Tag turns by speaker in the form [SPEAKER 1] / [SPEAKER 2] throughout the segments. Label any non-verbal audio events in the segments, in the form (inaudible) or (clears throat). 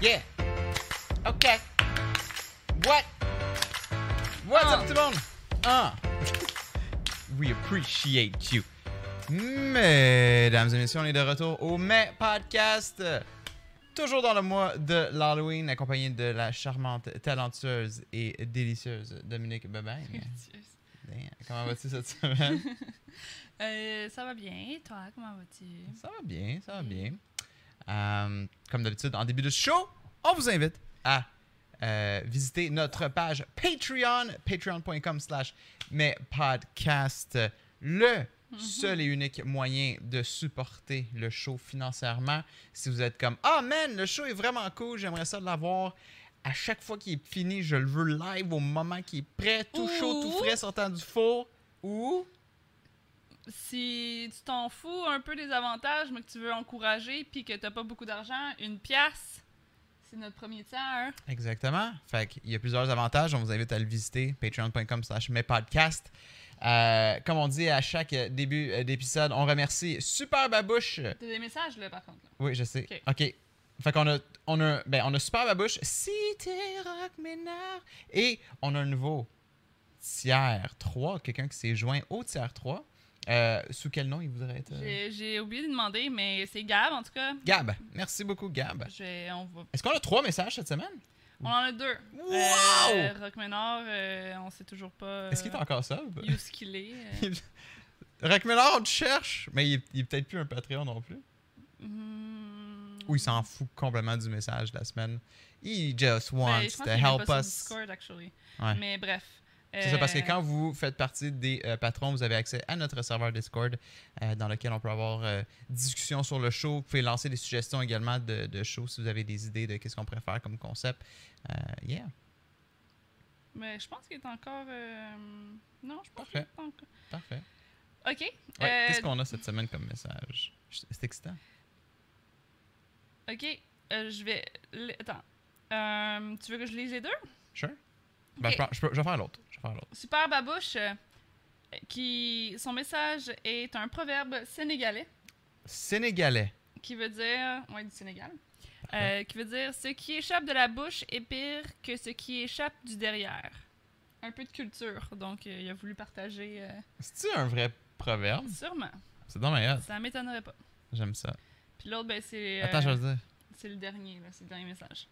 [SPEAKER 1] Yeah. OK. What? What's up, tout le monde? Ah. We appreciate you. Mesdames et messieurs, on est de retour au Mai Podcast. Toujours dans le mois de l'Halloween, accompagné de la charmante, talentueuse et délicieuse Dominique (laughs) Bebin. Damn, Comment vas-tu cette semaine?
[SPEAKER 2] Euh, ça va bien. Et toi, comment vas-tu?
[SPEAKER 1] Ça va bien, ça va bien. Euh, comme d'habitude, en début de show, on vous invite à euh, visiter notre page Patreon, patreon.com slash mespodcast. Le seul et unique moyen de supporter le show financièrement. Si vous êtes comme « Ah man, le show est vraiment cool, j'aimerais ça l'avoir. » À chaque fois qu'il est fini, je le veux live au moment qu'il est prêt, tout chaud, tout
[SPEAKER 2] Ou-
[SPEAKER 1] frais, sortant du four. Ou...
[SPEAKER 2] Si tu t'en fous un peu des avantages, mais que tu veux encourager puis que t'as pas beaucoup d'argent, une pièce, c'est notre premier tiers.
[SPEAKER 1] Exactement. Fait qu'il y a plusieurs avantages. On vous invite à le visiter. Patreon.com slash mespodcast. Euh, comme on dit à chaque euh, début euh, d'épisode, on remercie Super Babouche.
[SPEAKER 2] T'as des messages, là, par contre. là.
[SPEAKER 1] Oui, je sais. OK. Fait qu'on a, on a, ben, on a Super Babouche, Cité Rock Ménard. Et on a un nouveau tiers 3, quelqu'un qui s'est joint au tiers 3. Euh, sous quel nom il voudrait être? euh?
[SPEAKER 2] J'ai- J'ai oublié de demander, mais c'est Gab, en tout cas.
[SPEAKER 1] Gab. Merci beaucoup, Gab.
[SPEAKER 2] Je vais- on, va-
[SPEAKER 1] Est-ce qu'on a trois messages cette semaine?
[SPEAKER 2] on en a deux.
[SPEAKER 1] Wow!
[SPEAKER 2] Euh, Rock Ménard, euh, on sait toujours pas.
[SPEAKER 1] Est-ce qu'il est
[SPEAKER 2] euh,
[SPEAKER 1] encore sub?
[SPEAKER 2] où ce qu'il est.
[SPEAKER 1] (laughs)
[SPEAKER 2] euh.
[SPEAKER 1] Rock Miller, on te cherche! Mais il est, il est peut-être plus un Patreon non plus.
[SPEAKER 2] Hmm.
[SPEAKER 1] Ou il s'en fout complètement du message de la semaine. He just
[SPEAKER 2] Ben,
[SPEAKER 1] wants
[SPEAKER 2] je pense
[SPEAKER 1] to
[SPEAKER 2] qu'il est pas
[SPEAKER 1] help
[SPEAKER 2] sur
[SPEAKER 1] us.
[SPEAKER 2] Discord, actually.
[SPEAKER 1] Ouais.
[SPEAKER 2] Mais bref.
[SPEAKER 1] C'est ça, parce que
[SPEAKER 2] Euh,
[SPEAKER 1] quand vous faites partie des euh, patrons, vous avez accès à notre serveur Discord euh, dans lequel on peut avoir euh, discussion sur le show. Vous pouvez lancer des suggestions également de, de shows si vous avez des idées de qu'est-ce qu'on pourrait faire comme concept. Euh, yeah.
[SPEAKER 2] Mais je pense qu'il est encore. euh, Non, je pense qu'il
[SPEAKER 1] Parfait.
[SPEAKER 2] est encore.
[SPEAKER 1] Parfait.
[SPEAKER 2] Ok.
[SPEAKER 1] Ouais,
[SPEAKER 2] euh,
[SPEAKER 1] Qu'est-ce qu'on a cette semaine comme message? C'est excitant.
[SPEAKER 2] Ok. euh, je vais. le- Attends. Euh, tu veux que je lise les deux?
[SPEAKER 1] Sure? Ben,
[SPEAKER 2] Ok.
[SPEAKER 1] je, peux- je peux- je vais faire l'autre. Je vais faire l'autre.
[SPEAKER 2] Super Babouche, euh, qui. Son message est un proverbe sénégalais
[SPEAKER 1] Sénégalais.
[SPEAKER 2] qui veut dire. Ouais, du Sénégal.
[SPEAKER 1] Parfait.
[SPEAKER 2] euh, qui veut dire ce qui échappe de la bouche est pire que ce qui échappe du derrière. Un peu de culture, donc euh, il a voulu partager. euh,
[SPEAKER 1] C'est-tu un vrai proverbe?
[SPEAKER 2] sûrement.
[SPEAKER 1] C'est dans ma
[SPEAKER 2] Ça m'étonnerait pas.
[SPEAKER 1] J'aime ça.
[SPEAKER 2] Puis l'autre, ben, c'est. euh,
[SPEAKER 1] Attends, je vais le dire.
[SPEAKER 2] C'est le dernier, là, c'est le dernier message.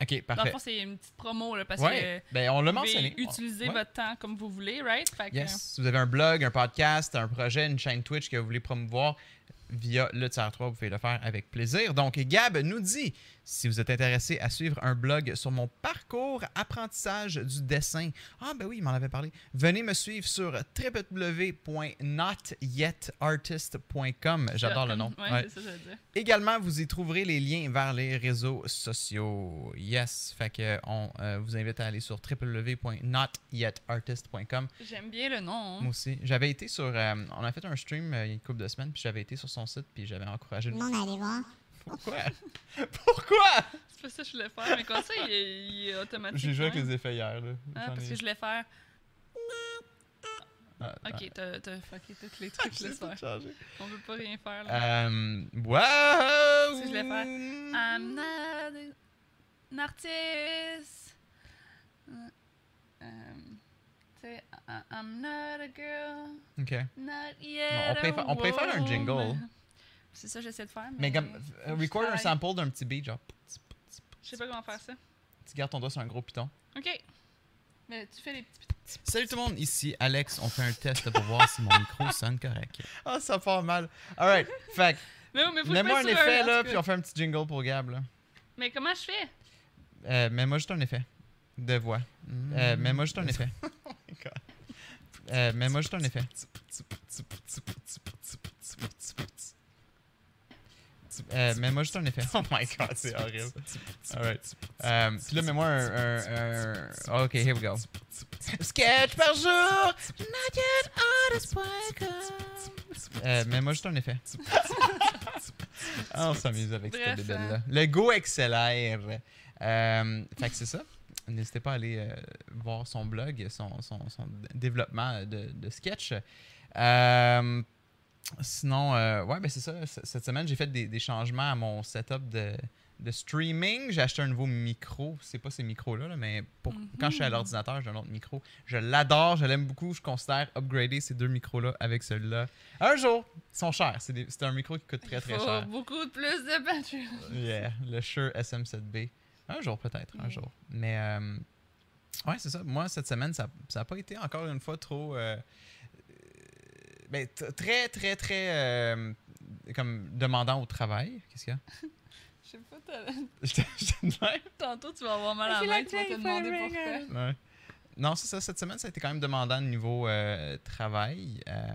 [SPEAKER 1] Ok,
[SPEAKER 2] Dans le
[SPEAKER 1] parfait.
[SPEAKER 2] fond, c'est une petite promo, là, parce
[SPEAKER 1] Ouais, ben, on
[SPEAKER 2] que
[SPEAKER 1] l'a
[SPEAKER 2] vous pouvez
[SPEAKER 1] mentionné.
[SPEAKER 2] utiliser
[SPEAKER 1] Ouais.
[SPEAKER 2] votre temps comme vous voulez, right? Fait que,
[SPEAKER 1] Yes. Si vous avez un blog, un podcast, un projet, une chaîne Twitch que vous voulez promouvoir via le tiers 3, vous pouvez le faire avec plaisir. Donc, Gab nous dit si vous êtes intéressé à suivre un blog sur mon parcours apprentissage du dessin, ah ben oui, il m'en avait parlé, venez me suivre sur www.notyetartist.com. J'adore le nom.
[SPEAKER 2] Ouais,
[SPEAKER 1] Ouais.
[SPEAKER 2] c'est ça que je veux dire.
[SPEAKER 1] Également, vous y trouverez les liens vers les réseaux sociaux. Yes, fait que on euh, vous invite à aller sur www.notyetartist.com.
[SPEAKER 2] J'aime bien le nom.
[SPEAKER 1] Moi aussi, j'avais été sur, euh, on a fait un stream euh, il y a une couple de semaines, puis j'avais été sur son site, puis j'avais encouragé.
[SPEAKER 3] Tout
[SPEAKER 1] le-
[SPEAKER 3] le monde allait voir.
[SPEAKER 1] Pourquoi (laughs) Pourquoi
[SPEAKER 2] C'est pas ça que je voulais faire, mais comme ça, il est, il est automatique.
[SPEAKER 1] J'ai joué avec
[SPEAKER 2] ouais.
[SPEAKER 1] les effets hier. Là.
[SPEAKER 2] Ah,
[SPEAKER 1] J'en
[SPEAKER 2] parce
[SPEAKER 1] ai-
[SPEAKER 2] que je voulais faire.
[SPEAKER 1] Ah, ah,
[SPEAKER 2] Ok, t'as t'as fucké tous les trucs, je
[SPEAKER 1] (laughs) j'ai
[SPEAKER 2] laisse
[SPEAKER 1] tout
[SPEAKER 2] faire.
[SPEAKER 1] changé.
[SPEAKER 2] On peut pas rien faire, là.
[SPEAKER 1] Euh, wow!
[SPEAKER 2] Si je Ah. l'ai I'm not an artist. Euh, um, tu sais, I- I'm not a girl.
[SPEAKER 1] Ok.
[SPEAKER 2] Not
[SPEAKER 1] Non, on
[SPEAKER 2] yet.
[SPEAKER 1] pourrait fa- on pourrait faire un jingle.
[SPEAKER 2] woman. C'est ça que j'essaie de faire. Mais,
[SPEAKER 1] Mais comme,
[SPEAKER 2] Hmm. je
[SPEAKER 1] euh, record un
[SPEAKER 2] travaille.
[SPEAKER 1] sample d'un petit beat, genre.
[SPEAKER 2] Je sais pas comment faire ça.
[SPEAKER 1] Tu gardes ton doigt sur un gros piton.
[SPEAKER 2] Ok. Mais tu fais les petits.
[SPEAKER 1] Salut tout le monde, ici Alex. On fait un test pour voir si mon micro sonne correct. Ah, ça part mal. Alright, fait
[SPEAKER 2] (laughs)
[SPEAKER 1] que,
[SPEAKER 2] Mais, oui, mais faut que je
[SPEAKER 1] mets-moi un
[SPEAKER 2] fasse sur
[SPEAKER 1] effet
[SPEAKER 2] en
[SPEAKER 1] là,
[SPEAKER 2] tout
[SPEAKER 1] puis
[SPEAKER 2] cas.
[SPEAKER 1] on fait un petit jingle pour Gab là.
[SPEAKER 2] Mais comment je fais
[SPEAKER 1] Euh, mets-moi juste un effet de voix. Euh, mets-moi juste un (laughs) effet. Euh, mets-moi juste un effet. Euh, mets-moi juste un effet. (laughs) Oh my god, c'est (laughs) horrible. Alright. Euh, puis là, mets-moi un, un- un- Ok, here we go. Sketch par jour! nuggetartist.com. Euh, mets-moi juste un effet. Ah, on s'amuse avec cette
[SPEAKER 2] Bref,
[SPEAKER 1] bébelle-là. Le go accélère. Euh, fait que c'est ça. N'hésitez pas à aller euh, voir son blog, son, son- son développement de, de sketch. Euh, Sinon, euh, ouais, ben c'est ça. c- Cette semaine, j'ai fait des, des changements à mon setup de, de streaming. J'ai acheté un nouveau micro. C'est pas ces micros-là, là, mais pour, quand je suis à l'ordinateur, j'ai un autre micro. Je l'adore, je l'aime beaucoup. Je considère upgrader ces deux micros-là avec celui-là. Un jour, ils sont chers. C'est des- c'est un micro qui coûte très, très
[SPEAKER 2] Faut
[SPEAKER 1] cher.
[SPEAKER 2] beaucoup de plus de batterie.
[SPEAKER 1] Yeah, le Shure SM7B. Un jour peut-être, un
[SPEAKER 2] Mm.
[SPEAKER 1] jour. Mais euh, ouais, c'est ça. Moi, cette semaine, ça n'a pas été encore une fois trop... euh, euh, ben, t- très, très, très... euh, comme demandant au travail. Qu'est-ce qu'il y a?
[SPEAKER 2] (laughs)
[SPEAKER 1] (laughs)
[SPEAKER 2] Je sais pas, t'as-
[SPEAKER 1] Je te- je te demande.
[SPEAKER 2] tantôt tu vas avoir mal à Ah, la
[SPEAKER 3] C'est
[SPEAKER 2] main,
[SPEAKER 3] la
[SPEAKER 2] tu vas te
[SPEAKER 3] clé, il faut
[SPEAKER 2] demander
[SPEAKER 3] le
[SPEAKER 2] pourquoi.
[SPEAKER 3] ringer.
[SPEAKER 1] Ouais. Non, c'est ça. Cette semaine, ça a été quand même demandant au niveau euh, travail. Euh,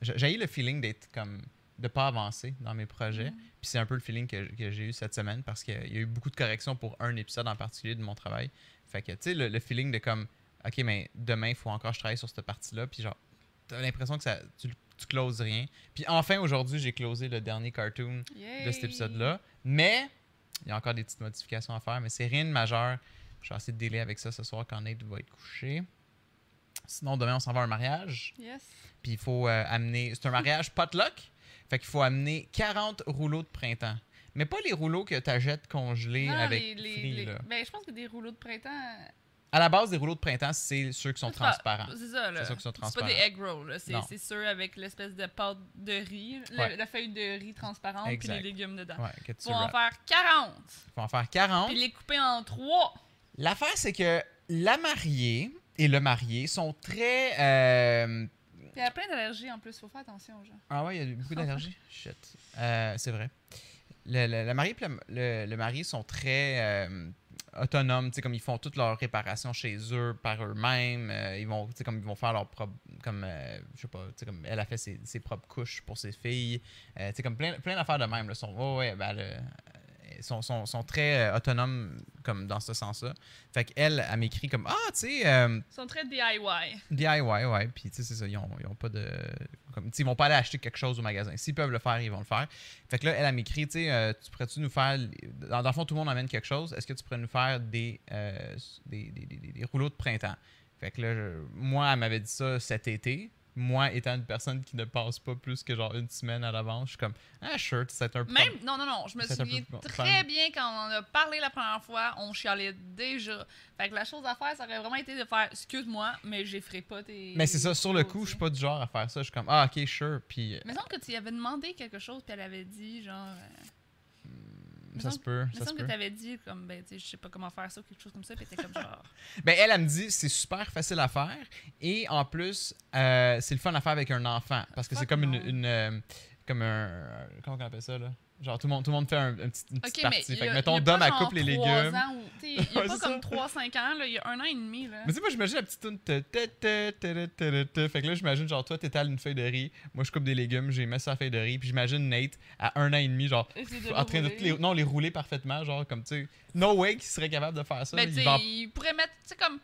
[SPEAKER 1] j'a- j'ai eu le feeling d'être comme de pas avancer dans mes projets.
[SPEAKER 2] Mm.
[SPEAKER 1] Puis c'est un peu le feeling que, que j'ai eu cette semaine parce qu'il y a eu beaucoup de corrections pour un épisode en particulier de mon travail. Fait que, tu sais, le, le feeling de comme, OK, mais demain, il faut encore que je travaille sur cette partie-là. Puis genre, t'as l'impression que ça, tu, tu closes rien. Puis enfin, aujourd'hui, j'ai closé le dernier cartoon de cet
[SPEAKER 2] Yay!
[SPEAKER 1] épisode-là. Mais il y a encore des petites modifications à faire, mais c'est rien de majeur. Je vais essayer de délai avec ça ce soir quand Nate va être couché. Sinon, demain, on s'en va à un mariage.
[SPEAKER 2] Yes.
[SPEAKER 1] Puis il faut euh, amener. C'est un mariage potluck. Fait qu'il faut amener 40 rouleaux de printemps. Mais pas les rouleaux que tu achètes congelés
[SPEAKER 2] Non,
[SPEAKER 1] avec
[SPEAKER 2] les, les-
[SPEAKER 1] frit,
[SPEAKER 2] les-
[SPEAKER 1] là.
[SPEAKER 2] Ben, je pense que des rouleaux de printemps.
[SPEAKER 1] À la base, des rouleaux de printemps, c'est ceux qui sont
[SPEAKER 2] Tra-
[SPEAKER 1] transparents.
[SPEAKER 2] C'est ça, là.
[SPEAKER 1] Ah, C'est ceux qui sont transparents.
[SPEAKER 2] pas des egg rolls, là. C'est,
[SPEAKER 1] Non.
[SPEAKER 2] c'est ceux avec l'espèce de pâte de riz, le-
[SPEAKER 1] Ouais.
[SPEAKER 2] la feuille de riz transparente, puis
[SPEAKER 1] Exact.
[SPEAKER 2] les légumes dedans.
[SPEAKER 1] Ouais, que tu
[SPEAKER 2] Faut en
[SPEAKER 1] wraps.
[SPEAKER 2] faire 40,
[SPEAKER 1] Faut en faire 40.
[SPEAKER 2] puis les couper en trois.
[SPEAKER 1] L'affaire, c'est que la mariée et le marié sont très. euh,
[SPEAKER 2] Puis il y a plein d'allergies en plus, faut faire attention aux gens.
[SPEAKER 1] Ah ouais, il y a eu beaucoup d'allergies. Shit. Euh, c'est vrai. Le, le- la mariée et le, le- le mari sont très euh, autonomes, tu sais, comme ils font toutes leurs réparations chez eux par eux-mêmes. euh, ils vont, tu sais, comme ils vont faire leur propre, comme euh, je sais pas, tu sais, comme elle a fait ses, ses propres couches pour ses filles. Euh, tu sais, comme plein, plein d'affaires de même. Là, sont, ouais, ouais, ben, elle, euh, ils sont, sont- sont très euh, autonomes comme dans ce sens-là. Fait qu'elle, elle m'écrit comme ah, tu sais. euh,
[SPEAKER 2] Ils sont très DIY.
[SPEAKER 1] DIY, ouais. Puis, tu sais, c'est ça. Ils ont, ils ont pas de. Comme, tu sais, ils vont pas aller acheter quelque chose au magasin. S'ils peuvent le faire, ils vont le faire. Fait que là, elle, elle m'écrit, tu sais, euh, tu pourrais-tu nous faire. Dans, dans le fond, tout le monde amène quelque chose. Est-ce que tu pourrais nous faire des, euh, des, des- des- des- des rouleaux de printemps? Fait que là, je- moi, elle m'avait dit ça cet été. Moi, étant une personne qui ne passe pas plus que genre une semaine à l'avance, je suis comme, ah, sure, c'est un peu.
[SPEAKER 2] Même, non, non, non, je me
[SPEAKER 1] C'est un peu
[SPEAKER 2] souviens
[SPEAKER 1] bon.
[SPEAKER 2] très bien quand on en a parlé la première fois, on chialait déjà. Fait que la chose à faire, ça aurait vraiment été de faire excuse-moi, mais je ferai pas tes.
[SPEAKER 1] Mais c'est ça, sur le
[SPEAKER 2] choses,
[SPEAKER 1] coup, je suis
[SPEAKER 2] tu sais.
[SPEAKER 1] pas du genre à faire ça. Je suis comme, ah, ok, sure. Puis, euh,
[SPEAKER 2] Mais semble que tu y avais demandé quelque chose, puis elle avait dit genre. euh, me
[SPEAKER 1] Hmm, ça se
[SPEAKER 2] semble-
[SPEAKER 1] peut.
[SPEAKER 2] Il
[SPEAKER 1] Ça
[SPEAKER 2] me
[SPEAKER 1] se
[SPEAKER 2] semble
[SPEAKER 1] peut.
[SPEAKER 2] que t'avais dit, comme, ben, tu sais, je sais pas comment faire ça, ou quelque chose comme ça, pis t'es comme
[SPEAKER 1] (laughs)
[SPEAKER 2] genre.
[SPEAKER 1] Ben, elle, elle me dit c'est super facile à faire et en plus, euh, c'est le fun à faire avec un enfant parce que c'est
[SPEAKER 2] Fuck
[SPEAKER 1] comme une.
[SPEAKER 2] non.
[SPEAKER 1] une, euh, comme un. euh, Comment on appelle ça là Genre, tout le monde, tout le monde fait un, un petit, une petite
[SPEAKER 2] Ok, mais.
[SPEAKER 1] partie.
[SPEAKER 2] il y
[SPEAKER 1] Fait que,
[SPEAKER 2] a-
[SPEAKER 1] mettons,
[SPEAKER 2] il y a pas
[SPEAKER 1] Dom, elle
[SPEAKER 2] genre
[SPEAKER 1] coupe les
[SPEAKER 2] trois
[SPEAKER 1] légumes.
[SPEAKER 2] ans hein? ou- tu sais, Il y a
[SPEAKER 1] (laughs) Ouais,
[SPEAKER 2] pas
[SPEAKER 1] c'est ça.
[SPEAKER 2] comme 3-5 ans, là, il y a un an et demi, là.
[SPEAKER 1] Mais tu sais, moi, j'imagine la petite toune. ta- ta- ta- ta- ta- ta- ta. Fait que là, j'imagine, genre, toi, t'étales une feuille de riz. Moi, je coupe des légumes, j'ai mis ça à la feuille de riz. Puis j'imagine Nate, à un an et demi, genre,
[SPEAKER 2] Essayer de
[SPEAKER 1] en train de
[SPEAKER 2] rouler.
[SPEAKER 1] toutes les, non, les rouler parfaitement. Genre, comme, tu sais, no way qu'il serait capable de faire ça.
[SPEAKER 2] Mais
[SPEAKER 1] là.
[SPEAKER 2] tu
[SPEAKER 1] Il
[SPEAKER 2] sais,
[SPEAKER 1] va en
[SPEAKER 2] il pourrait mettre, tu sais, comme.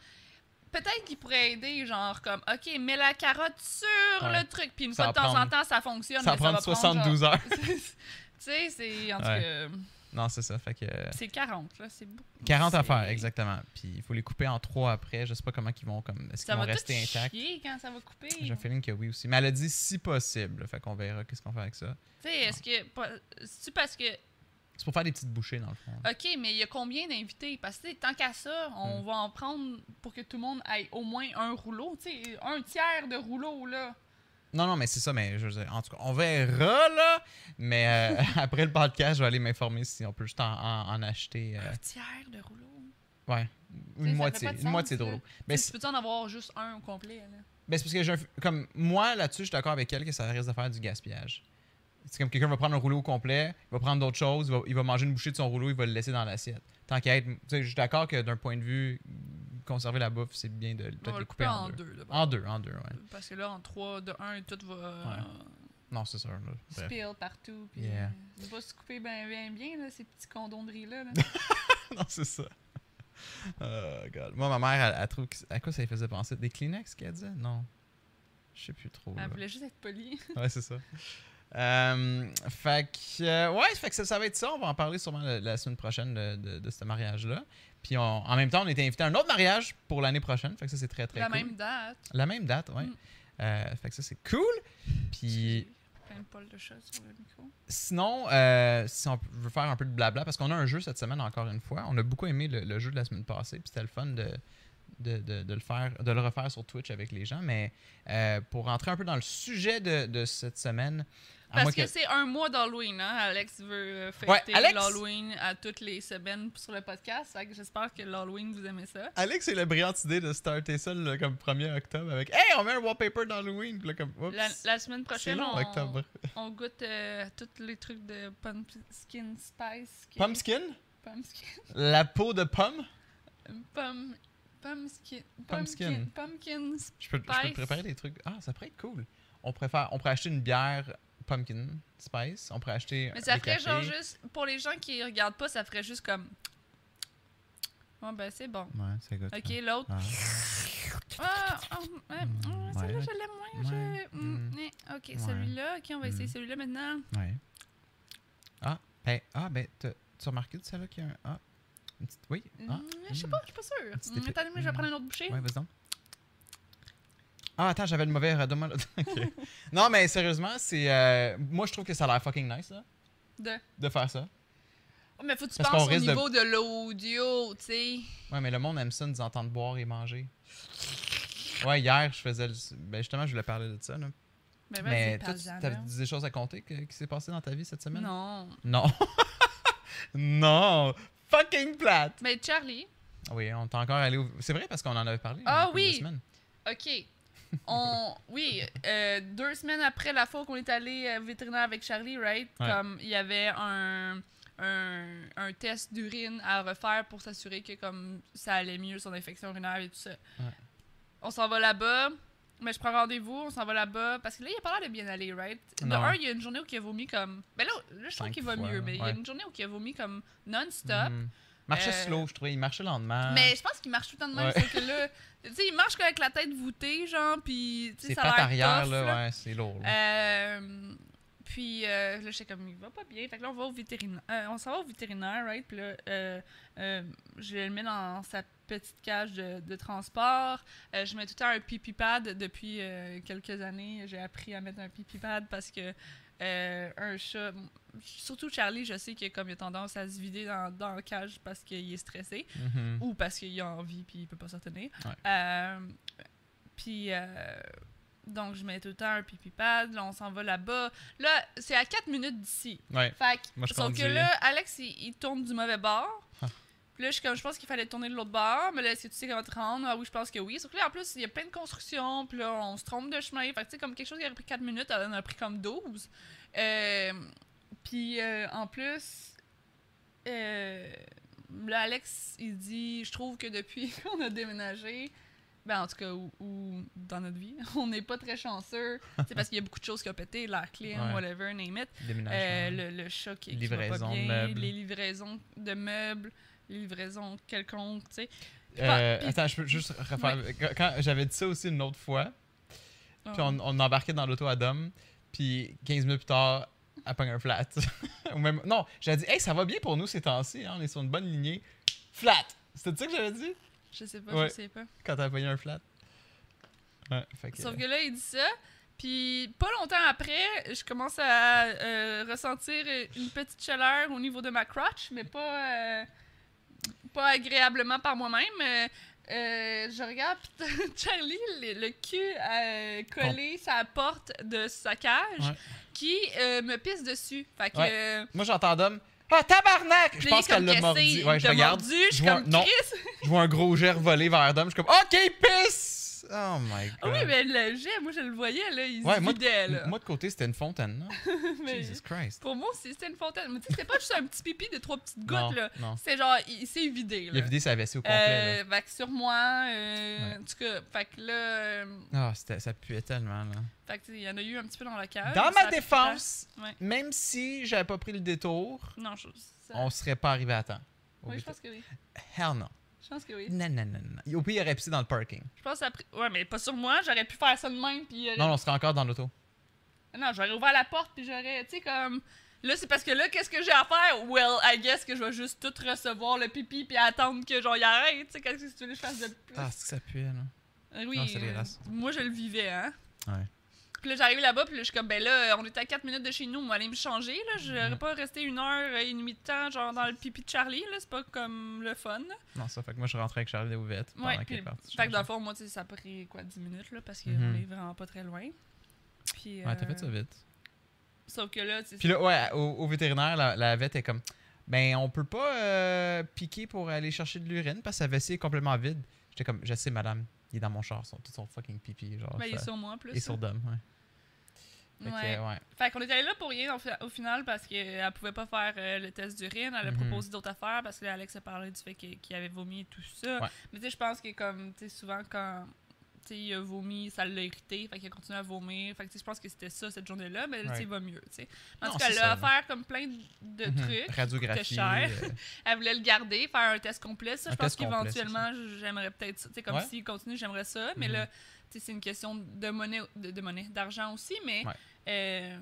[SPEAKER 2] Peut-être qu'il pourrait aider, genre, comme, OK, mets la carotte sur
[SPEAKER 1] Ouais.
[SPEAKER 2] le truc, puis une fois
[SPEAKER 1] Ça va
[SPEAKER 2] de temps en
[SPEAKER 1] prendre-
[SPEAKER 2] temps, ça fonctionne.
[SPEAKER 1] ça
[SPEAKER 2] mais
[SPEAKER 1] va prendre
[SPEAKER 2] va
[SPEAKER 1] 72
[SPEAKER 2] genre-
[SPEAKER 1] heures. (laughs)
[SPEAKER 2] tu sais, c'est. En tout
[SPEAKER 1] Ouais.
[SPEAKER 2] cas,
[SPEAKER 1] Non, c'est ça. Fait que. euh,
[SPEAKER 2] c'est 40, là, c'est beaucoup.
[SPEAKER 1] 40 à faire,
[SPEAKER 2] C'est-
[SPEAKER 1] exactement. Puis il faut les couper en trois après. Je sais pas comment ils vont comme est-ce
[SPEAKER 2] Ça
[SPEAKER 1] qu'ils vont
[SPEAKER 2] va tout
[SPEAKER 1] rester intacts.
[SPEAKER 2] chier quand ça va couper.
[SPEAKER 1] J'ai un feeling que oui aussi. Mais elle a dit si possible. Fait qu'on verra qu'est-ce qu'on fait avec ça.
[SPEAKER 2] Tu sais, est-ce que. pas- C'est-tu parce que.
[SPEAKER 1] C'est pour faire des petites bouchées dans le fond.
[SPEAKER 2] OK, mais il y a combien d'invités? Parce que tu sais, tant qu'à ça, on
[SPEAKER 1] Hmm.
[SPEAKER 2] va en prendre pour que tout le monde aille au moins un rouleau. tu sais, un tiers de rouleau, là.
[SPEAKER 1] Non, non, mais c'est ça, mais je veux dire, en tout cas, on verra là. Mais euh, (laughs) après le podcast, je vais aller m'informer si on peut juste en, en- en acheter. euh,
[SPEAKER 2] Un tiers de rouleau.
[SPEAKER 1] ouais.
[SPEAKER 2] sais,
[SPEAKER 1] Une
[SPEAKER 2] ça
[SPEAKER 1] moitié.
[SPEAKER 2] fait pas de
[SPEAKER 1] Une moitié
[SPEAKER 2] sens,
[SPEAKER 1] de
[SPEAKER 2] là.
[SPEAKER 1] rouleau.
[SPEAKER 2] Mais
[SPEAKER 1] Mais
[SPEAKER 2] tu peux en avoir juste un au complet, là?
[SPEAKER 1] Ben, c'est parce que j'ai un f- comme moi là-dessus, je suis d'accord avec elle que ça risque de faire du gaspillage. C'est comme quelqu'un va prendre un rouleau au complet, il va prendre d'autres choses, il va, il va manger une bouchée de son rouleau, il va le laisser dans l'assiette. Tant qu'à être, tu sais, je suis d'accord que d'un point de vue conserver la bouffe, c'est bien de
[SPEAKER 2] On
[SPEAKER 1] peut-être
[SPEAKER 2] va
[SPEAKER 1] le
[SPEAKER 2] le
[SPEAKER 1] couper en, deux.
[SPEAKER 2] d'abord.
[SPEAKER 1] En deux, en deux, ouais.
[SPEAKER 2] Parce que là, en trois, de un, tout va euh,
[SPEAKER 1] Non, c'est sûr. là. Bref. (laughs)
[SPEAKER 2] spill partout. Puis
[SPEAKER 1] Yeah.
[SPEAKER 2] euh, ça va se couper bien, bien, bien, là, ces petits condons de riz-là. là.
[SPEAKER 1] (laughs) non, c'est ça. (laughs) Oh god. Moi, ma mère, elle, elle trouve que- à quoi ça lui faisait penser Des Kleenex qu'elle disait Non. Je sais plus trop. là.
[SPEAKER 2] Elle voulait juste être polie.
[SPEAKER 1] Ouais, c'est ça. Euh, fait que, euh, ouais, fait que ça, ça va être ça. On va en parler sûrement la, la semaine prochaine de, de- de ce mariage-là. Puis on- en même temps, on était invité à un autre mariage pour l'année prochaine. Fait que ça, c'est très, très
[SPEAKER 2] La
[SPEAKER 1] cool.
[SPEAKER 2] même date.
[SPEAKER 1] La même date, ouais.
[SPEAKER 2] Mm.
[SPEAKER 1] Euh, fait que ça, c'est cool. Puis,
[SPEAKER 2] plein de poils de chat sur le micro.
[SPEAKER 1] Sinon, euh, si on veut faire un peu de blabla, parce qu'on a un jeu cette semaine encore une fois. On a beaucoup aimé le, le jeu de la semaine passée, puis c'était le fun de, de, de- de le faire, de le refaire sur Twitch avec les gens. Mais euh, pour rentrer un peu dans le sujet de, de cette semaine, à
[SPEAKER 2] Parce
[SPEAKER 1] moins
[SPEAKER 2] que,
[SPEAKER 1] que-
[SPEAKER 2] c'est un mois d'Halloween, hein? Alex veut euh, fêter
[SPEAKER 1] Ouais, Alex!
[SPEAKER 2] l'Halloween à toutes les semaines sur le podcast. Fait que j'espère que l'Halloween, vous aimez ça.
[SPEAKER 1] Alex a eu la brillante idée de starter ça le- comme 1er octobre avec Hey, on met un wallpaper d'Halloween! Puis là, comme, Oups,
[SPEAKER 2] La, la semaine
[SPEAKER 1] c'est
[SPEAKER 2] prochaine,
[SPEAKER 1] long,
[SPEAKER 2] on,
[SPEAKER 1] octobre.
[SPEAKER 2] on goûte euh, tous les trucs de pumpkin spice. qui-
[SPEAKER 1] Pumpkin?
[SPEAKER 2] Pumpkin.
[SPEAKER 1] La peau de pomme?
[SPEAKER 2] Pum, pumpkin.
[SPEAKER 1] Pumpkin.
[SPEAKER 2] Pumpkin. Pumpkin. sp-
[SPEAKER 1] Je peux, je peux te
[SPEAKER 2] Spice.
[SPEAKER 1] préparer des trucs. Ah, ça pourrait être cool. On préfère, on pourrait acheter une bière pumpkin spice. On pourrait acheter.
[SPEAKER 2] Mais ça
[SPEAKER 1] des
[SPEAKER 2] ferait
[SPEAKER 1] cafés.
[SPEAKER 2] genre juste. Pour les gens qui regardent pas, ça ferait juste comme. Bon, ben c'est bon.
[SPEAKER 1] Ouais, c'est good.
[SPEAKER 2] Ok, l'autre.
[SPEAKER 1] Ah.
[SPEAKER 2] Ah, ah, ouais, ah, celui-là,
[SPEAKER 1] Hmm, ouais.
[SPEAKER 2] je l'aime moins.
[SPEAKER 1] Ouais,
[SPEAKER 2] je-
[SPEAKER 1] mm,
[SPEAKER 2] mm, eh, ok,
[SPEAKER 1] ouais.
[SPEAKER 2] celui-là. Ok, on va essayer
[SPEAKER 1] Mm.
[SPEAKER 2] celui-là maintenant.
[SPEAKER 1] Ouais. Ah, ben, ah, ben, t'as- tu as remarqué tout ça là qu'il y a un. Ah, une petite. Oui. Ah,
[SPEAKER 2] Mm, Je sais
[SPEAKER 1] mm.
[SPEAKER 2] pas, je suis pas sûre.
[SPEAKER 1] Petit
[SPEAKER 2] Mm,
[SPEAKER 1] effet.
[SPEAKER 2] Attendez, moi, je vais
[SPEAKER 1] Mm.
[SPEAKER 2] prendre une autre bouchée.
[SPEAKER 1] Ouais, vas-y donc. Ah, attends, j'avais le mauvais. redonne-moi le- (laughs) Ok. non, mais sérieusement, c'est. euh, moi, je trouve que ça a l'air fucking nice, là,
[SPEAKER 2] De-
[SPEAKER 1] de faire ça.
[SPEAKER 2] Oh, mais faut que tu
[SPEAKER 1] Parce
[SPEAKER 2] penses
[SPEAKER 1] qu'on
[SPEAKER 2] au
[SPEAKER 1] risque de-
[SPEAKER 2] niveau de, l'audio, tu sais.
[SPEAKER 1] Ouais, mais le monde aime ça, nous entendre boire et manger. Ouais, hier, je faisais. le- Ben, justement, je voulais parler de ça, là.
[SPEAKER 2] Ben, vas-y,
[SPEAKER 1] Mais toi, tu
[SPEAKER 2] parle-en,
[SPEAKER 1] t'avais
[SPEAKER 2] là.
[SPEAKER 1] dit des choses à compter que- qui s'est passé dans ta vie cette semaine?
[SPEAKER 2] Non.
[SPEAKER 1] Non. (laughs) non. Fucking plate.
[SPEAKER 2] Mais Ben, Charlie,
[SPEAKER 1] Ah Oui, on est encore allé. au- C'est vrai parce qu'on en avait parlé.
[SPEAKER 2] Ah
[SPEAKER 1] il y a quelques
[SPEAKER 2] oui!
[SPEAKER 1] semaines.
[SPEAKER 2] OK. On, (laughs) oui, euh, deux semaines après la fois qu'on est allé euh, vétérinaire avec Charlie, right?
[SPEAKER 1] Ouais.
[SPEAKER 2] Comme il y avait un, un, un test d'urine à refaire pour s'assurer que comme ça allait mieux son infection urinaire et tout ça. On s'en va là-bas, mais je prends rendez-vous, on s'en va là-bas parce que là il a pas l'air de bien aller, right? De
[SPEAKER 1] Non.
[SPEAKER 2] un, il y a une journée où il a vomi comme ben là, là, je trouve
[SPEAKER 1] Cinq
[SPEAKER 2] qu'il va
[SPEAKER 1] fois,
[SPEAKER 2] mieux, mais il y a
[SPEAKER 1] ouais.
[SPEAKER 2] une journée où il a vomi comme non-stop.
[SPEAKER 1] Mhm. Marchait
[SPEAKER 2] Euh,
[SPEAKER 1] slow, je trouvais. Il marchait lentement.
[SPEAKER 2] Mais je pense qu'il marche tout le temps de même,
[SPEAKER 1] Hein? Ouais.
[SPEAKER 2] sauf que là, tu sais, il marche comme avec la tête voûtée, genre, puis tu sais,
[SPEAKER 1] Ses
[SPEAKER 2] ça a
[SPEAKER 1] pattes
[SPEAKER 2] l'air
[SPEAKER 1] arrière,
[SPEAKER 2] tough,
[SPEAKER 1] là,
[SPEAKER 2] là.
[SPEAKER 1] ouais, c'est lourd. là.
[SPEAKER 2] Euh, puis euh, là, j'étais comme, il va pas bien. Fait que là, on va au vétérinaire. euh, on s'en va au vétérinaire, right? Puis là, euh, euh, je le mets dans sa petite cage de, de transport. Euh, je mets tout le temps un pipi pad. Depuis euh, quelques années, j'ai appris à mettre un pipi pad parce que euh, un chat, surtout Charlie, je sais que comme il a tendance à se vider dans, dans la cage parce qu'il est stressé
[SPEAKER 1] Mhm.
[SPEAKER 2] ou parce qu'il a envie puis il peut pas s'en tenir.
[SPEAKER 1] Ouais.
[SPEAKER 2] Euh, puis euh, donc je mets tout le temps un pipi pad, là on s'en va là-bas. Là, c'est à 4 minutes d'ici.
[SPEAKER 1] Ouais.
[SPEAKER 2] Fait que-
[SPEAKER 1] Moi, je
[SPEAKER 2] sauf
[SPEAKER 1] conduis.
[SPEAKER 2] que là Alex il, il tourne du mauvais bord.
[SPEAKER 1] Ah.
[SPEAKER 2] Puis là, je, suis comme, je pense qu'il fallait tourner de l'autre bord, mais là, est-ce que tu sais comment te rendre? Ah oui, je pense que oui. Sauf que là, en plus, il y a plein de constructions, puis là, on se trompe de chemin. Fait que, tu sais, comme quelque chose qui aurait pris 4 minutes, elle en a pris comme 12. Euh, puis, euh, en plus, euh, là, Alex, il dit, je trouve que depuis (laughs) qu'on a déménagé, ben en tout cas, ou, ou dans notre vie, (laughs) on n'est pas très chanceux. C'est parce qu'il y a beaucoup de choses qui ont pété, l'air clean,
[SPEAKER 1] Ouais.
[SPEAKER 2] whatever, name it. Euh,
[SPEAKER 1] Déménagement.
[SPEAKER 2] le, le choc qui qui va
[SPEAKER 1] hein. Livraison
[SPEAKER 2] pas
[SPEAKER 1] de
[SPEAKER 2] bien,
[SPEAKER 1] meubles.
[SPEAKER 2] les livraisons de meubles, les livraisons quelconques, tu sais.
[SPEAKER 1] Euh,
[SPEAKER 2] puis-
[SPEAKER 1] attends, je peux juste refaire. Quand, quand- j'avais dit ça aussi une autre fois, puis
[SPEAKER 2] Ah.
[SPEAKER 1] on, on embarquait dans l'auto à Dom, puis 15 minutes plus tard, elle pogne un flat. (laughs) Ou même, non, j'avais dit, hey, ça va bien pour nous ces temps-ci, hein, on est sur une bonne lignée. Flat! C'était ça que j'avais dit
[SPEAKER 2] Je sais pas,
[SPEAKER 1] Ouais.
[SPEAKER 2] je sais pas.
[SPEAKER 1] quand elle pogné un flat? Ouais, fait que.
[SPEAKER 2] Sauf que là, il dit ça. Puis, pas longtemps après, je commence à euh, ressentir une petite chaleur au niveau de ma crotch, mais pas, euh, pas agréablement par moi-même. Euh, euh, je regarde, puis (laughs) Charlie, le, le cul euh, collé sur la porte de sa cage,
[SPEAKER 1] Ouais.
[SPEAKER 2] qui euh, me pisse dessus. Fait que.
[SPEAKER 1] Ouais.
[SPEAKER 2] euh,
[SPEAKER 1] Moi, j'entends Dom. Ah, tabarnak! Je
[SPEAKER 2] Puis
[SPEAKER 1] pense
[SPEAKER 2] là, il
[SPEAKER 1] qu'elle
[SPEAKER 2] est
[SPEAKER 1] l'a
[SPEAKER 2] comme cassé,
[SPEAKER 1] mordu.
[SPEAKER 2] il
[SPEAKER 1] Ouais, je
[SPEAKER 2] t'a
[SPEAKER 1] regarde.
[SPEAKER 2] mordu, je
[SPEAKER 1] je
[SPEAKER 2] suis
[SPEAKER 1] vois
[SPEAKER 2] comme
[SPEAKER 1] un- non.
[SPEAKER 2] Chris.
[SPEAKER 1] Je vois un gros ger voler vers Dom. Je suis comme, OK, pisse! Oh my god.
[SPEAKER 2] Ah oui, mais le jet, moi je le voyais, là, il
[SPEAKER 1] Ouais,
[SPEAKER 2] se
[SPEAKER 1] moi,
[SPEAKER 2] vidait,
[SPEAKER 1] de,
[SPEAKER 2] là.
[SPEAKER 1] moi, de côté, c'était une fontaine. là.
[SPEAKER 2] (laughs) Mais
[SPEAKER 1] Jesus Christ.
[SPEAKER 2] pour moi, c'est- c'était une fontaine. Mais tu sais, c'était pas juste un petit pipi de trois petites gouttes,
[SPEAKER 1] non,
[SPEAKER 2] là.
[SPEAKER 1] non.
[SPEAKER 2] C'était genre, il s'est vidé,
[SPEAKER 1] Il a
[SPEAKER 2] là.
[SPEAKER 1] vidé sa vessie au complet.
[SPEAKER 2] Euh, fait que sur moi, euh,
[SPEAKER 1] Ouais.
[SPEAKER 2] en tout cas, fait que là, euh,
[SPEAKER 1] là. Ah, c'était- ça puait tellement. là.
[SPEAKER 2] fait que tu sais, il y en a eu un petit peu dans la cage.
[SPEAKER 1] Dans
[SPEAKER 2] Ah Ça
[SPEAKER 1] ma
[SPEAKER 2] a fait
[SPEAKER 1] défense,
[SPEAKER 2] Ouais.
[SPEAKER 1] même si j'avais pas pris le détour,
[SPEAKER 2] peur. Non, je. ça-
[SPEAKER 1] on serait pas arrivé à temps. Au
[SPEAKER 2] Oui, je
[SPEAKER 1] but-
[SPEAKER 2] pense que oui.
[SPEAKER 1] Hell no.
[SPEAKER 2] Je pense que oui.
[SPEAKER 1] Non, non, non, non. Au pire, il aurait pissé dans le parking.
[SPEAKER 2] Je pense après. Ouais, mais pas sur moi, j'aurais pu faire ça de même, puis. euh,
[SPEAKER 1] Non, non, on serait encore dans l'auto.
[SPEAKER 2] Non, j'aurais ouvert la porte puis j'aurais, tu sais, comme. Là, c'est parce que là, qu'est-ce que j'ai à faire? Well, I guess que je vais juste tout recevoir le pipi puis attendre que genre y arrête, tu sais, qu'est-ce que tu veux que je fasse de plus?
[SPEAKER 1] Ah, c'est que ça puait, là.
[SPEAKER 2] Euh, oui,
[SPEAKER 1] non, c'est dégueulasse.
[SPEAKER 2] euh, moi je le vivais, hein?
[SPEAKER 1] Ouais.
[SPEAKER 2] Puis là, j'arrive là-bas, puis là, je suis comme, ben là, on était à 4 minutes de chez nous, on va aller me changer, là. Je
[SPEAKER 1] Mhm.
[SPEAKER 2] n'aurais pas resté une heure et demie de temps, genre, dans le pipi de Charlie, là. C'est pas comme le fun. là.
[SPEAKER 1] Non, ça fait que moi, je rentrais avec Charlie de Ouvette pendant
[SPEAKER 2] Ouais,
[SPEAKER 1] qu'elle
[SPEAKER 2] puis-
[SPEAKER 1] partait
[SPEAKER 2] Fait que dans le
[SPEAKER 1] changer.
[SPEAKER 2] fond, moi, tu sais, ça a pris, quoi, 10 minutes, là, parce qu'on
[SPEAKER 1] Mhm.
[SPEAKER 2] est vraiment pas très loin. Puis,
[SPEAKER 1] Ouais, t'as fait
[SPEAKER 2] euh,
[SPEAKER 1] ça vite.
[SPEAKER 2] Sauf que là, tu sais,
[SPEAKER 1] Puis là, ouais, au, au vétérinaire, la, la vette est comme, ben, on peut pas euh, piquer pour aller chercher de l'urine parce que sa vessie est complètement vide. J'étais comme, je sais, madame, il est dans mon char, son, tout son fucking pipi. Genre,
[SPEAKER 2] ben, il est
[SPEAKER 1] ça-
[SPEAKER 2] sur moi, en plus.
[SPEAKER 1] il est sur Dom, ouais. Fait que,
[SPEAKER 2] Ouais.
[SPEAKER 1] ouais.
[SPEAKER 2] Fait qu'on était allé là pour rien au, fi- au final parce qu'elle pouvait pas faire euh, le test d'urine. Elle a
[SPEAKER 1] Mhm.
[SPEAKER 2] proposé d'autres affaires parce que là, Alex a parlé du fait qu'il qu'il avait vomi et tout ça.
[SPEAKER 1] Ouais.
[SPEAKER 2] Mais tu sais, je pense que comme, tu sais, souvent quand tu sais, il a vomi, ça l'a irrité. Fait qu'il a continué à vomir. Fait que tu sais, je pense que c'était ça cette journée-là. Mais là, tu sais,
[SPEAKER 1] Ouais.
[SPEAKER 2] il va mieux, tu sais. En
[SPEAKER 1] Non,
[SPEAKER 2] tout cas,
[SPEAKER 1] c'est
[SPEAKER 2] elle a
[SPEAKER 1] ça, là.
[SPEAKER 2] offert comme plein de- de
[SPEAKER 1] Mhm.
[SPEAKER 2] trucs. coûtait
[SPEAKER 1] Radiographie.
[SPEAKER 2] cher.
[SPEAKER 1] euh,
[SPEAKER 2] Elle voulait le garder, faire un test complet. Ça,
[SPEAKER 1] Un
[SPEAKER 2] je pense
[SPEAKER 1] test complet,
[SPEAKER 2] qu'éventuellement, j'aimerais peut-être ça. Tu sais, comme
[SPEAKER 1] Ouais.
[SPEAKER 2] s'il continue, j'aimerais ça. Mais
[SPEAKER 1] Mhm.
[SPEAKER 2] là, tu sais, c'est une question de monnaie, de, de monnaie, d'argent aussi. Mais
[SPEAKER 1] Ouais.
[SPEAKER 2] euh,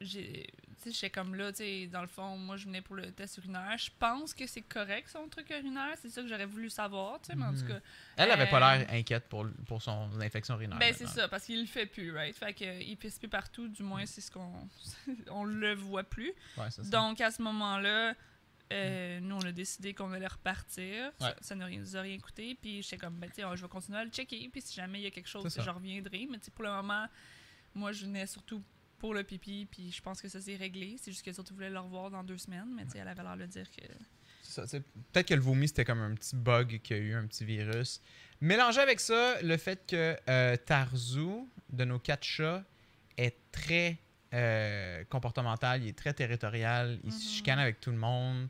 [SPEAKER 2] j'ai- tu sais, j'étais comme là, tu sais, dans le fond, moi, je venais pour le test urinaire. Je pense que c'est correct, son truc urinaire. C'est ça que j'aurais voulu savoir, tu sais. Mais en tout
[SPEAKER 1] Mhm.
[SPEAKER 2] cas,
[SPEAKER 1] Elle avait pas
[SPEAKER 2] Euh,
[SPEAKER 1] l'air inquiète pour, pour son infection urinaire.
[SPEAKER 2] ben, c'est
[SPEAKER 1] maintenant.
[SPEAKER 2] ça, parce qu'il le fait plus, right? Fait qu'il pisse plus partout, du moins, c'est ce qu'on... (laughs) on le voit plus.
[SPEAKER 1] Ouais, c'est ça.
[SPEAKER 2] Donc, à ce moment-là, euh, nous, on a décidé qu'on allait repartir. Ça-
[SPEAKER 1] Ouais.
[SPEAKER 2] Ça ne nous a rien coûté. Puis, j'étais comme, ben, tu sais, oh, je vais continuer à le checker. Puis, si jamais il y a quelque chose,
[SPEAKER 1] C'est ça.
[SPEAKER 2] je reviendrai. Mais, tu sais, pour le moment, moi, je venais surtout pour le pipi. Puis, je pense que ça s'est réglé. C'est juste que surtout voulait le revoir dans deux semaines. Mais, tu sais, elle avait l'air de dire que.
[SPEAKER 1] C'est ça, tu sais, Peut-être que le vomi, c'était comme un petit bug qu'il y a eu, un petit virus. Mélangé avec ça, le fait que euh, Tarzou, de nos quatre chats, est très euh, comportemental, il est très territorial, il se
[SPEAKER 2] Mhm.
[SPEAKER 1] chicane avec tout le monde.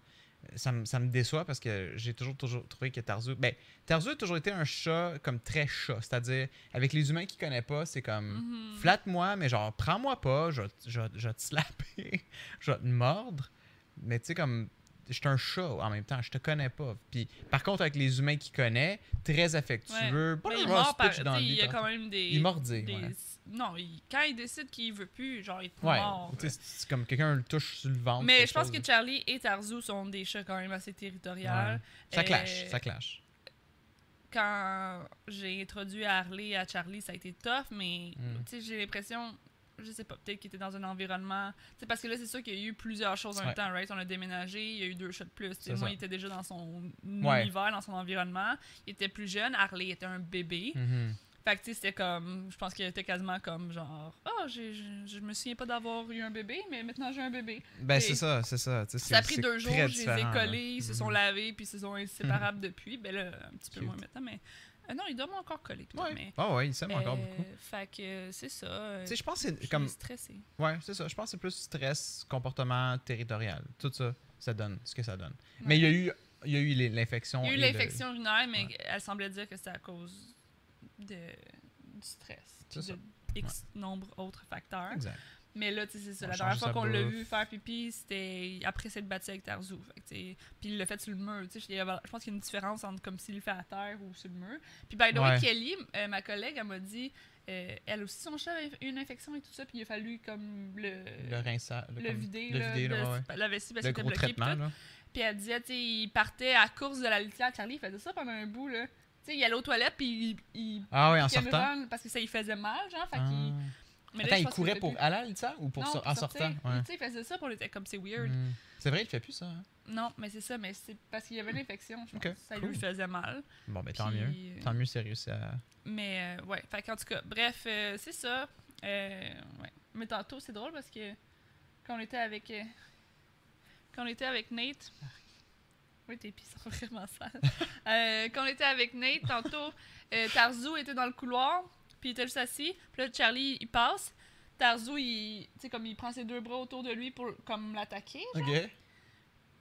[SPEAKER 1] Ça me, ça me déçoit parce que j'ai toujours, toujours trouvé que Tarzou. Ben, Tarzou a toujours été un chat comme très chat, c'est-à-dire avec les humains qu'il connaît pas, c'est comme.
[SPEAKER 2] Mhm.
[SPEAKER 1] Flatte-moi, mais genre, prends-moi pas, je, vais te- je vais- je vais te slapper, (laughs) je vais te mordre. Mais tu sais, comme, je suis un chat en même temps, je te connais pas. Puis, par contre, avec les humains qu'il connaît, très affectueux, pas
[SPEAKER 2] Mais
[SPEAKER 1] le
[SPEAKER 2] il
[SPEAKER 1] genre
[SPEAKER 2] mord par.
[SPEAKER 1] speech
[SPEAKER 2] tu
[SPEAKER 1] dans le
[SPEAKER 2] sais, Il y a
[SPEAKER 1] lit, hein.
[SPEAKER 2] quand même des.
[SPEAKER 1] Il mordit,
[SPEAKER 2] des-
[SPEAKER 1] ouais.
[SPEAKER 2] Non, il- quand il décide qu'il veut plus, genre, il te
[SPEAKER 1] Ouais,
[SPEAKER 2] mord.
[SPEAKER 1] tu sais, c'est- c'est comme quelqu'un le touche sur le ventre.
[SPEAKER 2] Mais
[SPEAKER 1] quelque
[SPEAKER 2] je pense
[SPEAKER 1] chose.
[SPEAKER 2] que Charlie et Tarzou sont des chats quand même assez territoriales.
[SPEAKER 1] Ouais. Ça
[SPEAKER 2] Euh,
[SPEAKER 1] clash, ça clash.
[SPEAKER 2] Quand j'ai introduit Harley à Charlie, ça a été tough, mais
[SPEAKER 1] Mm.
[SPEAKER 2] tu sais, j'ai l'impression, je sais pas, peut-être qu'il était dans un environnement. tu sais, parce que là, c'est sûr qu'il y a eu plusieurs choses en même
[SPEAKER 1] Ouais.
[SPEAKER 2] temps, right? On a déménagé, il y a eu deux chats de plus. tu sais,
[SPEAKER 1] C'est
[SPEAKER 2] moi,
[SPEAKER 1] ça.
[SPEAKER 2] il était déjà dans son
[SPEAKER 1] Ouais.
[SPEAKER 2] univers, dans son environnement. Il était plus jeune. Harley était un bébé.
[SPEAKER 1] Mhm.
[SPEAKER 2] Fait que, tu sais, c'était comme. Je pense qu'il était quasiment comme genre. Ah, j'ai- je- je me souviens pas d'avoir eu un bébé, mais maintenant j'ai un bébé.
[SPEAKER 1] Ben,
[SPEAKER 2] Et-
[SPEAKER 1] c'est ça, c'est ça. tu sais, c'est-
[SPEAKER 2] Ça a pris
[SPEAKER 1] c'est
[SPEAKER 2] deux jours,
[SPEAKER 1] très
[SPEAKER 2] je les ai
[SPEAKER 1] différent, là.
[SPEAKER 2] collés, ils se sont
[SPEAKER 1] Mhm.
[SPEAKER 2] lavés, puis ils se sont inséparables depuis. Ben là, un petit peu
[SPEAKER 1] Cute.
[SPEAKER 2] moins maintenant, mais. euh, non, ils dorment encore collés. puis tout,
[SPEAKER 1] Ouais.
[SPEAKER 2] mais,
[SPEAKER 1] Ah ouais, il s'aime encore
[SPEAKER 2] euh,
[SPEAKER 1] beaucoup.
[SPEAKER 2] Fait que euh, c'est ça. euh,
[SPEAKER 1] Tu sais, je pense que
[SPEAKER 2] je
[SPEAKER 1] c'est
[SPEAKER 2] suis
[SPEAKER 1] comme
[SPEAKER 2] stressée.
[SPEAKER 1] Ouais, c'est ça. Je pense que c'est plus stress, comportement territorial. Tout ça, ça donne ce que ça donne. Mais il y a eu, il y a eu les- l'infection.
[SPEAKER 2] Il y a eu
[SPEAKER 1] et le-
[SPEAKER 2] l'infection urinaire, mais
[SPEAKER 1] Ouais.
[SPEAKER 2] elle semblait dire que c'était à cause de, du stress.
[SPEAKER 1] C'est
[SPEAKER 2] puis
[SPEAKER 1] ça.
[SPEAKER 2] de X nombre d'autres facteurs.
[SPEAKER 1] Exact.
[SPEAKER 2] Mais là, tu sais, c'est ça.
[SPEAKER 1] On
[SPEAKER 2] La
[SPEAKER 1] change
[SPEAKER 2] dernière fois
[SPEAKER 1] sa
[SPEAKER 2] qu'on l'a
[SPEAKER 1] bouffe.
[SPEAKER 2] vu faire pipi, c'était après s'être battu avec Tarzou. Fait que, tu sais, Puis il l'a fait sur le mur. tu sais, il y avait- Je pense qu'il y a une différence entre comme s'il le fait à terre ou sur le mur. Puis, by the way,
[SPEAKER 1] Ouais.
[SPEAKER 2] Kelly, euh, ma collègue, elle m'a dit, euh, elle aussi, son chat avait une infection et tout ça. Puis il a fallu comme le,
[SPEAKER 1] Le rinçage.
[SPEAKER 2] Euh, le
[SPEAKER 1] comme-
[SPEAKER 2] vider,
[SPEAKER 1] Le
[SPEAKER 2] là,
[SPEAKER 1] vider,
[SPEAKER 2] de
[SPEAKER 1] là, ouais.
[SPEAKER 2] la vessie parce
[SPEAKER 1] Le
[SPEAKER 2] qu'il était
[SPEAKER 1] gros
[SPEAKER 2] bloqué. puis
[SPEAKER 1] traitement,
[SPEAKER 2] tout.
[SPEAKER 1] là.
[SPEAKER 2] Puis elle disait, tu sais, il partait à la course de la litière. Charlie, il faisait ça pendant un bout. là. Tu sais, il allait aux toilettes, puis il. il
[SPEAKER 1] Ah oui, en
[SPEAKER 2] piquait le
[SPEAKER 1] sortant.
[SPEAKER 2] run parce que ça lui faisait mal, genre. Fait
[SPEAKER 1] Ah.
[SPEAKER 2] qu'il- mais là,
[SPEAKER 1] Attends,
[SPEAKER 2] je
[SPEAKER 1] il
[SPEAKER 2] pense qu'il
[SPEAKER 1] courait
[SPEAKER 2] fait
[SPEAKER 1] pour
[SPEAKER 2] plus.
[SPEAKER 1] aller à la litière ou pour
[SPEAKER 2] Non,
[SPEAKER 1] so-
[SPEAKER 2] pour
[SPEAKER 1] en sortant
[SPEAKER 2] sortir.
[SPEAKER 1] Ouais.
[SPEAKER 2] Tu sais, il faisait ça, pour on était comme c'est weird.
[SPEAKER 1] Hmm. C'est vrai, il fait plus ça. hein?
[SPEAKER 2] Non, mais c'est ça, mais c'est parce qu'il y avait l'infection, je pense.
[SPEAKER 1] Ok,
[SPEAKER 2] ça
[SPEAKER 1] cool.
[SPEAKER 2] lui faisait mal.
[SPEAKER 1] Bon, ben tant
[SPEAKER 2] Puis,
[SPEAKER 1] mieux.
[SPEAKER 2] euh,
[SPEAKER 1] Tant mieux, c'est réussi à.
[SPEAKER 2] Mais euh, ouais, fait en tout cas, bref, euh, c'est ça. Euh, ouais. Mais tantôt, c'est drôle parce que quand on était avec euh, quand on était avec Nate, oui, tes pieds sont vraiment sales. (laughs) Euh, quand on était avec Nate, tantôt, euh, Tarzou était dans le couloir, puis il était juste assis. Puis là, Charlie, il passe. Tarzou, il, tu sais, comme il prend ses deux bras autour de lui pour comme l'attaquer.
[SPEAKER 1] Ok.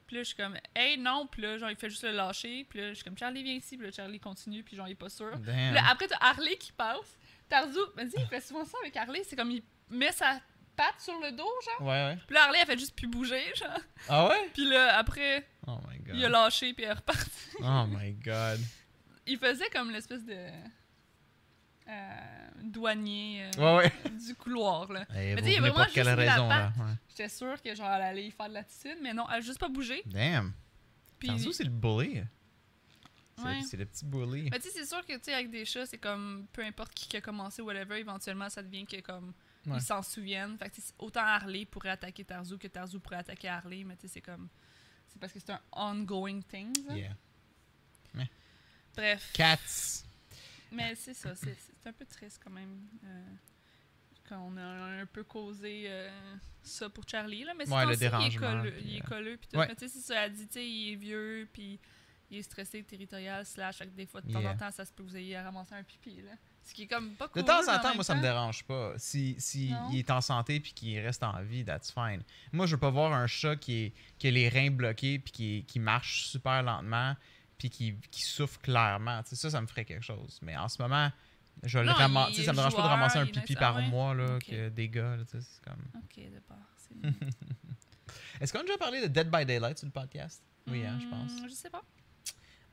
[SPEAKER 2] Puis là, je suis comme, hey, non. Puis là, genre, il fait juste le lâcher. Puis là, je suis comme, Charlie, viens ici. Puis là, Charlie continue. Puis genre, il est pas sûr. Puis là,
[SPEAKER 1] Damn.
[SPEAKER 2] après, t'as Harley qui passe. Tarzou, vas-y, il fait souvent ça avec Harley. C'est comme, il met sa patte sur le dos, genre.
[SPEAKER 1] Ouais, ouais.
[SPEAKER 2] Puis là, Harley, elle fait juste plus bouger, genre.
[SPEAKER 1] Ah ouais?
[SPEAKER 2] Puis là, après,
[SPEAKER 1] Oh my god.
[SPEAKER 2] il a lâché. Puis elle repart.
[SPEAKER 1] Oh my god.
[SPEAKER 2] Il faisait comme l'espèce de. euh, douanier euh,
[SPEAKER 1] Ouais, ouais.
[SPEAKER 2] du couloir, là.
[SPEAKER 1] Eh,
[SPEAKER 2] Mais
[SPEAKER 1] vous
[SPEAKER 2] tu sais, il y a
[SPEAKER 1] venez
[SPEAKER 2] vraiment
[SPEAKER 1] pour quelle
[SPEAKER 2] juste mis la
[SPEAKER 1] raison, là?
[SPEAKER 2] patte.
[SPEAKER 1] Ouais.
[SPEAKER 2] J'étais sûre que, genre, elle allait y faire de l'attitude, mais non, elle a juste pas bougé.
[SPEAKER 1] Damn.
[SPEAKER 2] Puis.
[SPEAKER 1] Tarzou, c'est le bully. C'est
[SPEAKER 2] Ouais.
[SPEAKER 1] c'est le petit bully.
[SPEAKER 2] Mais tu sais, c'est sûr que tu sais, avec des chats, c'est comme peu importe qui qui a commencé, whatever, éventuellement ça devient que comme
[SPEAKER 1] Ouais.
[SPEAKER 2] ils s'en souviennent. Fait que tu sais, autant Harley pourrait attaquer Tarzou que Tarzou pourrait attaquer Harley, mais tu sais, c'est comme. C'est parce que c'est un ongoing thing. ça.
[SPEAKER 1] Yeah.
[SPEAKER 2] Bref.
[SPEAKER 1] Cats.
[SPEAKER 2] Mais c'est ça, c'est c'est un peu triste quand même. euh, qu'on a un peu causé euh, ça pour Charlie, là. Mais c'est
[SPEAKER 1] Ouais, le
[SPEAKER 2] aussi, il est
[SPEAKER 1] dérangement,
[SPEAKER 2] colleux.
[SPEAKER 1] puis,
[SPEAKER 2] Il est
[SPEAKER 1] euh,
[SPEAKER 2] colleux, puis tout.
[SPEAKER 1] ouais.
[SPEAKER 2] Mais tu sais, c'est ça, elle dit, tu sais, il est vieux, puis il est stressé, territorial, slash. Fait que des fois, de temps
[SPEAKER 1] Yeah.
[SPEAKER 2] en temps, ça se peut que vous ayez à ramasser un pipi, là. Ce qui est comme pas
[SPEAKER 1] De
[SPEAKER 2] cool.
[SPEAKER 1] temps
[SPEAKER 2] mais
[SPEAKER 1] en temps,
[SPEAKER 2] même
[SPEAKER 1] moi, ça me
[SPEAKER 2] temps-
[SPEAKER 1] dérange pas. Si, si
[SPEAKER 2] Non.
[SPEAKER 1] il est en santé puis qu'il reste en vie, that's fine. Moi, je veux pas voir un chat qui, est, qui a les reins bloqués puis qui, qui marche super lentement puis qui, qui souffre clairement. Tu sais, ça, ça me ferait quelque chose. Mais en ce moment, je le
[SPEAKER 2] Non,
[SPEAKER 1] ramasse.
[SPEAKER 2] il
[SPEAKER 1] tu sais,
[SPEAKER 2] est
[SPEAKER 1] Ça me dérange pas de
[SPEAKER 2] joueur,
[SPEAKER 1] ramasser un
[SPEAKER 2] il est
[SPEAKER 1] pipi
[SPEAKER 2] nice. Ah
[SPEAKER 1] par
[SPEAKER 2] ouais?
[SPEAKER 1] mois là,
[SPEAKER 2] Ok.
[SPEAKER 1] que des gars. là, tu sais, c'est comme...
[SPEAKER 2] Ok, de part. c'est
[SPEAKER 1] (laughs)
[SPEAKER 2] mignon.
[SPEAKER 1] Est-ce qu'on a déjà parlé de Dead by Daylight sur le podcast? Oui, hein, je pense.
[SPEAKER 2] Hmm, Je sais pas.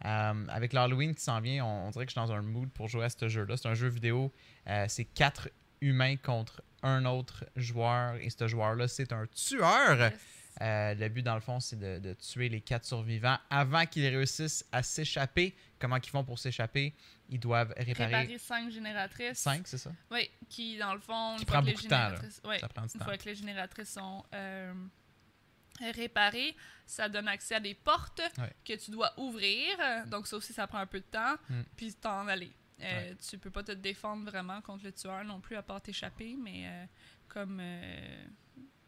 [SPEAKER 1] Euh, avec l'Halloween qui s'en vient, on, on dirait que je suis dans un mood pour jouer à ce jeu-là. C'est un jeu vidéo. euh, c'est quatre humains contre un autre joueur. Et ce joueur-là, c'est un tueur.
[SPEAKER 2] Yes.
[SPEAKER 1] Euh, le but, dans le fond, c'est de, de tuer les quatre survivants avant qu'ils réussissent à s'échapper. Comment ils font pour s'échapper? Ils doivent réparer
[SPEAKER 2] Préparer cinq génératrices.
[SPEAKER 1] cinq, c'est ça?
[SPEAKER 2] Oui, qui, dans le fond,
[SPEAKER 1] Qui
[SPEAKER 2] une fois
[SPEAKER 1] prend
[SPEAKER 2] que les
[SPEAKER 1] beaucoup de temps, là.
[SPEAKER 2] génératrices- ouais,
[SPEAKER 1] Ça prend du
[SPEAKER 2] Une
[SPEAKER 1] temps.
[SPEAKER 2] fois que les génératrices sont euh, réparées, ça donne accès à des portes
[SPEAKER 1] Ouais.
[SPEAKER 2] que tu dois ouvrir. Donc ça aussi, ça prend un peu de temps.
[SPEAKER 1] Mm.
[SPEAKER 2] Puis t'en aller. Euh,
[SPEAKER 1] Ouais.
[SPEAKER 2] Tu peux pas te défendre vraiment contre le tueur non plus, à part t'échapper. Mais euh, comme euh,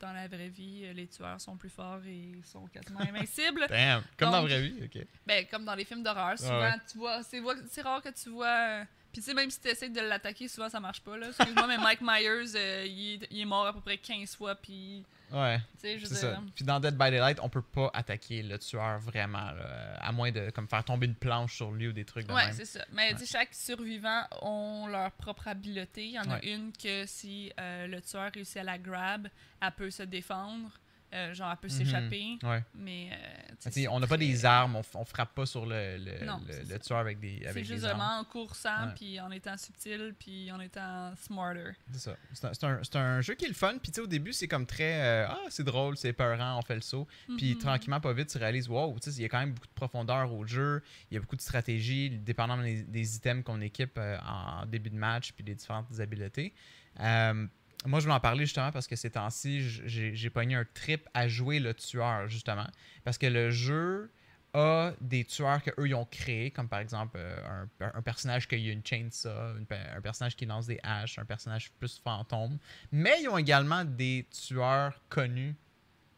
[SPEAKER 2] dans la vraie vie, euh, les tueurs sont plus forts et sont
[SPEAKER 1] (laughs)
[SPEAKER 2] quasiment invincibles.
[SPEAKER 1] Damn! Comme dans la
[SPEAKER 2] Donc-
[SPEAKER 1] vraie vie, ok.
[SPEAKER 2] Ben, comme dans les films d'horreur, souvent,
[SPEAKER 1] ouais.
[SPEAKER 2] tu vois, c'est, voi- c'est rare que tu vois. euh, Puis, tu sais, même si tu essaies de l'attaquer, souvent ça marche pas. Là. Excuse-moi,
[SPEAKER 1] (laughs)
[SPEAKER 2] mais Mike Myers, euh, il, est, il est mort à peu près 15 fois. Puis,
[SPEAKER 1] Ouais.
[SPEAKER 2] tu sais, je
[SPEAKER 1] C'est
[SPEAKER 2] veux dire. hein.
[SPEAKER 1] ça. Puis dans Dead by Daylight, on peut pas attaquer le tueur vraiment, là, à moins de comme faire tomber une planche sur lui ou des trucs de
[SPEAKER 2] Ouais,
[SPEAKER 1] même.
[SPEAKER 2] c'est ça. Mais
[SPEAKER 1] Ouais.
[SPEAKER 2] tu sais, chaque survivant ont leur propre habileté. Il y en
[SPEAKER 1] Ouais.
[SPEAKER 2] a une que si euh, le tueur réussit à la grab, elle peut se défendre. euh, genre, elle peut
[SPEAKER 1] Mhm.
[SPEAKER 2] s'échapper.
[SPEAKER 1] Ouais.
[SPEAKER 2] Mais, euh, tu sais,
[SPEAKER 1] Ah, t'sais,
[SPEAKER 2] c'est
[SPEAKER 1] on n'a pas
[SPEAKER 2] très-
[SPEAKER 1] des armes, on, f- on frappe pas sur le, le,
[SPEAKER 2] Non,
[SPEAKER 1] le-
[SPEAKER 2] c'est
[SPEAKER 1] le
[SPEAKER 2] ça.
[SPEAKER 1] tueur avec des,
[SPEAKER 2] C'est
[SPEAKER 1] avec
[SPEAKER 2] juste
[SPEAKER 1] des armes.
[SPEAKER 2] vraiment en coursant,
[SPEAKER 1] Ouais.
[SPEAKER 2] puis en étant subtil, puis en étant smarter.
[SPEAKER 1] C'est ça. C'est un- c'est un, c'est un jeu qui est le fun. Puis tu sais, au début, c'est comme très. euh, ah, c'est drôle, c'est peurant, on fait le saut. Puis
[SPEAKER 2] Mhm.
[SPEAKER 1] tranquillement, pas vite, tu réalises, wow, tu sais, il y a quand même beaucoup de profondeur au jeu. Il y a beaucoup de stratégie, dépendant des, des items qu'on équipe euh, en début de match, puis des différentes habiletés. Euh, moi, je voulais en parler justement parce que ces temps-ci, j- j'ai j'ai pogné un trip à jouer le tueur, justement. Parce que le jeu a des tueurs qu'eux, ils ont créés, comme par exemple euh, un, un personnage qui a une chainsaw, une pe- un personnage qui lance des haches, un personnage plus fantôme. Mais ils ont également des tueurs connus,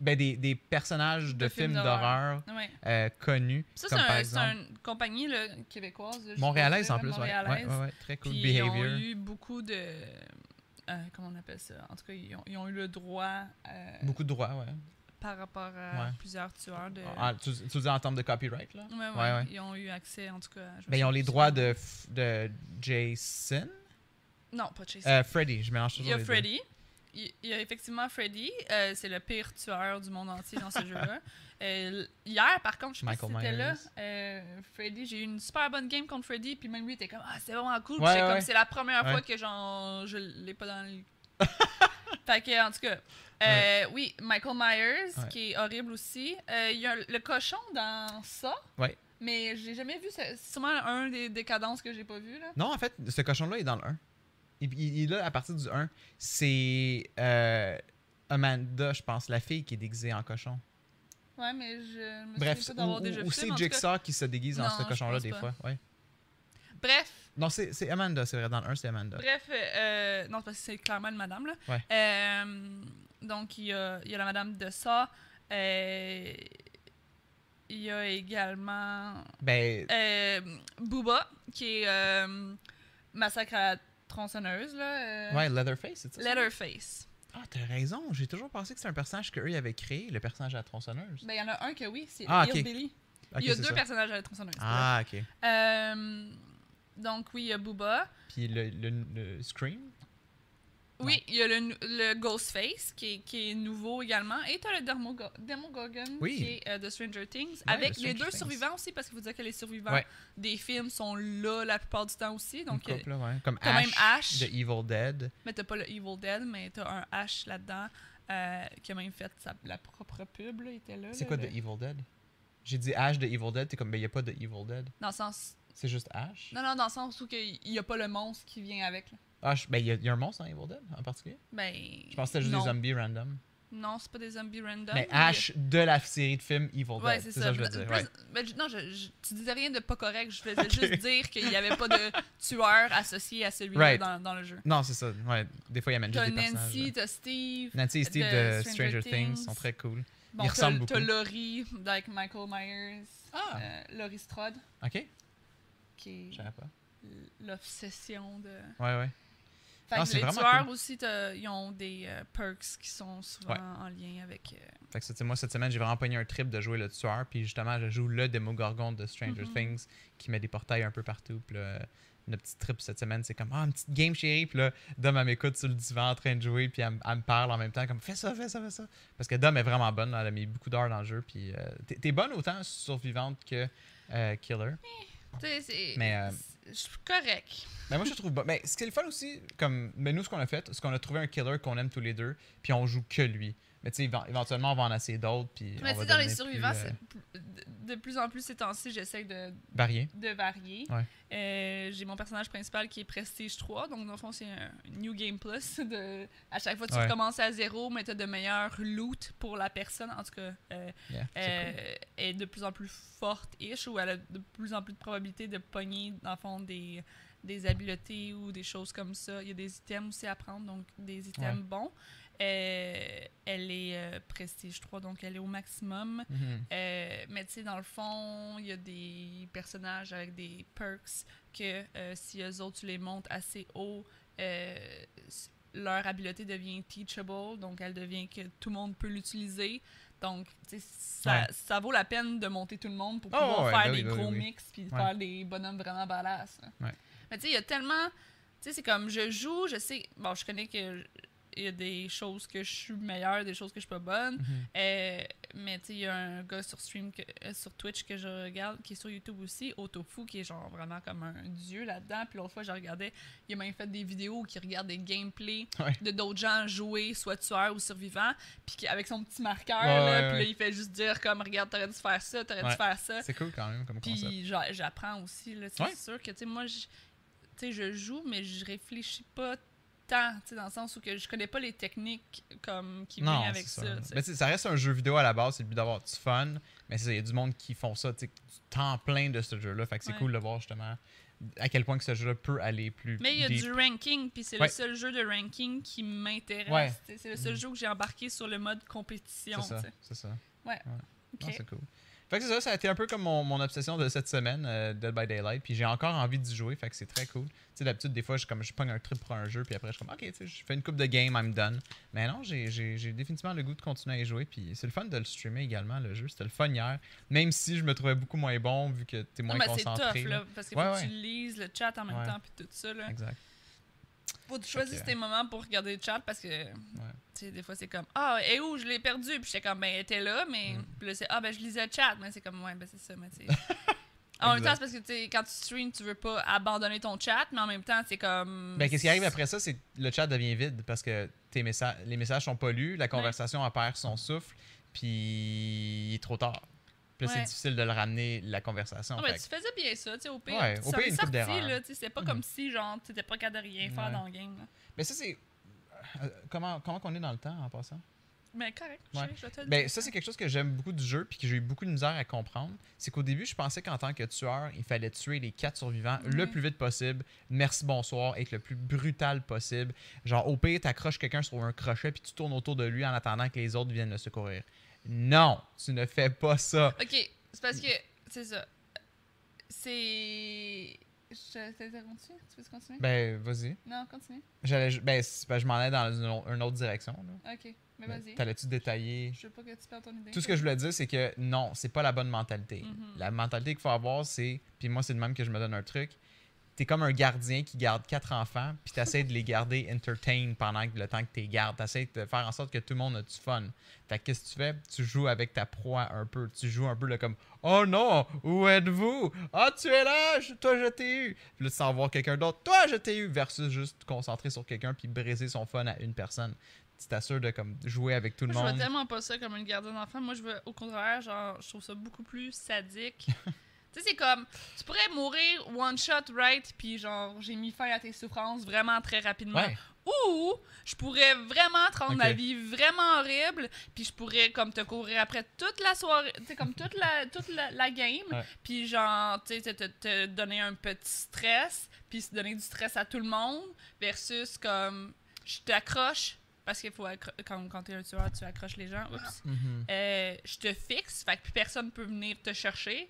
[SPEAKER 1] ben, des, des personnages de,
[SPEAKER 2] De films
[SPEAKER 1] films d'horreur
[SPEAKER 2] Ouais.
[SPEAKER 1] euh, connus.
[SPEAKER 2] Ça, c'est
[SPEAKER 1] comme par
[SPEAKER 2] un- c'est
[SPEAKER 1] exemple
[SPEAKER 2] une compagnie là, québécoise. là, je
[SPEAKER 1] Montréalaise
[SPEAKER 2] suppose, là,
[SPEAKER 1] en plus, ouais. ouais.
[SPEAKER 2] Montréalaise.
[SPEAKER 1] ouais, ouais, Très cool
[SPEAKER 2] Puis
[SPEAKER 1] behavior.
[SPEAKER 2] ils ont eu beaucoup de. euh, comment on appelle ça En tout cas, ils ont, ils ont eu le droit euh,
[SPEAKER 1] Beaucoup de droits, ouais.
[SPEAKER 2] par rapport à
[SPEAKER 1] Ouais.
[SPEAKER 2] plusieurs tueurs de.
[SPEAKER 1] Ah, tu, tu veux dire en termes de copyright, là?
[SPEAKER 2] Ouais, ouais,
[SPEAKER 1] ouais, ouais.
[SPEAKER 2] Ils ont eu accès, en tout cas. à- je me
[SPEAKER 1] Ben, ils ont les
[SPEAKER 2] souviens
[SPEAKER 1] droits
[SPEAKER 2] plus.
[SPEAKER 1] de, f- de Jason.
[SPEAKER 2] Non, pas de Chase.
[SPEAKER 1] Euh, Freddy, je mélange
[SPEAKER 2] il
[SPEAKER 1] toujours
[SPEAKER 2] y a
[SPEAKER 1] les deux.
[SPEAKER 2] Freddy. Il il y a effectivement Freddy. euh, c'est le pire tueur du monde entier
[SPEAKER 1] (laughs)
[SPEAKER 2] dans ce jeu-là. Euh, hier, par contre, je sais pas si
[SPEAKER 1] Michael
[SPEAKER 2] c'était là.
[SPEAKER 1] Myers.
[SPEAKER 2] euh, Freddy, j'ai eu une super bonne game contre Freddy. Puis même lui, il était comme Ah, c'est vraiment cool. Puis
[SPEAKER 1] Ouais,
[SPEAKER 2] j'étais
[SPEAKER 1] ouais,
[SPEAKER 2] comme
[SPEAKER 1] ouais.
[SPEAKER 2] C'est la première
[SPEAKER 1] Ouais.
[SPEAKER 2] fois que genre, je l'ai pas dans
[SPEAKER 1] (laughs)
[SPEAKER 2] le. fait que, en tout cas. euh, Oui, Michael Myers,
[SPEAKER 1] Ouais.
[SPEAKER 2] qui est horrible aussi. Euh, Il y a le cochon dans ça.
[SPEAKER 1] Ouais.
[SPEAKER 2] Mais j'ai jamais vu. ce- C'est sûrement un des décadences que j'ai pas vu. Là.
[SPEAKER 1] Non, en fait, ce cochon-là est dans le 1. Il, il- il est là à partir du 1. C'est euh, Amanda, je pense, la fille qui est déguisée en cochon.
[SPEAKER 2] Ouais, mais je me
[SPEAKER 1] Bref,
[SPEAKER 2] souviens pas d'avoir déjà
[SPEAKER 1] ou,
[SPEAKER 2] vu
[SPEAKER 1] ou
[SPEAKER 2] ça, mais
[SPEAKER 1] c'est
[SPEAKER 2] en tout cas-
[SPEAKER 1] Jigsaw qui se déguise en
[SPEAKER 2] Non,
[SPEAKER 1] ce
[SPEAKER 2] je
[SPEAKER 1] cochon-là
[SPEAKER 2] pense
[SPEAKER 1] des
[SPEAKER 2] pas.
[SPEAKER 1] fois. Ouais.
[SPEAKER 2] Bref.
[SPEAKER 1] Non, c'est c'est Amanda, c'est vrai, dans le 1, c'est Amanda.
[SPEAKER 2] Bref, euh, non, c'est parce que c'est clairement une madame, là.
[SPEAKER 1] Ouais.
[SPEAKER 2] Euh, donc, il y a, il y a la madame de ça. euh, il y a également
[SPEAKER 1] Ben,
[SPEAKER 2] euh, Booba, qui est euh, Massacre à la tronçonneuse, là. euh,
[SPEAKER 1] ouais, Leatherface, c'est ça? ça?
[SPEAKER 2] Leatherface.
[SPEAKER 1] Ah, t'as raison, j'ai toujours pensé que c'était un personnage qu'eux avaient créé, le personnage à la tronçonneuse.
[SPEAKER 2] Ben, il y en a un que oui, c'est
[SPEAKER 1] Ah, ok.
[SPEAKER 2] Hillbilly.
[SPEAKER 1] Ok,
[SPEAKER 2] il y a
[SPEAKER 1] c'est
[SPEAKER 2] deux
[SPEAKER 1] ça.
[SPEAKER 2] personnages à la tronçonneuse.
[SPEAKER 1] Ah, ok.
[SPEAKER 2] Euh, donc, oui, il y a Booba.
[SPEAKER 1] Puis le, le- le Scream?
[SPEAKER 2] Oui, il y a le, nou- le Ghostface qui est, qui est nouveau également. Et tu as le Dermogo- Demogorgon
[SPEAKER 1] Oui.
[SPEAKER 2] qui est euh, de Stranger Things.
[SPEAKER 1] Ouais,
[SPEAKER 2] avec
[SPEAKER 1] de
[SPEAKER 2] les
[SPEAKER 1] Stranger
[SPEAKER 2] deux
[SPEAKER 1] Things.
[SPEAKER 2] survivants aussi, parce qu'il faut dire que les survivants
[SPEAKER 1] Ouais.
[SPEAKER 2] des films sont là la plupart du temps aussi. Donc,
[SPEAKER 1] Une couple, là, ouais. Comme
[SPEAKER 2] quand même Ash.
[SPEAKER 1] de Evil Dead.
[SPEAKER 2] euh, mais t'as pas le Evil Dead, mais t'as un H là-dedans euh, qui a même fait sa, la propre pub. Là, il était là.
[SPEAKER 1] C'est
[SPEAKER 2] là,
[SPEAKER 1] quoi The
[SPEAKER 2] le-
[SPEAKER 1] Evil Dead? J'ai dit Ash de Evil Dead, t'es comme, ben, il a pas de Evil Dead.
[SPEAKER 2] Dans le sens.
[SPEAKER 1] C'est juste Ash.
[SPEAKER 2] Non, non, dans le sens où que il n'y a pas le monstre qui vient avec. là.
[SPEAKER 1] Ash, ben, il y, a- il y a un monstre dans Evil Dead en particulier.
[SPEAKER 2] Ben.
[SPEAKER 1] Je pensais que c'était juste
[SPEAKER 2] non.
[SPEAKER 1] des zombies random.
[SPEAKER 2] Non, c'est pas des zombies random.
[SPEAKER 1] Mais
[SPEAKER 2] il y a-
[SPEAKER 1] Ash de la série de films Evil Dead.
[SPEAKER 2] Ouais, c'est ça.
[SPEAKER 1] que je veux
[SPEAKER 2] Plus-
[SPEAKER 1] dire. ouais.
[SPEAKER 2] ben, je- non, je- je- tu disais rien de pas correct. Je
[SPEAKER 1] (laughs)
[SPEAKER 2] faisais juste dire qu'il n'y avait pas de tueur associé à celui-là
[SPEAKER 1] Right.
[SPEAKER 2] dans, dans le jeu.
[SPEAKER 1] Non, c'est ça. Ouais, des fois, il y a même juste
[SPEAKER 2] T'as
[SPEAKER 1] des personnages.
[SPEAKER 2] Nancy,
[SPEAKER 1] ouais.
[SPEAKER 2] t'as Steve.
[SPEAKER 1] Nancy et Steve
[SPEAKER 2] de
[SPEAKER 1] de, Stranger
[SPEAKER 2] Stranger
[SPEAKER 1] Things.
[SPEAKER 2] Things.
[SPEAKER 1] sont très cool.
[SPEAKER 2] Bon,
[SPEAKER 1] Ils
[SPEAKER 2] t'as-
[SPEAKER 1] ressemblent
[SPEAKER 2] T'as
[SPEAKER 1] beaucoup.
[SPEAKER 2] Laurie, avec Michael Myers.
[SPEAKER 1] Ah.
[SPEAKER 2] euh, Laurie Strode,
[SPEAKER 1] Ok,
[SPEAKER 2] qui
[SPEAKER 1] je
[SPEAKER 2] est
[SPEAKER 1] savais pas.
[SPEAKER 2] l'obsession de.
[SPEAKER 1] Ouais, ouais.
[SPEAKER 2] Fait que
[SPEAKER 1] Non, Ah, c'est
[SPEAKER 2] les
[SPEAKER 1] vraiment
[SPEAKER 2] tueurs aussi, t'as- ils ont des euh, perks qui sont souvent
[SPEAKER 1] Ouais.
[SPEAKER 2] en lien avec. euh,
[SPEAKER 1] Fait que ça, tu sais, moi, cette semaine, j'ai vraiment pogné un trip de jouer le tueur. Puis justement, je joue le Demogorgon de Stranger
[SPEAKER 2] Mhm.
[SPEAKER 1] Things qui met des portails un peu partout. Puis là, notre petit trip cette semaine, c'est comme, ah, une petite game chérie. Puis là, Dom, elle m'écoute sur le divan en train de jouer. Puis elle, m- elle me parle en même temps, comme, fais ça, fais ça, fais ça. Parce que Dom est vraiment bonne. là, Elle a mis beaucoup d'heures dans le jeu. Puis euh, t'es- t'es bonne autant survivante que euh, killer.
[SPEAKER 2] Tu sais, c'est.
[SPEAKER 1] Mais, euh,
[SPEAKER 2] c'est- Je suis correct.
[SPEAKER 1] Mais moi, je trouve bon. Mais ce qui est le fun aussi, comme. Mais nous, ce qu'on a fait, c'est qu'on a trouvé un killer qu'on aime tous les deux, puis on joue que lui. Mais tu sais, éven- éventuellement, on va en essayer d'autres, puis.
[SPEAKER 2] Mais
[SPEAKER 1] on
[SPEAKER 2] tu
[SPEAKER 1] va
[SPEAKER 2] sais, dans les
[SPEAKER 1] devenir
[SPEAKER 2] survivants,
[SPEAKER 1] plus, euh,
[SPEAKER 2] c'est plus- de de plus en plus ces temps-ci, j'essaie de,
[SPEAKER 1] Varié.
[SPEAKER 2] de varier.
[SPEAKER 1] Ouais.
[SPEAKER 2] Euh, j'ai mon personnage principal qui est Prestige 3, donc dans le fond, c'est un New Game Plus. De... À chaque fois, tu
[SPEAKER 1] Ouais.
[SPEAKER 2] recommences à zéro, mais tu as de meilleurs loot pour la personne. En tout cas, euh,
[SPEAKER 1] Yeah, c'est
[SPEAKER 2] euh,
[SPEAKER 1] cool.
[SPEAKER 2] est de plus en plus forte-ish, ou elle a de plus en plus de probabilité de pogner, dans le fond, des, des habiletés ou des choses comme ça. Il y a des items aussi à prendre, donc des items bons. Euh, elle est euh, Prestige 3, donc elle est au maximum.
[SPEAKER 1] Mhm.
[SPEAKER 2] Euh, mais tu sais, dans le fond, il y a des personnages avec des perks que euh, si eux autres, tu les montes assez haut, euh, s- leur habileté devient teachable, donc elle devient que tout le monde peut l'utiliser. Donc, tu sais, ça,
[SPEAKER 1] Ouais.
[SPEAKER 2] ça vaut la peine de monter tout le monde pour
[SPEAKER 1] Oh,
[SPEAKER 2] pouvoir
[SPEAKER 1] ouais,
[SPEAKER 2] faire
[SPEAKER 1] ben
[SPEAKER 2] des
[SPEAKER 1] oui, ben oui,
[SPEAKER 2] gros
[SPEAKER 1] oui.
[SPEAKER 2] mix puis de
[SPEAKER 1] Ouais.
[SPEAKER 2] faire des bonhommes vraiment badass. hein.
[SPEAKER 1] Ouais.
[SPEAKER 2] Mais tu sais, il y a tellement. Tu sais, c'est comme je joue, je sais. Bon, je connais que. Il y a des choses que je suis meilleure, des choses que je suis pas bonne.
[SPEAKER 1] Mhm.
[SPEAKER 2] Euh, mais tu sais, il y a un gars sur stream, que- euh, sur Twitch que je regarde, qui est sur YouTube aussi, Autofu, qui est genre vraiment comme un dieu là-dedans. Puis l'autre fois, je regardais, il a même fait des vidéos qui regardent des gameplays
[SPEAKER 1] Ouais.
[SPEAKER 2] de d'autres gens jouer, soit tueurs ou survivants. Puis qui- avec son petit marqueur,
[SPEAKER 1] Ouais,
[SPEAKER 2] là,
[SPEAKER 1] ouais,
[SPEAKER 2] puis là,
[SPEAKER 1] ouais.
[SPEAKER 2] il fait juste dire comme, regarde, t'aurais dû faire ça, t'aurais
[SPEAKER 1] Ouais.
[SPEAKER 2] dû faire ça.
[SPEAKER 1] C'est cool quand même comme concept.
[SPEAKER 2] Puis j'a- j'apprends aussi, là, c'est
[SPEAKER 1] Ouais.
[SPEAKER 2] sûr que, tu sais, moi, je- tu sais, je joue, mais je réfléchis pas tant, tu sais, dans le sens où que je connais pas les techniques comme qui
[SPEAKER 1] non,
[SPEAKER 2] viennent avec ça.
[SPEAKER 1] c'est ça. Ben,
[SPEAKER 2] tu sais.
[SPEAKER 1] Mais tu sais, ça reste un jeu vidéo à la base, c'est le but d'avoir du fun. Mais c'est ça, il y a du monde qui font ça, tu sais, du temps plein de ce jeu-là. Fait que c'est
[SPEAKER 2] Ouais.
[SPEAKER 1] cool de voir justement à quel point que ce jeu-là peut aller plus.
[SPEAKER 2] Mais il y a
[SPEAKER 1] deep.
[SPEAKER 2] du ranking, puis c'est
[SPEAKER 1] Ouais.
[SPEAKER 2] le seul jeu de ranking qui m'intéresse.
[SPEAKER 1] Ouais.
[SPEAKER 2] t'sais. C'est le seul
[SPEAKER 1] Mhm.
[SPEAKER 2] jeu que j'ai embarqué sur le mode compétition.
[SPEAKER 1] C'est ça,
[SPEAKER 2] t'sais.
[SPEAKER 1] c'est ça.
[SPEAKER 2] Ok.
[SPEAKER 1] Non, Ah, c'est cool. Fait que c'est ça, ça a été un peu comme mon, mon obsession de cette semaine, euh, Dead by Daylight. Puis j'ai encore envie d'y jouer, fait que c'est très cool. Tu sais, d'habitude, des fois, je, comme, je pogne un trip pour un jeu, puis après, je suis comme, ok, tu sais, je fais une coupe de game, I'm done. Mais non, j'ai- j'ai j'ai définitivement le goût de continuer à y jouer. Puis c'est le fun de le streamer également, le jeu. C'était le fun hier, même si je me trouvais beaucoup moins bon, vu que t'es
[SPEAKER 2] Non,
[SPEAKER 1] moins
[SPEAKER 2] mais c'est
[SPEAKER 1] concentré.
[SPEAKER 2] tough, là, parce que
[SPEAKER 1] Ouais,
[SPEAKER 2] faut
[SPEAKER 1] ouais.
[SPEAKER 2] que tu lises le chat en même
[SPEAKER 1] Ouais.
[SPEAKER 2] temps, puis tout ça. Là.
[SPEAKER 1] Exact.
[SPEAKER 2] Faut que tu choisisses
[SPEAKER 1] que-
[SPEAKER 2] tes moments pour regarder le chat, parce que t'sais, des fois, c'est comme Ah, et où je l'ai perdu, puis j'étais comme Ben, elle était là, mais.
[SPEAKER 1] Mm.
[SPEAKER 2] Puis là, c'est Ah, ben, je lisais le chat, mais c'est comme Ouais, ben, c'est ça, mais t'sais.
[SPEAKER 1] (laughs)
[SPEAKER 2] En même temps, c'est parce que t'sais, quand tu streams, tu veux pas abandonner ton chat, mais en même temps, c'est comme.
[SPEAKER 1] Ben, qu'est-ce qui arrive après ça, c'est que le chat devient vide parce que tes messages, les messages sont pas lus, la conversation elle perd son souffle, puis il est trop tard. Puis là,
[SPEAKER 2] Ouais.
[SPEAKER 1] c'est difficile de le ramener, la conversation.
[SPEAKER 2] Non,
[SPEAKER 1] fait
[SPEAKER 2] mais
[SPEAKER 1] que-
[SPEAKER 2] Ah ben, tu faisais bien ça, tu sais, au pire.
[SPEAKER 1] Ouais,
[SPEAKER 2] tu
[SPEAKER 1] au
[SPEAKER 2] s'en
[SPEAKER 1] pire,
[SPEAKER 2] es
[SPEAKER 1] une coupe
[SPEAKER 2] sorti,
[SPEAKER 1] d'erreur.
[SPEAKER 2] là, tu sais, C'était pas
[SPEAKER 1] Mhm.
[SPEAKER 2] comme si, genre, t'étais pas capable de rien faire
[SPEAKER 1] Ouais.
[SPEAKER 2] dans le game. là.
[SPEAKER 1] Mais ça, c'est. euh, Comment, comment qu'on est dans le temps en passant?
[SPEAKER 2] Mais correct,
[SPEAKER 1] Ouais.
[SPEAKER 2] je, je te le hein.
[SPEAKER 1] Ben,
[SPEAKER 2] dis.
[SPEAKER 1] ça, c'est quelque chose que j'aime beaucoup du jeu puis que j'ai eu beaucoup de misère à comprendre. C'est qu'au début, je pensais qu'en tant que tueur, il fallait tuer les quatre survivants
[SPEAKER 2] Ouais.
[SPEAKER 1] le plus vite possible. Merci, bonsoir, être le plus brutal possible. Genre, au pire, t'accroches quelqu'un sur un crochet puis tu tournes autour de lui en attendant que les autres viennent le secourir. Non, tu ne fais pas ça.
[SPEAKER 2] Ok, c'est parce que, c'est ça. C'est. Je t'interromps-tu? Tu veux continuer?
[SPEAKER 1] Ben, vas-y.
[SPEAKER 2] Non, continue.
[SPEAKER 1] J'allais ju- ben, c'est- ben, je m'en allais dans une, au- une autre direction. là.
[SPEAKER 2] Ok, mais
[SPEAKER 1] Mais
[SPEAKER 2] vas-y.
[SPEAKER 1] T'allais-tu détailler?
[SPEAKER 2] Je veux pas que tu perdes ton idée.
[SPEAKER 1] Ben, Tout ce que je voulais dire, c'est que non, c'est pas la bonne mentalité.
[SPEAKER 2] Mhm.
[SPEAKER 1] La mentalité qu'il faut avoir, c'est. Puis moi, c'est de même que je me donne un truc. T'es comme un gardien qui garde quatre enfants, puis t'essaies de les garder entertain pendant que- le temps que t'es gardes. T'essaies de faire en sorte que tout le monde a du fun. Fait que qu'est-ce que tu fais? Tu joues avec ta proie un peu. Tu joues un peu là, comme Oh non, où êtes-vous? Ah, tu es là, je- toi je t'ai eu. Puis là, tu sens voir quelqu'un d'autre, toi je t'ai eu, versus juste te concentrer sur quelqu'un puis briser son fun à une personne. tu t'assures de comme, jouer avec tout le
[SPEAKER 2] Moi, Je
[SPEAKER 1] monde.
[SPEAKER 2] vois tellement pas ça comme une gardienne d'enfant. Moi, je veux, au contraire, genre, je trouve ça beaucoup plus
[SPEAKER 1] (laughs)
[SPEAKER 2] sadique. tu sais, c'est comme, tu pourrais mourir one shot, right? Puis genre, j'ai mis fin à tes souffrances vraiment très rapidement.
[SPEAKER 1] Ouais.
[SPEAKER 2] Ou je pourrais vraiment te rendre
[SPEAKER 1] Ok.
[SPEAKER 2] la vie vraiment horrible, puis je pourrais comme te courir après toute la soirée, tu sais, comme toute la, toute la, la game,
[SPEAKER 1] Ouais.
[SPEAKER 2] puis genre, tu sais, te, te- te donner un petit stress, puis se donner du stress à tout le monde, versus comme, je t'accroche, parce qu'il faut, accro- quand, quand t'es un tueur, tu accroches les gens, oups.
[SPEAKER 1] Mhm.
[SPEAKER 2] Euh, je te fixe, fait que plus personne peut venir te chercher.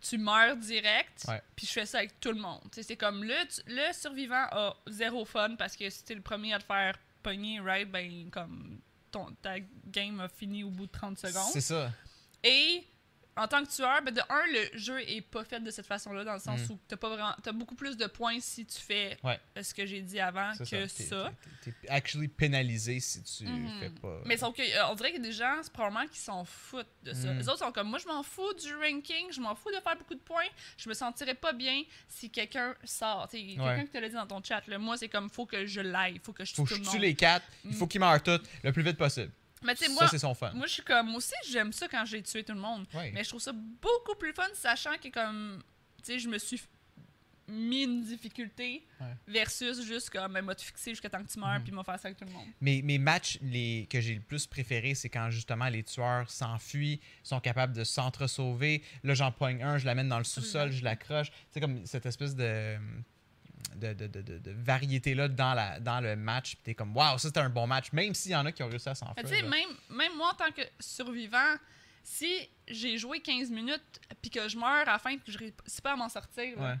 [SPEAKER 2] Tu meurs direct,
[SPEAKER 1] Ouais.
[SPEAKER 2] puis je fais ça avec tout le monde. Tu sais, c'est comme le, tu- le survivant a zéro fun parce que si t'es le premier à te faire pogner, right, ben comme ton, ta game a fini au bout de 30
[SPEAKER 1] C'est
[SPEAKER 2] secondes.
[SPEAKER 1] ça.
[SPEAKER 2] Et en tant que tueur, ben de un, le jeu est pas fait de cette façon-là, dans le sens
[SPEAKER 1] Mm.
[SPEAKER 2] où t'as, pas vraiment, t'as beaucoup plus de points si tu fais
[SPEAKER 1] Ouais.
[SPEAKER 2] euh, ce que j'ai dit avant
[SPEAKER 1] C'est
[SPEAKER 2] que
[SPEAKER 1] T'es-
[SPEAKER 2] ça.
[SPEAKER 1] T'es t'es actually pénalisé si tu
[SPEAKER 2] Mhm.
[SPEAKER 1] fais pas.
[SPEAKER 2] Mais sauf que, euh, on dirait qu'il y a des gens, c'est probablement, qui s'en foutent de ça.
[SPEAKER 1] Mm.
[SPEAKER 2] Les autres sont comme, moi, je m'en fous du ranking, je m'en fous de faire beaucoup de points, je me sentirais pas bien si quelqu'un sort. Tu sais, Quelqu'un qui te l'a dit dans ton chat, là, moi, c'est comme, faut que je l'aille, faut que je tue
[SPEAKER 1] faut que
[SPEAKER 2] tout
[SPEAKER 1] je
[SPEAKER 2] le
[SPEAKER 1] tue
[SPEAKER 2] monde.
[SPEAKER 1] les quatre, il
[SPEAKER 2] Mm.
[SPEAKER 1] faut qu'ils meurent toutes le plus vite possible.
[SPEAKER 2] Mais tu sais, moi,
[SPEAKER 1] Ça, c'est son fun.
[SPEAKER 2] moi, je suis comme, moi aussi, j'aime ça quand j'ai tué tout le monde.
[SPEAKER 1] Ouais.
[SPEAKER 2] Mais je trouve ça beaucoup plus fun, sachant que, comme, tu sais, je me suis mis une difficulté
[SPEAKER 1] Ouais.
[SPEAKER 2] versus juste comme, ben, m'a te fixer jusqu'à temps que tu meurs,
[SPEAKER 1] Mhm.
[SPEAKER 2] puis m'a faire ça avec tout le monde.
[SPEAKER 1] Mes, mes matchs les, que j'ai le plus préférés, c'est quand justement les tueurs s'enfuient, sont capables de s'entre-sauver. Là, j'en poigne un, je l'amène dans le sous-sol, je l'accroche. C'est comme cette espèce de, de, de- de- de- de variété-là dans, la, dans le match. Puis t'es comme, waouh, ça c'était un bon match, même s'il y en a qui ont réussi à
[SPEAKER 2] Mais
[SPEAKER 1] s'enfuir.
[SPEAKER 2] tu sais,
[SPEAKER 1] là.
[SPEAKER 2] même, même moi, en tant que survivant, si j'ai joué 15 minutes puis que je meurs afin que je réussisse pas à m'en sortir, là.
[SPEAKER 1] Ouais.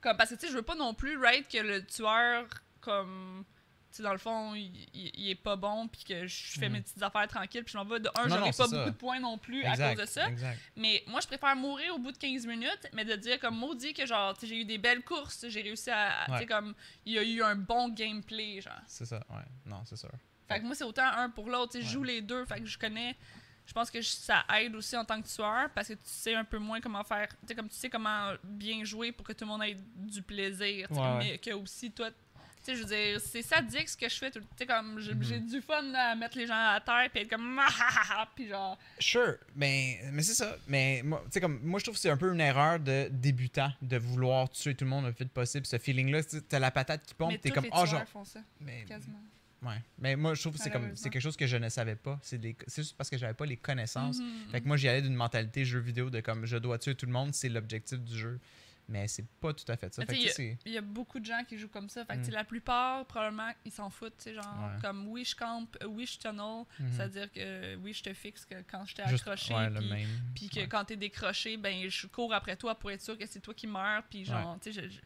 [SPEAKER 2] comme, parce que tu sais, je veux pas non plus, right, que le tueur, comme, tu sais, dans le fond, il, il- il est pas bon puis que je fais
[SPEAKER 1] Mhm.
[SPEAKER 2] mes petites affaires tranquilles puis je m'en vais. De un,
[SPEAKER 1] Non,
[SPEAKER 2] j'aurai
[SPEAKER 1] non,
[SPEAKER 2] pas
[SPEAKER 1] c'est ça.
[SPEAKER 2] beaucoup de points non plus à
[SPEAKER 1] Exact,
[SPEAKER 2] cause de ça.
[SPEAKER 1] exact.
[SPEAKER 2] Mais moi, je préfère mourir au bout de 15 minutes, mais de dire comme maudit que genre, tu sais, j'ai eu des belles courses, j'ai réussi à. à- Tu
[SPEAKER 1] Ouais.
[SPEAKER 2] sais, comme, il y a eu un bon gameplay, genre.
[SPEAKER 1] C'est ça, ouais. Non, c'est sûr.
[SPEAKER 2] Fait que moi, c'est autant un pour l'autre. tu sais, Je
[SPEAKER 1] Ouais.
[SPEAKER 2] joue les deux. Fait que je connais. Je pense que je- ça aide aussi en tant que tueur parce que tu sais un peu moins comment faire. Tu sais, comme tu sais comment bien jouer pour que tout le monde ait du plaisir. tu sais,
[SPEAKER 1] Ouais,
[SPEAKER 2] comme,
[SPEAKER 1] ouais.
[SPEAKER 2] Mais que aussi, toi. Tu sais, je veux dire, c'est sadique ce que je fais. tout- Tu sais, comme
[SPEAKER 1] Mhm.
[SPEAKER 2] j'ai j'ai du fun là, à mettre les gens à terre puis être comme. (laughs) Ah, ah, ah, ah, puis genre.
[SPEAKER 1] Sure, mais, mais c'est ça. Mais moi, tu sais, comme, moi, je trouve que c'est un peu une erreur de débutant de vouloir tuer tout le monde le plus vite possible. Ce feeling-là, tu sais, t'as la patate qui pompe,
[SPEAKER 2] mais
[SPEAKER 1] t'es
[SPEAKER 2] tous
[SPEAKER 1] comme,
[SPEAKER 2] les
[SPEAKER 1] oh,
[SPEAKER 2] tueurs
[SPEAKER 1] genre. Eh
[SPEAKER 2] font ça,
[SPEAKER 1] Mais,
[SPEAKER 2] quasiment.
[SPEAKER 1] ouais. mais moi, je trouve que c'est comme c'est
[SPEAKER 2] Malheureusement.
[SPEAKER 1] quelque chose que je ne savais pas. C'est des- c'est juste parce que j'avais pas les connaissances.
[SPEAKER 2] Mhm.
[SPEAKER 1] Fait que moi, j'y allais d'une mentalité jeu vidéo de comme, je dois tuer tout le monde, c'est l'objectif du jeu. Mais c'est pas tout à fait ça.
[SPEAKER 2] Mais
[SPEAKER 1] Fait que,
[SPEAKER 2] tu sais,
[SPEAKER 1] tu sais,
[SPEAKER 2] Il y a beaucoup de gens qui jouent comme ça. Fait que
[SPEAKER 1] Mm.
[SPEAKER 2] tu sais, la plupart, probablement, ils s'en foutent. tu sais, Genre,
[SPEAKER 1] Ouais.
[SPEAKER 2] comme oui, je campe, euh, oui, je tunnel.
[SPEAKER 1] Mhm.
[SPEAKER 2] C'est-à-dire que euh, oui, je te fixe que quand je t'ai
[SPEAKER 1] c'est juste-
[SPEAKER 2] accroché.
[SPEAKER 1] ouais, le
[SPEAKER 2] puis-
[SPEAKER 1] même.
[SPEAKER 2] puis que
[SPEAKER 1] Ouais.
[SPEAKER 2] quand t'es décroché, ben je cours après toi pour être sûr que c'est toi qui meurs. Puis genre, tu sais, je- je-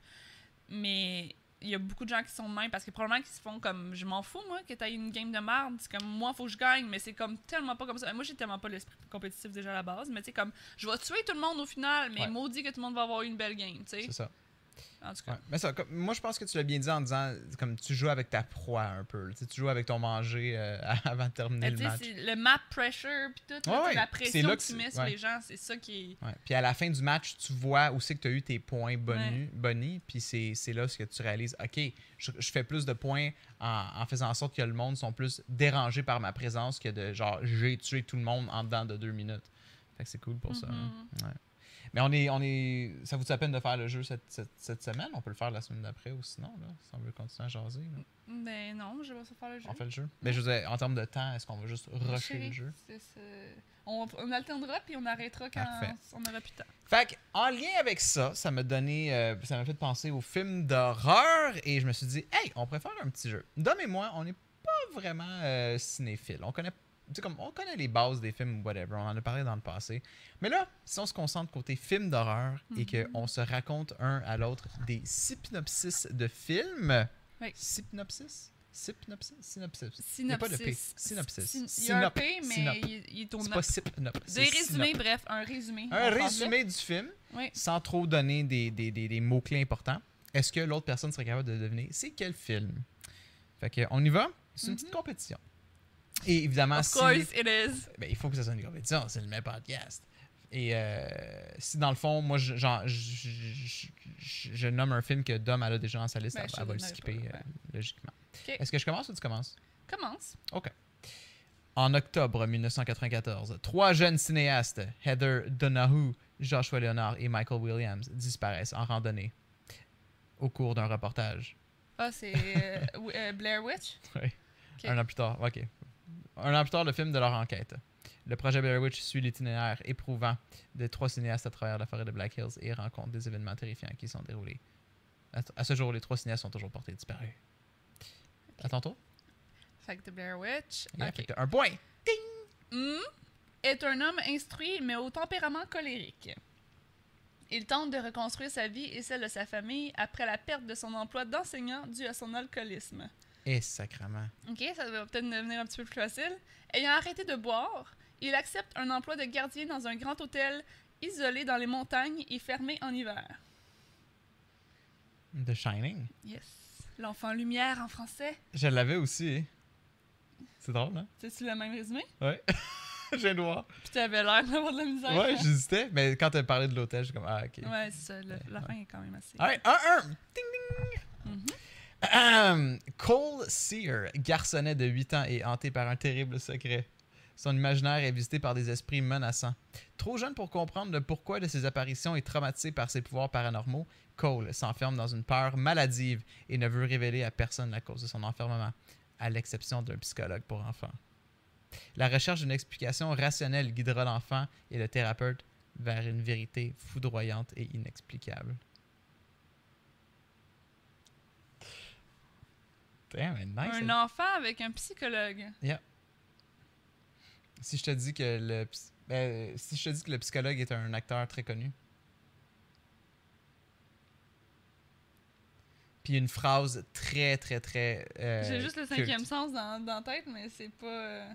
[SPEAKER 2] Mais il y a beaucoup de gens qui sont de même parce que probablement qu'ils se font comme je m'en fous, moi, que t'as une game de merde. C'est comme moi, faut que je gagne, mais c'est comme tellement pas comme ça. Moi, j'ai tellement pas l'esprit compétitif déjà à la base, mais tu sais, comme je vais tuer tout le monde au final, mais
[SPEAKER 1] Ouais.
[SPEAKER 2] maudit que tout le monde va avoir une belle game, tu sais.
[SPEAKER 1] C'est ça.
[SPEAKER 2] En tout cas.
[SPEAKER 1] Ouais. Mais ça, comme- moi je pense que tu l'as bien dit en disant comme tu joues avec ta proie un peu. là. Tu sais, tu joues avec ton manger euh, (laughs) avant de terminer
[SPEAKER 2] Mais
[SPEAKER 1] le
[SPEAKER 2] tu sais,
[SPEAKER 1] match.
[SPEAKER 2] c'est le map pressure, puis tout, là, t'as
[SPEAKER 1] Ouais,
[SPEAKER 2] la
[SPEAKER 1] ouais, c'est
[SPEAKER 2] pression
[SPEAKER 1] là
[SPEAKER 2] que
[SPEAKER 1] que
[SPEAKER 2] tu
[SPEAKER 1] c'est-
[SPEAKER 2] mets sur
[SPEAKER 1] ouais.
[SPEAKER 2] les gens, c'est ça qui est.
[SPEAKER 1] Ouais. Puis à la fin du match, tu vois où c'est que tu as eu tes points bonus, bonus puis c'est c'est là ce que tu réalises. OK, je, je fais plus de points en, en faisant en sorte que le monde sont plus dérangés par ma présence que de genre j'ai tué tout le monde en dedans de deux minutes. Fait que c'est cool pour
[SPEAKER 2] Mm-hmm. Mhm.
[SPEAKER 1] ça. hein. Ouais. Mais on est, on est. Ça vous la peine de faire le jeu cette, cette, cette semaine? On peut le faire la semaine d'après ou sinon, là, si on veut continuer à jaser. là.
[SPEAKER 2] Ben non, je vais ça faire le jeu.
[SPEAKER 1] On fait le jeu. Mais je veux dire, en termes de temps, est-ce qu'on va juste rusher
[SPEAKER 2] Chérie,
[SPEAKER 1] le jeu?
[SPEAKER 2] c'est ça. On, on alternera puis on arrêtera quand
[SPEAKER 1] Parfait.
[SPEAKER 2] on aura plus de temps.
[SPEAKER 1] Fait que, en lien avec ça, ça m'a donné, euh, ça m'a fait penser aux films d'horreur et je me suis dit, hey, on préfère un petit jeu. Dom et moi, on n'est pas vraiment euh, cinéphile. On connaît, tu sais, comme on connaît les bases des films ou whatever. On en a parlé dans le passé. Mais là, si on se concentre côté films d'horreur
[SPEAKER 2] Mhm.
[SPEAKER 1] et qu'on se raconte un à l'autre des synopsis de films,
[SPEAKER 2] Oui.
[SPEAKER 1] synopsis, synopsis, synopsis.
[SPEAKER 2] Synopsis.
[SPEAKER 1] a pas de P. Synopsis.
[SPEAKER 2] Syn- Il y a un
[SPEAKER 1] Synop-
[SPEAKER 2] P, mais
[SPEAKER 1] synop.
[SPEAKER 2] il, il est au
[SPEAKER 1] C'est
[SPEAKER 2] nom.
[SPEAKER 1] pas synopsis.
[SPEAKER 2] Des résumés, bref, un résumé.
[SPEAKER 1] Un
[SPEAKER 2] en français.
[SPEAKER 1] résumé du film
[SPEAKER 2] Oui.
[SPEAKER 1] sans trop donner des, des- des- des mots-clés importants, est-ce que l'autre personne serait capable de deviner c'est quel film? Fait que, on y va? C'est une
[SPEAKER 2] Mhm.
[SPEAKER 1] petite compétition. Et évidemment,
[SPEAKER 2] Of
[SPEAKER 1] si,
[SPEAKER 2] course it is.
[SPEAKER 1] ben, il faut que ça soit une compétition, c'est le même podcast. Et euh, si dans le fond, moi, je, genre, je, je- je- je nomme un film que Dom elle a déjà dans sa liste,
[SPEAKER 2] Ben,
[SPEAKER 1] elle,
[SPEAKER 2] je
[SPEAKER 1] elle va le
[SPEAKER 2] donnerai
[SPEAKER 1] skipper
[SPEAKER 2] pas,
[SPEAKER 1] euh,
[SPEAKER 2] ouais.
[SPEAKER 1] logiquement.
[SPEAKER 2] Ok.
[SPEAKER 1] Est-ce que je commence ou tu commences?
[SPEAKER 2] Commence.
[SPEAKER 1] En octobre 1994, trois jeunes cinéastes, Heather Donahue, Joshua Leonard et Michael Williams, disparaissent en randonnée au cours d'un reportage.
[SPEAKER 2] Ah, c'est euh, oui, euh, Blair Witch. Ok.
[SPEAKER 1] Un an plus tard, ok. Un an plus tard, le film de leur enquête. Le projet Blair Witch suit l'itinéraire éprouvant des trois cinéastes à travers la forêt de Black Hills et rencontre des événements terrifiants qui sont déroulés. À, à ce jour, les trois cinéastes sont toujours portés disparus. À ton tour?
[SPEAKER 2] Fait que de Blair Witch.
[SPEAKER 1] Yeah,
[SPEAKER 2] Ok.
[SPEAKER 1] fait que t'as un point!
[SPEAKER 2] Hmm est un homme instruit mais au tempérament colérique. Il tente de reconstruire sa vie et celle de sa famille après la perte de son emploi d'enseignant dû à son alcoolisme.
[SPEAKER 1] Et sacrement.
[SPEAKER 2] Ok, ça va peut-être devenir un petit peu plus facile. Ayant arrêté de boire, il accepte un emploi de gardien dans un grand hôtel isolé dans les montagnes et fermé en hiver.
[SPEAKER 1] The Shining.
[SPEAKER 2] Yes. L'enfant lumière en français.
[SPEAKER 1] Je l'avais aussi. hein. C'est drôle, hein?
[SPEAKER 2] C'est-tu le même résumé?
[SPEAKER 1] Ouais. (laughs) J'ai le voir.
[SPEAKER 2] Puis t'avais l'air d'avoir de la misère.
[SPEAKER 1] Ouais, j'hésitais, mais quand t'as parlé de l'hôtel, j'ai comme Ah, ok.
[SPEAKER 2] Ouais, c'est ça. le- la fin est quand même assez.
[SPEAKER 1] Alright, 1-1. Ding ding.
[SPEAKER 2] Mhm.
[SPEAKER 1] Ahem. Cole Sear, garçonnet de 8 ans et hanté par un terrible secret. Son imaginaire est visité par des esprits menaçants. Trop jeune pour comprendre le pourquoi de ses apparitions et traumatisé par ses pouvoirs paranormaux, Cole s'enferme dans une peur maladive et ne veut révéler à personne la cause de son enfermement, à l'exception d'un psychologue pour enfants. La recherche d'une explication rationnelle guidera l'enfant et le thérapeute vers une vérité foudroyante et inexplicable. Damn, nice.
[SPEAKER 2] un
[SPEAKER 1] hein?
[SPEAKER 2] enfant avec un psychologue.
[SPEAKER 1] Si je te dis que le ps- ben, si je te dis que le psychologue est un acteur très connu. Puis une phrase très très très euh,
[SPEAKER 2] J'ai juste le
[SPEAKER 1] culte.
[SPEAKER 2] cinquième sens dans, dans la tête, mais c'est pas. euh,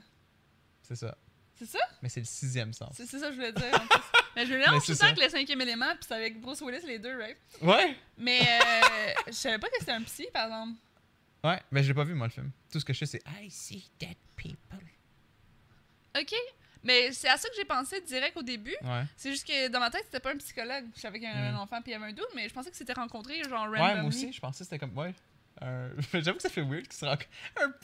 [SPEAKER 1] C'est ça.
[SPEAKER 2] C'est ça?
[SPEAKER 1] Mais c'est le sixième sens.
[SPEAKER 2] C'est c'est ça que je voulais dire. en plus. (laughs) mais je mélange tout
[SPEAKER 1] Mais
[SPEAKER 2] le
[SPEAKER 1] c'est
[SPEAKER 2] temps
[SPEAKER 1] ça.
[SPEAKER 2] avec le cinquième élément, puis c'est avec Bruce Willis, les deux, right?
[SPEAKER 1] Ouais.
[SPEAKER 2] Mais euh, je savais pas que c'était un psy, par exemple.
[SPEAKER 1] Ouais, mais je l'ai pas vu moi le film. Tout ce que je sais c'est I see dead people.
[SPEAKER 2] Ok. Mais c'est à ça que j'ai pensé direct au début.
[SPEAKER 1] Ouais.
[SPEAKER 2] C'est juste que dans ma tête, c'était pas un psychologue. Je savais qu'il y avait
[SPEAKER 1] Hmm.
[SPEAKER 2] un enfant puis il y avait un doute, mais je pensais que c'était rencontré genre
[SPEAKER 1] Ouais,
[SPEAKER 2] randomly.
[SPEAKER 1] moi aussi, je pensais que c'était comme ouais. un- (laughs) J'avoue que ça fait weird qu'il se rencontre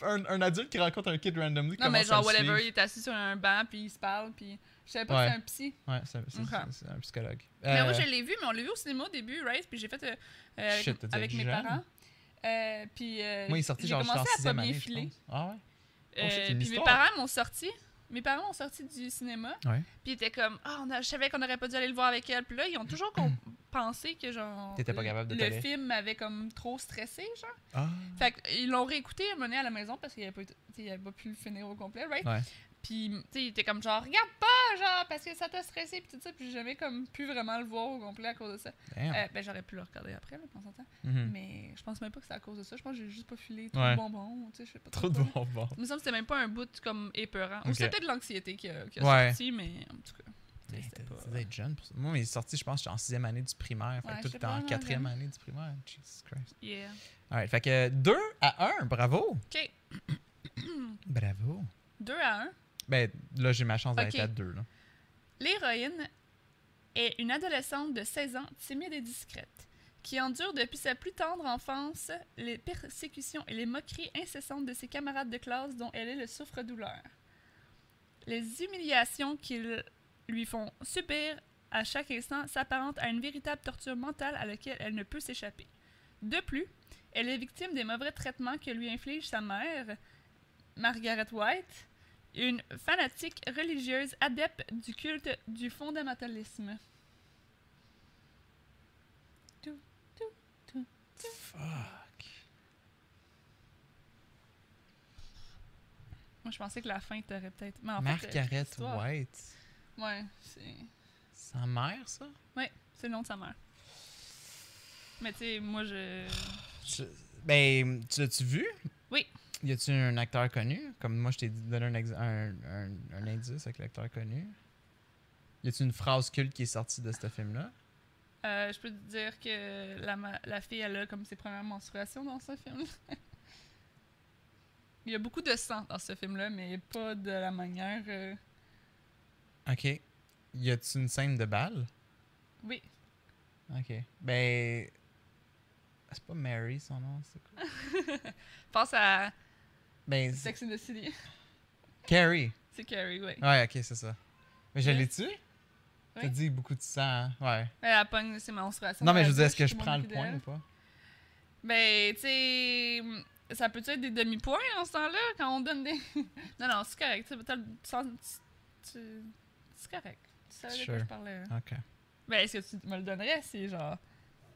[SPEAKER 1] un, un- un adulte qui rencontre un kid randomly
[SPEAKER 2] Non, mais
[SPEAKER 1] commence à
[SPEAKER 2] genre,
[SPEAKER 1] le
[SPEAKER 2] whatever,
[SPEAKER 1] suivre.
[SPEAKER 2] il est assis sur un banc puis il se parle puis je savais pas
[SPEAKER 1] Ouais.
[SPEAKER 2] que c'était un psy.
[SPEAKER 1] Ouais, c'est c'est-
[SPEAKER 2] Ok.
[SPEAKER 1] c'est- c'est un psychologue.
[SPEAKER 2] Mais
[SPEAKER 1] Euh,
[SPEAKER 2] moi, je l'ai vu, mais on l'a vu au cinéma au début, right? Puis j'ai fait euh, euh,
[SPEAKER 1] Shit, t'as
[SPEAKER 2] avec, avec
[SPEAKER 1] dû être
[SPEAKER 2] mes
[SPEAKER 1] jeune.
[SPEAKER 2] parents. Euh, puis euh,
[SPEAKER 1] Moi, il est sorti
[SPEAKER 2] j'ai
[SPEAKER 1] genre
[SPEAKER 2] commencé
[SPEAKER 1] j'étais en
[SPEAKER 2] à pas
[SPEAKER 1] sixième
[SPEAKER 2] bien
[SPEAKER 1] année, je
[SPEAKER 2] filer.
[SPEAKER 1] pense. Ah ouais? Oh shit, il y a
[SPEAKER 2] Euh,
[SPEAKER 1] une
[SPEAKER 2] puis mes
[SPEAKER 1] histoire.
[SPEAKER 2] parents m'ont sorti. Mes parents m'ont sorti du cinéma.
[SPEAKER 1] Ouais.
[SPEAKER 2] Puis ils étaient comme, ah, on a- je savais qu'on aurait pas dû aller le voir avec elle. Puis là, ils ont toujours
[SPEAKER 1] (clears throat)
[SPEAKER 2] com- pensé que genre.
[SPEAKER 1] T'étais pas capable de t'aller.
[SPEAKER 2] Le film m'avait comme trop stressé, genre.
[SPEAKER 1] Ah.
[SPEAKER 2] Fait qu'ils l'ont réécouté à un moment donné à la maison parce qu'il avait, pas eu- tu sais, il avait pas pu le finir au complet, right?
[SPEAKER 1] Ouais.
[SPEAKER 2] Puis, tu sais, il était comme genre, regarde pas, genre, parce que ça t'a stressé, puis tout ça, puis j'ai jamais comme pu vraiment le voir au complet à cause de ça.
[SPEAKER 1] Damn.
[SPEAKER 2] Euh, ben, j'aurais pu le regarder après, là, on s'entend.
[SPEAKER 1] Mhm.
[SPEAKER 2] Mais je pense même pas que c'est à cause de ça. Je pense que j'ai juste pas filé trop
[SPEAKER 1] Ouais.
[SPEAKER 2] de bonbons, tu sais, je sais pas
[SPEAKER 1] Trop de
[SPEAKER 2] pourquoi.
[SPEAKER 1] bonbons.
[SPEAKER 2] Il me semble que c'était même pas un bout comme épeurant. Ou
[SPEAKER 1] Ok.
[SPEAKER 2] c'était peut-être l'anxiété qui a, qui a
[SPEAKER 1] Ouais.
[SPEAKER 2] sorti, mais en tout cas.
[SPEAKER 1] Hey,
[SPEAKER 2] c'était
[SPEAKER 1] t'as-
[SPEAKER 2] pas-
[SPEAKER 1] t'as dû être jeune pour ça. Moi, il est sorti, je pense, j'étais en sixième année du primaire. Fait
[SPEAKER 2] Ouais,
[SPEAKER 1] que tout
[SPEAKER 2] j'étais
[SPEAKER 1] était en
[SPEAKER 2] vraiment
[SPEAKER 1] quatrième
[SPEAKER 2] jeune.
[SPEAKER 1] année du primaire. Jesus Christ.
[SPEAKER 2] Yeah.
[SPEAKER 1] Alright, fait que 2 à 1, bravo.
[SPEAKER 2] Ok,
[SPEAKER 1] Bravo.
[SPEAKER 2] 2 à 1.
[SPEAKER 1] Ben là, j'ai ma chance d'être
[SPEAKER 2] Ok.
[SPEAKER 1] à 2. là.
[SPEAKER 2] L'héroïne est une adolescente de 16 ans, timide et discrète, qui endure depuis sa plus tendre enfance les persécutions et les moqueries incessantes de ses camarades de classe dont elle est le souffre-douleur. Les humiliations qu'ils lui font subir à chaque instant s'apparentent à une véritable torture mentale à laquelle elle ne peut s'échapper. De plus, elle est victime des mauvais traitements que lui inflige sa mère, Margaret White, une fanatique religieuse adepte du culte du fondamentalisme.
[SPEAKER 1] Fuck.
[SPEAKER 2] Moi, je pensais que la fin t'aurait peut-être. Mais en fait, euh,
[SPEAKER 1] Margaret
[SPEAKER 2] l'histoire-
[SPEAKER 1] White.
[SPEAKER 2] Ouais, c'est.
[SPEAKER 1] Sa mère, ça?
[SPEAKER 2] Ouais, c'est le nom de sa mère. Mais tu sais, moi, je.
[SPEAKER 1] Tu- Ben, tu l'as-tu vu?
[SPEAKER 2] Oui.
[SPEAKER 1] Y a-tu un acteur connu? Comme moi, je t'ai dit- donné un, ex- un, un, un indice avec l'acteur connu. Y a-tu une phrase culte qui est sortie de ce film-là?
[SPEAKER 2] euh, je peux te dire que la, ma- la fille, elle a comme ses premières menstruations dans ce film. (laughs) il y a beaucoup de sang dans ce film-là, mais pas de la manière. euh,
[SPEAKER 1] Ok. Y a-tu une scène de balle?
[SPEAKER 2] Oui.
[SPEAKER 1] Ok. Ben.
[SPEAKER 2] Ah,
[SPEAKER 1] C'est pas Mary son nom, c'est quoi?
[SPEAKER 2] Pense à.
[SPEAKER 1] Ben, c'est-
[SPEAKER 2] Sex and the City. (laughs)
[SPEAKER 1] Carrie.
[SPEAKER 2] C'est Carrie, ouais.
[SPEAKER 1] Ouais, ok, c'est ça. Mais je
[SPEAKER 2] Ouais.
[SPEAKER 1] l'ai tué? T'as
[SPEAKER 2] Ouais.
[SPEAKER 1] dit beaucoup de sang, hein? ouais.
[SPEAKER 2] Elle a pogne ses menstruations.
[SPEAKER 1] non, mais
[SPEAKER 2] dans
[SPEAKER 1] je
[SPEAKER 2] la
[SPEAKER 1] veux dire, est-ce
[SPEAKER 2] douche,
[SPEAKER 1] que je
[SPEAKER 2] tout le
[SPEAKER 1] prends
[SPEAKER 2] monde
[SPEAKER 1] le
[SPEAKER 2] rit
[SPEAKER 1] point
[SPEAKER 2] d'elle.
[SPEAKER 1] ou pas?
[SPEAKER 2] Ben, tu sais, mm, ça peut être des demi-points en ce temps-là quand on donne des. (laughs) non, non, c'est correct. tu sais, t'as le- tu sens- tu- tu- C'est correct. Tu savais de quoi
[SPEAKER 1] Sure.
[SPEAKER 2] je parlais.
[SPEAKER 1] Ok.
[SPEAKER 2] Ben, est-ce que tu me le donnerais si, genre.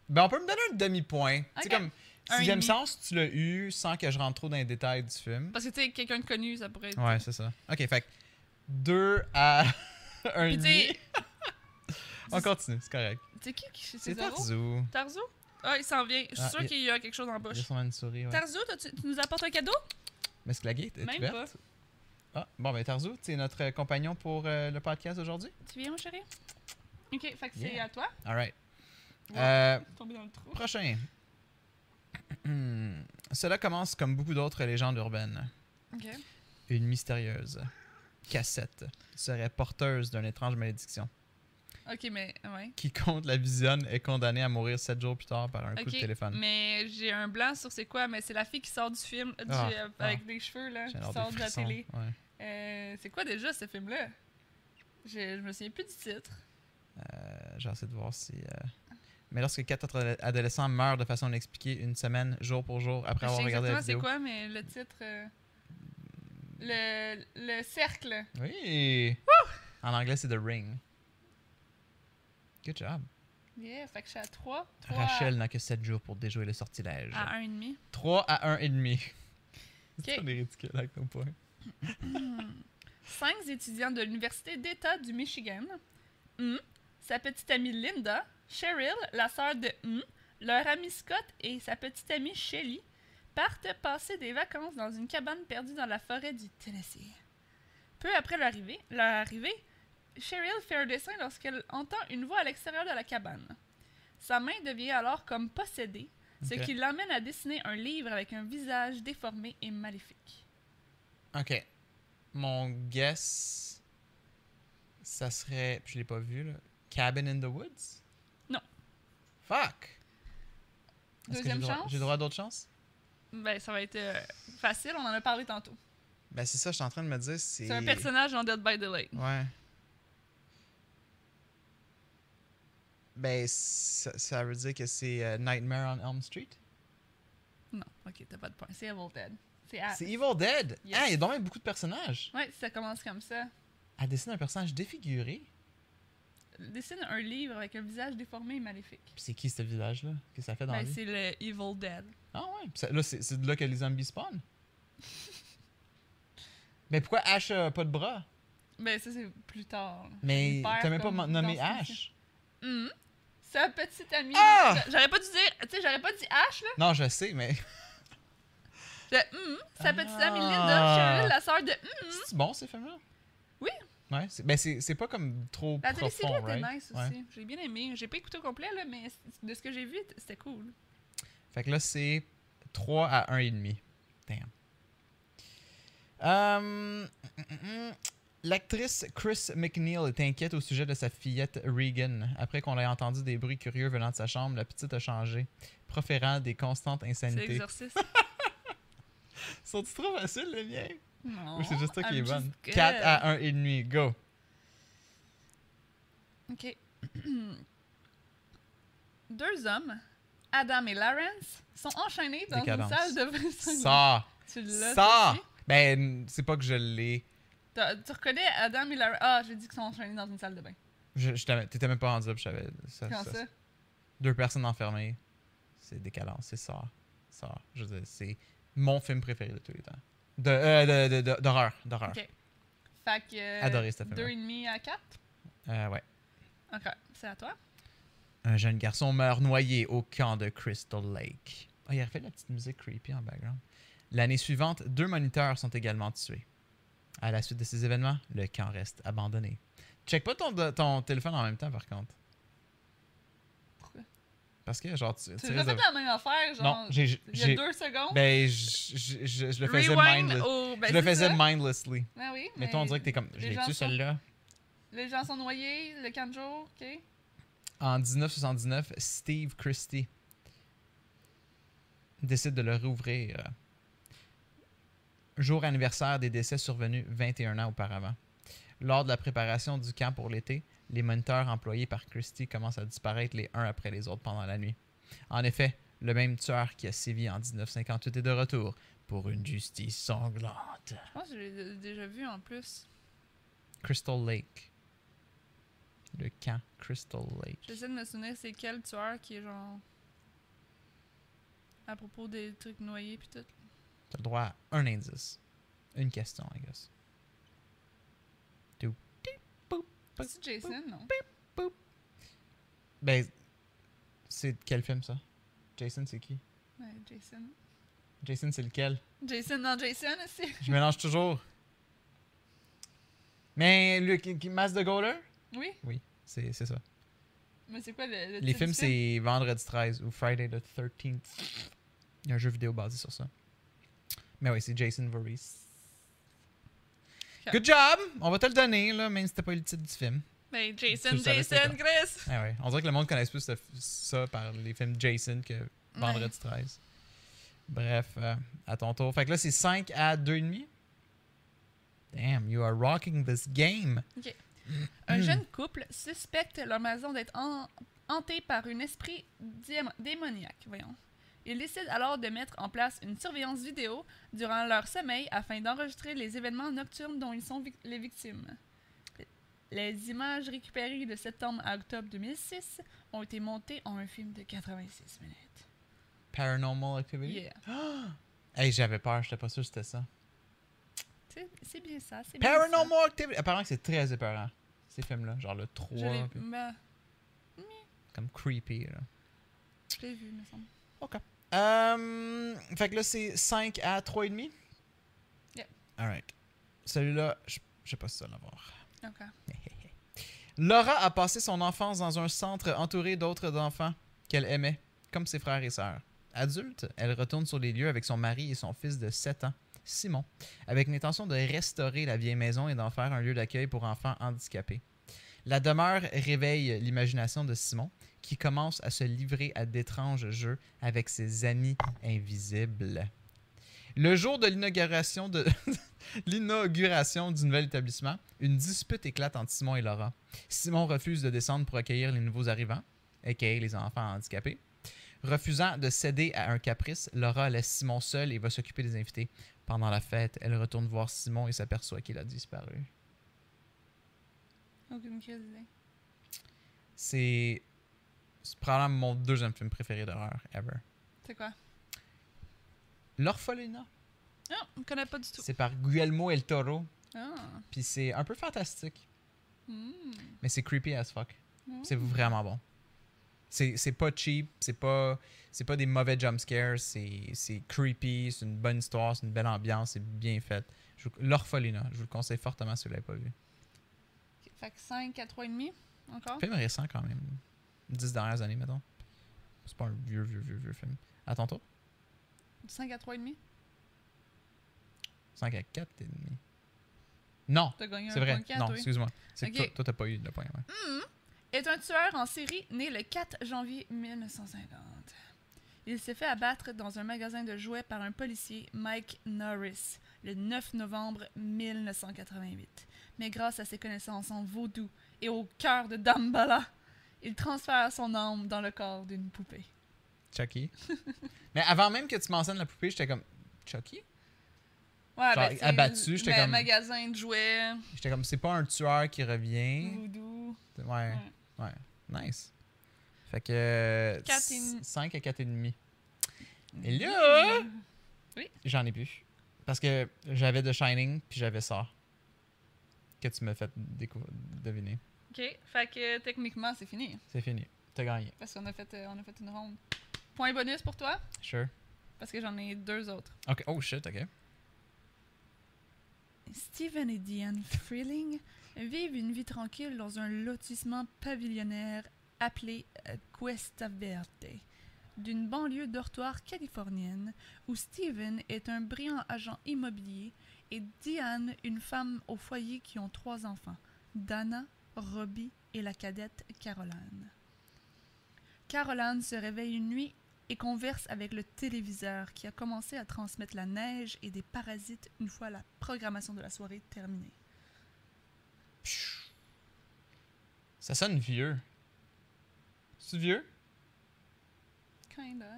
[SPEAKER 1] Ben, on peut me donner un demi-point. Tu sais,
[SPEAKER 2] Ok.
[SPEAKER 1] comme
[SPEAKER 2] Un et
[SPEAKER 1] sixième
[SPEAKER 2] demi.
[SPEAKER 1] sens, tu l'as eu sans que je rentre trop dans les détails du film.
[SPEAKER 2] Parce que, tu sais, quelqu'un de connu, ça pourrait être.
[SPEAKER 1] Ouais, c'est ça. Ok, fait que 2 à (laughs) 1
[SPEAKER 2] Puis, tu sais,
[SPEAKER 1] On continue, c'est correct.
[SPEAKER 2] tu sais, qui qui- C'est
[SPEAKER 1] C'est
[SPEAKER 2] Tarzo
[SPEAKER 1] Tarzou.
[SPEAKER 2] Tarzo Ah, il s'en vient. Je suis
[SPEAKER 1] Ah,
[SPEAKER 2] sûre
[SPEAKER 1] il-
[SPEAKER 2] qu'il y a quelque chose en
[SPEAKER 1] Il a
[SPEAKER 2] bouche.
[SPEAKER 1] sûrement une souris, ouais.
[SPEAKER 2] Tarzo, t'as- tu tu nous apportes un cadeau
[SPEAKER 1] Mais est-ce que la gate est
[SPEAKER 2] Même
[SPEAKER 1] ouverte?
[SPEAKER 2] pas.
[SPEAKER 1] Ah, bon, ben Tarzou, tu es notre euh, compagnon pour euh, le podcast aujourd'hui.
[SPEAKER 2] Tu viens, mon chéri Ok, fait que c'est
[SPEAKER 1] Yeah.
[SPEAKER 2] à toi.
[SPEAKER 1] All right.
[SPEAKER 2] Ouais.
[SPEAKER 1] Euh,
[SPEAKER 2] Tomber dans le trou.
[SPEAKER 1] prochain. (clears throat) Hmm. Cela commence comme beaucoup d'autres légendes urbaines.
[SPEAKER 2] Ok.
[SPEAKER 1] Une mystérieuse cassette serait porteuse d'une étrange malédiction.
[SPEAKER 2] Ok, mais. Ouais.
[SPEAKER 1] Quiconque la visionne est condamné à mourir sept jours plus tard par un coup
[SPEAKER 2] Ok,
[SPEAKER 1] de téléphone.
[SPEAKER 2] Mais j'ai un blanc sur c'est quoi, mais c'est la fille qui sort du film euh, du-
[SPEAKER 1] Ah,
[SPEAKER 2] euh,
[SPEAKER 1] ah.
[SPEAKER 2] avec des cheveux là, qui
[SPEAKER 1] J'ai l'air
[SPEAKER 2] sort de la
[SPEAKER 1] frissons.
[SPEAKER 2] télé.
[SPEAKER 1] Ouais.
[SPEAKER 2] Euh, c'est quoi déjà ce film là je, je me souviens plus du titre.
[SPEAKER 1] Euh, J'ai essayé de voir si. euh, Mais lorsque quatre autres adole- adolescents meurent de façon inexpliquée une semaine, jour pour jour, après
[SPEAKER 2] je
[SPEAKER 1] avoir
[SPEAKER 2] sais
[SPEAKER 1] regardé la
[SPEAKER 2] exactement c'est quoi,
[SPEAKER 1] vidéo.
[SPEAKER 2] mais le titre. euh, Le, le cercle.
[SPEAKER 1] Oui! En anglais, c'est The Ring. Good job.
[SPEAKER 2] Yeah, fait que je suis à 3.
[SPEAKER 1] Rachel n'a que 7 jours pour déjouer le sortilège.
[SPEAKER 2] À 1,5.
[SPEAKER 1] 3 à (laughs) 1,5.
[SPEAKER 2] Ah. Ok.
[SPEAKER 1] On est ridicule avec nos points.
[SPEAKER 2] Cinq étudiants de l'Université d'État du Michigan, M, sa petite amie Linda, Cheryl, la sœur de M, leur ami Scott et sa petite amie Shelly partent passer des vacances dans une cabane perdue dans la forêt du Tennessee. Peu après leur arrivée, leur arrivée Cheryl fait un dessin lorsqu'elle entend une voix à l'extérieur de la cabane. Sa main devient alors comme possédée, ce
[SPEAKER 1] Ok.
[SPEAKER 2] qui l'amène à dessiner un livre avec un visage déformé et maléfique.
[SPEAKER 1] Ok. Mon guess, ça serait. Puis je l'ai pas vu, là. Cabin in the Woods?
[SPEAKER 2] Non.
[SPEAKER 1] Fuck! Est-ce que j'ai
[SPEAKER 2] Deuxième
[SPEAKER 1] droit-
[SPEAKER 2] chance?
[SPEAKER 1] J'ai droit à d'autres chances?
[SPEAKER 2] Ben, ça va être euh, facile, on en a parlé tantôt.
[SPEAKER 1] Ben, c'est ça, je suis en train de me dire. C'est
[SPEAKER 2] C'est un personnage dans Dead by the Lake.
[SPEAKER 1] Ouais. Ben, ça, ça veut dire que c'est euh, Nightmare on Elm Street?
[SPEAKER 2] Non, ok, t'as pas de point. C'est Evil Dead. C'est à...
[SPEAKER 1] C'est Evil Dead!
[SPEAKER 2] Ah. Yes.
[SPEAKER 1] Ah, il y a donc même beaucoup de personnages!
[SPEAKER 2] Ouais, ça commence comme ça.
[SPEAKER 1] Elle dessine un personnage défiguré.
[SPEAKER 2] Dessine un livre avec un visage déformé et maléfique.
[SPEAKER 1] Puis c'est qui ce village-là? Qu'est-ce que ça fait dans
[SPEAKER 2] Ben,
[SPEAKER 1] la vie?
[SPEAKER 2] c'est le Evil Dead.
[SPEAKER 1] Ah ouais, pis ça- là, c'est c'est de là que les zombies spawnent. (laughs) Mais pourquoi Ash a pas de bras?
[SPEAKER 2] Ben, ça, c'est plus tard. là.
[SPEAKER 1] Mais
[SPEAKER 2] Il perd
[SPEAKER 1] t'as même pas
[SPEAKER 2] comme
[SPEAKER 1] mon- nommé
[SPEAKER 2] dans ce
[SPEAKER 1] Ash?
[SPEAKER 2] (laughs) Hum. Sa petite amie.
[SPEAKER 1] Ah!
[SPEAKER 2] J'a- J'aurais pas dû dire. Tu sais, j'aurais pas dit H, là.
[SPEAKER 1] Non, je sais, mais
[SPEAKER 2] J'ai- hum, Sa petite amie
[SPEAKER 1] Ah!
[SPEAKER 2] Linda, Cheryl, la sœur de. hum.
[SPEAKER 1] (laughs) c'est bon ces films-là?
[SPEAKER 2] Oui.
[SPEAKER 1] Ouais, c'est- ben c'est c'est pas comme trop
[SPEAKER 2] La télésérie
[SPEAKER 1] profond,
[SPEAKER 2] était
[SPEAKER 1] right?
[SPEAKER 2] nice aussi.
[SPEAKER 1] Ouais.
[SPEAKER 2] J'ai bien aimé. J'ai pas écouté au complet, là, mais c- de ce que j'ai vu, t- c'était cool.
[SPEAKER 1] Fait que là, c'est 3 à 1,5. Damn. Hum, mm, mm, mm. L'actrice Chris McNeil est inquiète au sujet de sa fillette Regan. Après qu'on ait entendu des bruits curieux venant de sa chambre, la petite a changé, proférant des constantes
[SPEAKER 2] C'est
[SPEAKER 1] insanités.
[SPEAKER 2] l'exorciste.
[SPEAKER 1] Sont-ils trop faciles, les miens?
[SPEAKER 2] Non.
[SPEAKER 1] Ou c'est juste toi qui
[SPEAKER 2] Oh, I'm
[SPEAKER 1] est bonne?
[SPEAKER 2] just good.
[SPEAKER 1] 4 à 1,5,
[SPEAKER 2] (laughs)
[SPEAKER 1] go!
[SPEAKER 2] OK. (clears throat) Deux hommes, Adam et Lawrence, sont enchaînés dans
[SPEAKER 1] Décadence.
[SPEAKER 2] une (laughs) salle de prison.
[SPEAKER 1] Ça!
[SPEAKER 2] Tu l'as.
[SPEAKER 1] Ça!
[SPEAKER 2] toi aussi?
[SPEAKER 1] Ben, c'est pas que je l'ai.
[SPEAKER 2] T'as- Tu reconnais Adam et Lawrence. Ah, j'ai dit qu'ils sont enchaînés dans une salle de bain.
[SPEAKER 1] Je- je t'avais- T'étais même pas rendu là, puis je savais.
[SPEAKER 2] Comment ça?
[SPEAKER 1] deux personnes enfermées, c'est décalant, c'est ça. Ça, je veux dire, c'est mon film préféré de tous les temps. De, euh, de- de- de- d'horreur, d'horreur.
[SPEAKER 2] Ok. Fait que. euh,
[SPEAKER 1] Adoré cette affaire-là.
[SPEAKER 2] Deux et demi à quatre.
[SPEAKER 1] Euh, ouais.
[SPEAKER 2] OK. C'est à toi.
[SPEAKER 1] Un jeune garçon meurt noyé au camp de Crystal Lake. Ah, il a refait de la petite musique creepy en background. L'année suivante, deux moniteurs sont également tués. À la suite de ces événements, le camp reste abandonné. Check pas ton, de- ton téléphone en même temps, par contre.
[SPEAKER 2] Pourquoi?
[SPEAKER 1] Parce que, genre, tu, tu
[SPEAKER 2] Tu refais
[SPEAKER 1] risques de-
[SPEAKER 2] la même affaire, genre.
[SPEAKER 1] Non, j'ai.
[SPEAKER 2] Il y a
[SPEAKER 1] j'ai
[SPEAKER 2] deux secondes.
[SPEAKER 1] ben, je, je- je- je le faisais
[SPEAKER 2] Rewind
[SPEAKER 1] mindless.
[SPEAKER 2] au- ben,
[SPEAKER 1] je le
[SPEAKER 2] c'est
[SPEAKER 1] faisais
[SPEAKER 2] ça.
[SPEAKER 1] mindlessly.
[SPEAKER 2] Ah oui, mais
[SPEAKER 1] Mettons, on dirait que t'es comme.
[SPEAKER 2] les
[SPEAKER 1] Je l'ai
[SPEAKER 2] gens
[SPEAKER 1] tué,
[SPEAKER 2] sont-
[SPEAKER 1] celle-là.
[SPEAKER 2] Les gens sont noyés, le camp de jour, ok.
[SPEAKER 1] En 1979, Steve Christie décide de le rouvrir. euh, jour anniversaire des décès survenus 21 ans auparavant. Lors de la préparation du camp pour l'été, les moniteurs employés par Christie commencent à disparaître les uns après les autres pendant la nuit. En effet, le même tueur qui a sévi en 1958 est de retour pour une justice sanglante.
[SPEAKER 2] Je pense que je l'ai d- déjà vu en plus.
[SPEAKER 1] Crystal Lake. Le camp Crystal Lake.
[SPEAKER 2] J'essaie de me souvenir c'est quel tueur qui est genre. À propos des trucs noyés pis tout.
[SPEAKER 1] T'as le droit à un indice. Une question, I guess. Pas-
[SPEAKER 2] C'est Jason, non?
[SPEAKER 1] Ben, c'est quel film ça? Jason, c'est qui?
[SPEAKER 2] Ouais, Jason.
[SPEAKER 1] Jason, c'est lequel?
[SPEAKER 2] Jason, non, Jason aussi.
[SPEAKER 1] Je mélange toujours. Mais le qui- qui- Masse de Goaler?
[SPEAKER 2] Oui,
[SPEAKER 1] Oui, c'est c'est ça.
[SPEAKER 2] mais c'est quoi le. le
[SPEAKER 1] Les
[SPEAKER 2] titre
[SPEAKER 1] films,
[SPEAKER 2] du film?
[SPEAKER 1] c'est Vendredi 13 ou Friday the 13th. Il y a un jeu vidéo basé sur ça. Mais oui, c'est Jason Voorhees.
[SPEAKER 2] Ok.
[SPEAKER 1] Good job! On va te le donner, là, même si c'était pas le titre du film.
[SPEAKER 2] Ben,
[SPEAKER 1] Tu
[SPEAKER 2] Jason,
[SPEAKER 1] le savais, c'est
[SPEAKER 2] Jason, Chris!
[SPEAKER 1] Ah ouais. On dirait que le monde connaisse plus ce- ça par les films Jason que Vendredi 13. Bref, euh, à ton tour. Fait que là, c'est 5 à 2,5. Damn, you are rocking this game.
[SPEAKER 2] Un jeune couple suspecte leur maison d'être han- hantée par un esprit diam- démoniaque, voyons. Ils décident alors de mettre en place une surveillance vidéo durant leur sommeil afin d'enregistrer les événements nocturnes dont ils sont vic- les victimes. Les images récupérées de septembre à octobre 2006 ont été montées en un film de 86 minutes.
[SPEAKER 1] Paranormal Activity.
[SPEAKER 2] Yeah.
[SPEAKER 1] (gasps) Hey, j'avais peur, j'étais pas sûr que c'était ça.
[SPEAKER 2] C'est- C'est bien ça, c'est Eh bien ça.
[SPEAKER 1] Paranormal Activity. Apparemment que c'est très épeurant, ces films-là. Genre le 3,
[SPEAKER 2] Je l'ai
[SPEAKER 1] puis
[SPEAKER 2] ben,
[SPEAKER 1] comme creepy. Là.
[SPEAKER 2] je l'ai vu, me semble.
[SPEAKER 1] Euh, fait que là, c'est 5 à 3,5.
[SPEAKER 2] Yep.
[SPEAKER 1] Alright. Celui-là, je je sais pas si tu vas l'avoir.
[SPEAKER 2] Ok.
[SPEAKER 1] Laura a passé son enfance dans un centre entouré d'autres enfants qu'elle aimait, comme ses frères et sœurs. Adulte, elle retourne sur les lieux avec son mari et son fils de 7 ans, Simon, avec l'intention de restaurer la vieille maison et d'en faire un lieu d'accueil pour enfants handicapés. La demeure réveille l'imagination de Simon, qui commence à se livrer à d'étranges jeux avec ses amis invisibles. Le jour de l'inauguration de (laughs) l'inauguration du nouvel établissement, une dispute éclate entre Simon et Laura. Simon refuse de descendre pour accueillir les nouveaux arrivants, accueillir les enfants handicapés. Refusant de céder à un caprice, Laura laisse Simon seul et va s'occuper des invités. Pendant la fête, elle retourne voir Simon et s'aperçoit qu'il a disparu.
[SPEAKER 2] Aucune crise d'idée.
[SPEAKER 1] C'est c'est probablement mon deuxième film préféré d'horreur ever.
[SPEAKER 2] C'est quoi?
[SPEAKER 1] L'orphelinat,
[SPEAKER 2] Non, on connaît pas du tout.
[SPEAKER 1] c'est par Guillermo El Toro,
[SPEAKER 2] Ah.
[SPEAKER 1] puis c'est un peu fantastique,
[SPEAKER 2] Hmm.
[SPEAKER 1] mais c'est creepy as fuck.
[SPEAKER 2] Hmm.
[SPEAKER 1] C'est vraiment bon. C'est c'est pas cheap, c'est pas c'est pas des mauvais jumpscares, c'est c'est creepy, c'est une bonne histoire, c'est une belle ambiance, c'est bien fait. Je vous- L'orphelinat, je vous le conseille fortement si vous l'avez pas vu.
[SPEAKER 2] Fait que 5 à 3,5 encore.
[SPEAKER 1] Film récent quand même. 10 dernières années, mettons. C'est pas un vieux, vieux, vieux, vieux film. À ton tour.
[SPEAKER 2] 5 à 3,5.
[SPEAKER 1] 5 à 4 et demi. Non,
[SPEAKER 2] T'as gagné
[SPEAKER 1] c'est vrai.
[SPEAKER 2] 1,4.
[SPEAKER 1] non,
[SPEAKER 2] oui.
[SPEAKER 1] excuse-moi. C'est
[SPEAKER 2] Ok.
[SPEAKER 1] que toi- toi, t'as pas eu de point. ouais.
[SPEAKER 2] Hmm. Est un tueur en série né le 4 janvier 1950. Il s'est fait abattre dans un magasin de jouets par un policier, Mike Norris, le 9 novembre 1988. Mais grâce à ses connaissances en vaudou et au cœur de Dambala, il transfère son âme dans le corps d'une poupée.
[SPEAKER 1] Chucky. (laughs) Mais avant même que tu mentionnes la poupée, j'étais comme. Chucky?
[SPEAKER 2] Ouais,
[SPEAKER 1] Genre,
[SPEAKER 2] ben, c'est-
[SPEAKER 1] abattu, j'étais
[SPEAKER 2] ben,
[SPEAKER 1] comme- Hein?
[SPEAKER 2] magasin de jouets,
[SPEAKER 1] J'étais comme, c'est pas un tueur qui revient.
[SPEAKER 2] voodoo.
[SPEAKER 1] Ouais.
[SPEAKER 2] Mm. Ouais.
[SPEAKER 1] Ouais. Nice. Fait que.
[SPEAKER 2] Quatre et demi. Mm-hmm.
[SPEAKER 1] 5 à 4,5. Et là.
[SPEAKER 2] Oui.
[SPEAKER 1] J'en ai plus. Parce que j'avais The Shining, puis j'avais ça. Que tu m'as fait décou- deviner.
[SPEAKER 2] Ok, fait que techniquement, c'est fini.
[SPEAKER 1] C'est fini. T'as gagné.
[SPEAKER 2] Parce qu'on a fait, euh, on a fait une ronde. Point bonus pour toi,
[SPEAKER 1] Sure.
[SPEAKER 2] parce que j'en ai deux autres.
[SPEAKER 1] Ok. Oh shit, ok.
[SPEAKER 2] Steven et Diane Freeling vivent une vie tranquille dans un lotissement pavillonnaire appelé euh, Cuesta Verde, d'une banlieue dortoir californienne où Steven est un brillant agent immobilier et Diane une femme au foyer qui ont trois enfants, Dana, Robbie et la cadette Caroline. Caroline se réveille une nuit et converse avec le téléviseur qui a commencé à transmettre la neige et des parasites une fois la programmation de la soirée terminée.
[SPEAKER 1] Ça sonne vieux. C'est vieux?
[SPEAKER 2] Kinda.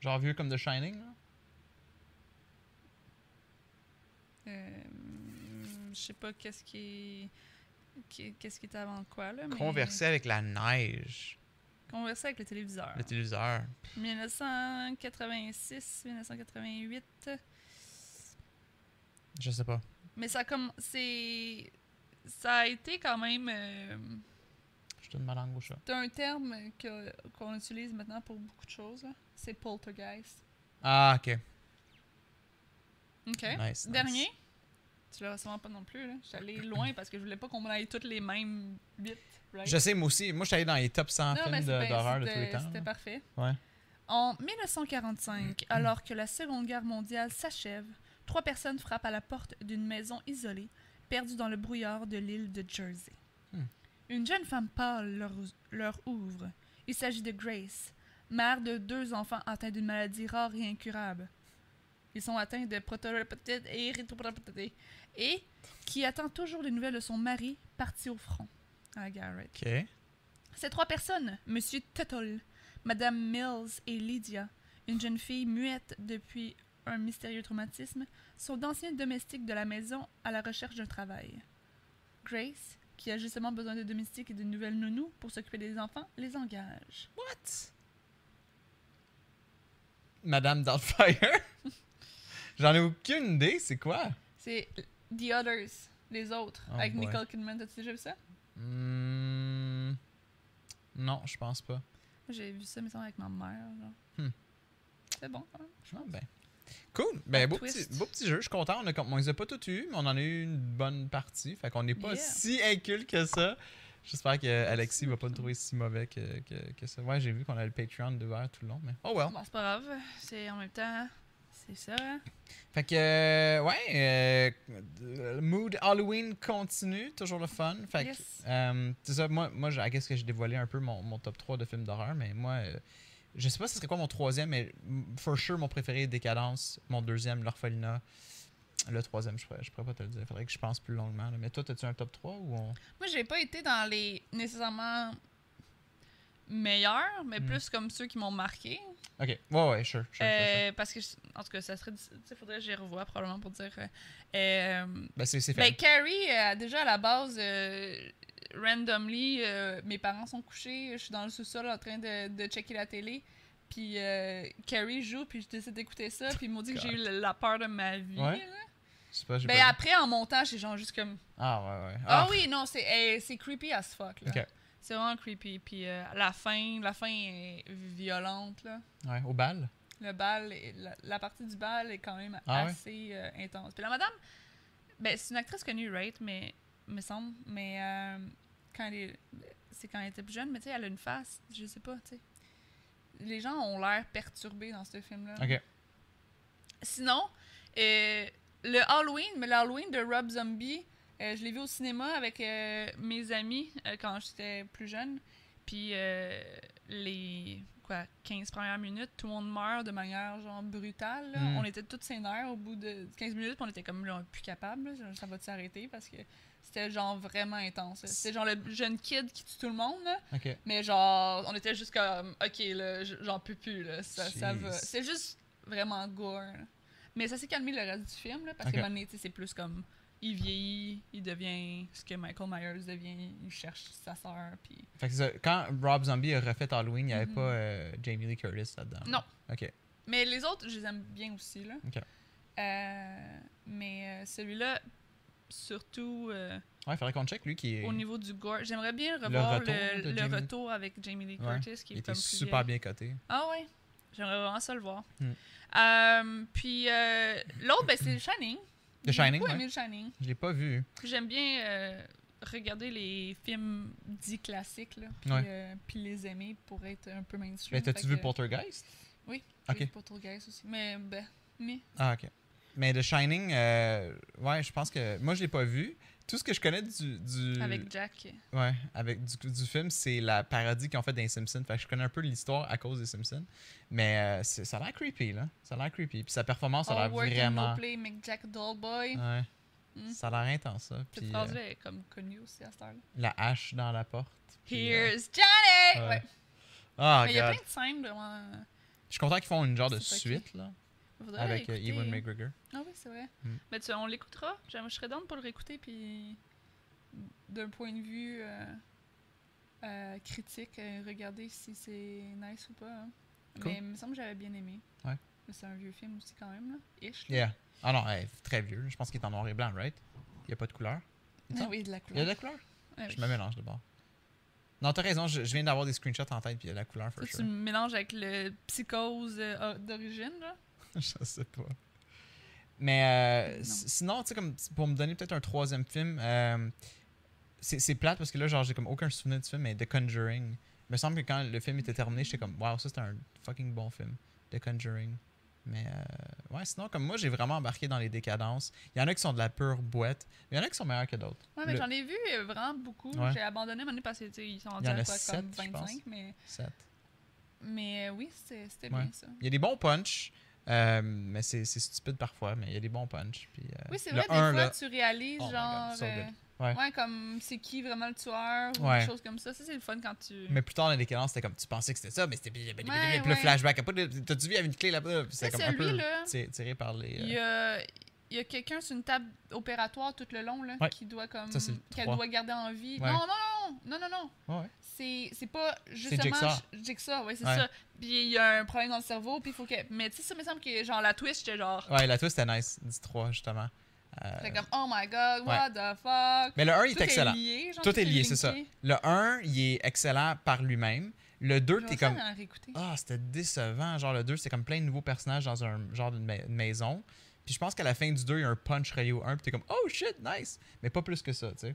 [SPEAKER 1] Genre vieux comme The Shining, là?
[SPEAKER 2] Euh, je sais pas qu'est-ce qui qui- qu'est-ce qui était avant quoi là. mais-
[SPEAKER 1] Converser avec la neige.
[SPEAKER 2] Converser avec le téléviseur.
[SPEAKER 1] Le téléviseur.
[SPEAKER 2] 1986, 1988.
[SPEAKER 1] Je sais pas.
[SPEAKER 2] Mais ça comme c'est ça a été quand même euh,
[SPEAKER 1] Je donne ma langue au chat.
[SPEAKER 2] c'est un terme que- qu'on utilise maintenant pour beaucoup de choses. là. C'est poltergeist.
[SPEAKER 1] Ah, ok.
[SPEAKER 2] OK.
[SPEAKER 1] Nice, nice.
[SPEAKER 2] Dernier. Tu l'auras sûrement pas non plus là. J'allais loin parce que je voulais pas qu'on aille toutes les mêmes vite, right?
[SPEAKER 1] Je sais, moi aussi. Moi, je suis allé dans les top 100
[SPEAKER 2] Non, mais
[SPEAKER 1] films
[SPEAKER 2] c'est
[SPEAKER 1] de-
[SPEAKER 2] bien,
[SPEAKER 1] d'horreur de, tous
[SPEAKER 2] c'était-
[SPEAKER 1] les temps.
[SPEAKER 2] C'était
[SPEAKER 1] là.
[SPEAKER 2] parfait.
[SPEAKER 1] Ouais.
[SPEAKER 2] En 1945, alors que la Seconde Guerre mondiale s'achève, trois personnes frappent à la porte d'une maison isolée, perdue dans le brouillard de l'île de Jersey.
[SPEAKER 1] Hmm.
[SPEAKER 2] Une jeune femme pâle leur, leur ouvre. Il s'agit de Grace, mère de deux enfants atteints d'une maladie rare et incurable. Ils sont atteints de protoleptite et érythropoïétine et qui attend toujours des nouvelles de son mari parti au front. Ah, Garrett.
[SPEAKER 1] Ok.
[SPEAKER 2] Ces trois personnes, Monsieur Tuttle, Madame Mills et Lydia, une jeune fille muette depuis un mystérieux traumatisme, sont d'anciens domestiques de la maison à la recherche d'un travail. Grace, qui a justement besoin de domestiques et de nouvelles nounous pour s'occuper des enfants, les engage.
[SPEAKER 1] What? Madame Doubtfire? (laughs) J'en ai aucune idée, c'est quoi?
[SPEAKER 2] C'est The Others, les autres,
[SPEAKER 1] Oh
[SPEAKER 2] avec
[SPEAKER 1] boy.
[SPEAKER 2] Nicole Kidman. T'as-tu déjà vu ça?
[SPEAKER 1] Hmm, Non, je pense pas.
[SPEAKER 2] J'ai vu ça, mais ça avec ma mère. genre.
[SPEAKER 1] Hmm.
[SPEAKER 2] C'est bon, hein? quand même.
[SPEAKER 1] Ah, ben. Cool. Ben, beau petit,
[SPEAKER 2] twist.
[SPEAKER 1] beau petit jeu. Je suis content. On, a, com- on les a pas tous eu, mais on en a eu une bonne partie. Fait qu'on n'est pas
[SPEAKER 2] Yeah.
[SPEAKER 1] si incul que ça. J'espère que Alexis va pas le trouver si mauvais que, que, que ça. Ouais, j'ai vu qu'on a le Patreon d'ouvert tout le long, mais oh well.
[SPEAKER 2] Bon, c'est pas grave. C'est en même temps, c'est ça. hein.
[SPEAKER 1] Fait que, euh, ouais, euh, le mood Halloween continue, toujours le fun. Fait que,
[SPEAKER 2] Yes.
[SPEAKER 1] euh, c'est ça, moi, moi je guess que j'ai dévoilé un peu mon, mon top 3 de films d'horreur, mais moi, euh, je sais pas ce serait quoi mon troisième, mais mm, for sure, mon préféré est Décadence, mon deuxième, L'Orphelinat. Le troisième, je pourrais, je pourrais pas te le dire, faudrait que je pense plus longuement. là. Mais toi, as-tu un top 3 ou on.
[SPEAKER 2] Moi, j'ai pas été dans les nécessairement meilleurs, mais
[SPEAKER 1] Mm.
[SPEAKER 2] plus comme ceux qui m'ont marqué.
[SPEAKER 1] Ok, ouais, ouais, sure, sure, sure, sure.
[SPEAKER 2] Euh, parce que, je- en tout cas, ça serait. difficile. Tu sais, faudrait que j'y revoie probablement pour dire. euh, euh,
[SPEAKER 1] Ben, c'est c'est fait.
[SPEAKER 2] ben, Carrie, euh, déjà à la base, euh, randomly, euh, mes parents sont couchés, je suis dans le sous-sol en train de, de checker la télé. Puis euh, Carrie joue, puis je décide d'écouter ça, puis ils m'ont dit que j'ai eu la la peur de ma vie.
[SPEAKER 1] Ouais,
[SPEAKER 2] là.
[SPEAKER 1] Je sais pas, j'ai
[SPEAKER 2] Ben,
[SPEAKER 1] pas vu.
[SPEAKER 2] après, en montant, j'ai genre juste comme.
[SPEAKER 1] Ah, ouais, ouais.
[SPEAKER 2] Ah, oui, non, c'est eh, c'est creepy as fuck. Là.
[SPEAKER 1] Ok.
[SPEAKER 2] C'est vraiment creepy. Puis euh, la fin, la fin est violente là.
[SPEAKER 1] Ouais, au bal.
[SPEAKER 2] Le bal, est- la, la partie du bal est quand même
[SPEAKER 1] Ah ouais?
[SPEAKER 2] assez euh, intense. Puis la madame, ben c'est une actrice connue, right? Mais me semble, mais euh, quand elle est- c'est quand elle était plus jeune, mais tu sais, elle a une face, je sais pas, tu sais. Les gens ont l'air perturbés dans ce film là.
[SPEAKER 1] Ok.
[SPEAKER 2] Sinon, euh, le Halloween, mais le Halloween de Rob Zombie, euh, je l'ai vu au cinéma avec euh, mes amis euh, quand j'étais plus jeune. Puis euh, les quoi, 15 premières minutes, tout le monde meurt de manière genre brutale. là.
[SPEAKER 1] Mm.
[SPEAKER 2] On était tous sénères au bout de 15 minutes, puis on était comme là, on est plus capable. là. ça va s'arrêter parce que c'était genre vraiment intense. là. C'était genre le jeune kid qui tue tout le monde. là.
[SPEAKER 1] Ok.
[SPEAKER 2] Mais genre, on était juste comme, ok, là, j- j'en peux plus, là, ça, ça
[SPEAKER 1] Jeez.
[SPEAKER 2] va. C'est juste vraiment gore. là. Mais ça s'est calmé le reste du film, là, parce
[SPEAKER 1] Ok.
[SPEAKER 2] que à un moment donné, tu sais, c'est plus comme, il vieillit, il devient ce que Michael Myers devient, il cherche sa sœur, puis...
[SPEAKER 1] Fait que c'est ça, quand Rob Zombie a refait Halloween, il n'y avait
[SPEAKER 2] Mhm.
[SPEAKER 1] pas euh, Jamie Lee Curtis là-dedans.
[SPEAKER 2] Non.
[SPEAKER 1] Ok.
[SPEAKER 2] Mais les autres, je les aime bien aussi, là.
[SPEAKER 1] Ok.
[SPEAKER 2] Euh, mais euh, celui-là, surtout euh,
[SPEAKER 1] Ouais, faudrait qu'on check lui qui est.
[SPEAKER 2] au niveau du gore, j'aimerais bien revoir le,
[SPEAKER 1] retour de
[SPEAKER 2] le
[SPEAKER 1] Jamie-
[SPEAKER 2] retour avec Jamie Lee
[SPEAKER 1] Ouais,
[SPEAKER 2] Curtis, qui
[SPEAKER 1] il
[SPEAKER 2] est
[SPEAKER 1] était
[SPEAKER 2] comme plus
[SPEAKER 1] super
[SPEAKER 2] vieille.
[SPEAKER 1] bien coté.
[SPEAKER 2] Ah ouais. J'aimerais vraiment ça le voir.
[SPEAKER 1] Hmm.
[SPEAKER 2] Euh, puis euh, l'autre, ben, c'est le Shining.
[SPEAKER 1] The Shining,
[SPEAKER 2] J'ai beaucoup
[SPEAKER 1] ouais.
[SPEAKER 2] aimé le Shining.
[SPEAKER 1] Je l'ai pas vu.
[SPEAKER 2] J'aime bien euh, regarder les films dits classiques, là, puis,
[SPEAKER 1] Ouais.
[SPEAKER 2] euh, puis les aimer pour être un peu mainstream.
[SPEAKER 1] Mais t'as-tu
[SPEAKER 2] Fait
[SPEAKER 1] vu
[SPEAKER 2] que-
[SPEAKER 1] Poltergeist?
[SPEAKER 2] Oui.
[SPEAKER 1] Ok.
[SPEAKER 2] Oui, Poltergeist aussi. Mais, ben, mais
[SPEAKER 1] Ah, ok. Mais The Shining, euh, ouais, je pense que. Moi, je l'ai pas vu. Tout ce que je connais du. du...
[SPEAKER 2] Avec Jack.
[SPEAKER 1] Ouais, avec du, du film, c'est la parodie qu'ils ont fait dans les Simpsons. Fait que je connais un peu l'histoire à cause des Simpsons. Mais euh, c'est- ça a l'air creepy, là. Ça a l'air creepy. Puis sa performance, Oh, ça a
[SPEAKER 2] All
[SPEAKER 1] l'air
[SPEAKER 2] work and no
[SPEAKER 1] vraiment.
[SPEAKER 2] Oh, play make Jack Dollboy.
[SPEAKER 1] Ouais.
[SPEAKER 2] Mm.
[SPEAKER 1] Ça a l'air intense, ça.
[SPEAKER 2] Cette
[SPEAKER 1] Puis euh,
[SPEAKER 2] phrase-là est comme connue aussi à cette heure-là.
[SPEAKER 1] la hache dans la porte. Puis, euh,
[SPEAKER 2] Here's Johnny!
[SPEAKER 1] ouais.
[SPEAKER 2] Ouais.
[SPEAKER 1] Ah,
[SPEAKER 2] Mais il y a
[SPEAKER 1] God.
[SPEAKER 2] plein de scènes vraiment.
[SPEAKER 1] Je suis content qu'ils font une genre de
[SPEAKER 2] C'est pas
[SPEAKER 1] suite, là.
[SPEAKER 2] Faudrait
[SPEAKER 1] Avec euh,
[SPEAKER 2] l'écouter.
[SPEAKER 1] Ewan McGregor.
[SPEAKER 2] Ah oui, c'est vrai.
[SPEAKER 1] Mm.
[SPEAKER 2] Mais tu, on l'écoutera. Je, je serais down pour le réécouter, puis d'un point de vue euh, euh, critique, euh, regarder si c'est nice ou pas. hein.
[SPEAKER 1] Cool.
[SPEAKER 2] Mais il me semble que j'avais bien aimé.
[SPEAKER 1] Ouais.
[SPEAKER 2] Mais c'est un vieux film aussi, quand même. Là. Ish. là.
[SPEAKER 1] Yeah. Ah non, hey, très vieux. Je pense qu'il est en noir et blanc, right? Il n'y a pas de couleur. Il est
[SPEAKER 2] Ah
[SPEAKER 1] en-
[SPEAKER 2] oui, de la
[SPEAKER 1] Il y a
[SPEAKER 2] couleur.
[SPEAKER 1] de la couleur?
[SPEAKER 2] Ah oui.
[SPEAKER 1] Je me mélange de bord. Non, t'as raison, je, je viens d'avoir des screenshots en tête, puis il y a de la couleur, for
[SPEAKER 2] Ça,
[SPEAKER 1] sure.
[SPEAKER 2] Tu me mélanges avec le psychose euh, euh, d'origine, là.
[SPEAKER 1] (laughs) je sais pas. Mais euh,
[SPEAKER 2] Non.
[SPEAKER 1] s- sinon, tu sais, comme pour me donner peut-être un troisième film, euh, c'est c'est plate parce que là, genre, j'ai comme aucun souvenir du film, mais The Conjuring. Il me semble que quand le film était terminé, j'étais comme, wow, ça c'était un fucking bon film, The Conjuring. Mais euh, ouais, sinon, comme moi, j'ai vraiment embarqué dans les décadences. Il y en a qui sont de la pure boîte, mais il y en a qui sont meilleurs que d'autres.
[SPEAKER 2] Ouais, mais
[SPEAKER 1] Le
[SPEAKER 2] j'en ai vu euh, vraiment beaucoup.
[SPEAKER 1] Ouais.
[SPEAKER 2] J'ai abandonné à un moment donné parce qu'ils sont rendus
[SPEAKER 1] en a
[SPEAKER 2] à quoi,
[SPEAKER 1] sept,
[SPEAKER 2] comme
[SPEAKER 1] je pense.
[SPEAKER 2] 25, mais,
[SPEAKER 1] set.
[SPEAKER 2] mais euh, oui, c'était c'était
[SPEAKER 1] Ouais.
[SPEAKER 2] bien ça.
[SPEAKER 1] Il y a des bons punchs, euh, mais c'est c'est stupide parfois, mais il y a des bons punchs. Puis, euh,
[SPEAKER 2] Oui, c'est
[SPEAKER 1] le
[SPEAKER 2] vrai, des
[SPEAKER 1] un,
[SPEAKER 2] fois,
[SPEAKER 1] là,
[SPEAKER 2] tu réalises,
[SPEAKER 1] Oh my God,
[SPEAKER 2] genre.
[SPEAKER 1] so
[SPEAKER 2] euh,
[SPEAKER 1] good. Ouais.
[SPEAKER 2] ouais. comme c'est qui vraiment le tueur ou
[SPEAKER 1] Ouais.
[SPEAKER 2] des choses comme ça. Ça, c'est le fun quand tu.
[SPEAKER 1] Mais plus tard, dans les cadences, c'était comme tu pensais que c'était ça, mais c'était. Puis
[SPEAKER 2] Ouais,
[SPEAKER 1] le
[SPEAKER 2] ouais.
[SPEAKER 1] flashback. après, T'as-tu vu, il y avait une clé là-bas. Puis
[SPEAKER 2] Tu sais,
[SPEAKER 1] c'était comme un peu
[SPEAKER 2] celui-là,
[SPEAKER 1] tiré, tiré par les.
[SPEAKER 2] il y
[SPEAKER 1] euh,
[SPEAKER 2] a, il y a quelqu'un sur une table opératoire tout le long, là,
[SPEAKER 1] Ouais.
[SPEAKER 2] qui doit comme.
[SPEAKER 1] Ça, c'est le
[SPEAKER 2] qu'elle
[SPEAKER 1] trois.
[SPEAKER 2] doit garder en vie.
[SPEAKER 1] Ouais.
[SPEAKER 2] Non, non, non, non, non, non.
[SPEAKER 1] ouais, ouais.
[SPEAKER 2] C'est c'est pas justement.
[SPEAKER 1] Jigsaw.
[SPEAKER 2] j- Jigsaw, ouais, c'est
[SPEAKER 1] Ouais.
[SPEAKER 2] ça. Puis il y a un problème dans le cerveau, puis il faut que. Mais tu sais, ça me semble que, genre, la twist, j'étais genre.
[SPEAKER 1] Ouais, la twist était nice, du 3, justement. Euh,
[SPEAKER 2] J'étais comme, oh my god, what the fuck.
[SPEAKER 1] mais le 1 il
[SPEAKER 2] Tout
[SPEAKER 1] est excellent.
[SPEAKER 2] lié, genre,
[SPEAKER 1] Tout est lié, c'est ça.
[SPEAKER 2] linké.
[SPEAKER 1] Le 1, il est excellent par lui-même. Le 2,
[SPEAKER 2] J'aimerais
[SPEAKER 1] t'es
[SPEAKER 2] ça hein.
[SPEAKER 1] comme.
[SPEAKER 2] en réécouter.
[SPEAKER 1] Ah, c'était décevant. Genre, le 2, c'est comme plein de nouveaux personnages dans un genre d'une ma- une maison. Puis je pense qu'à la fin du 2, il y a un punch relié au 1, puis t'es comme, oh shit, nice! Mais pas plus que ça, tu sais.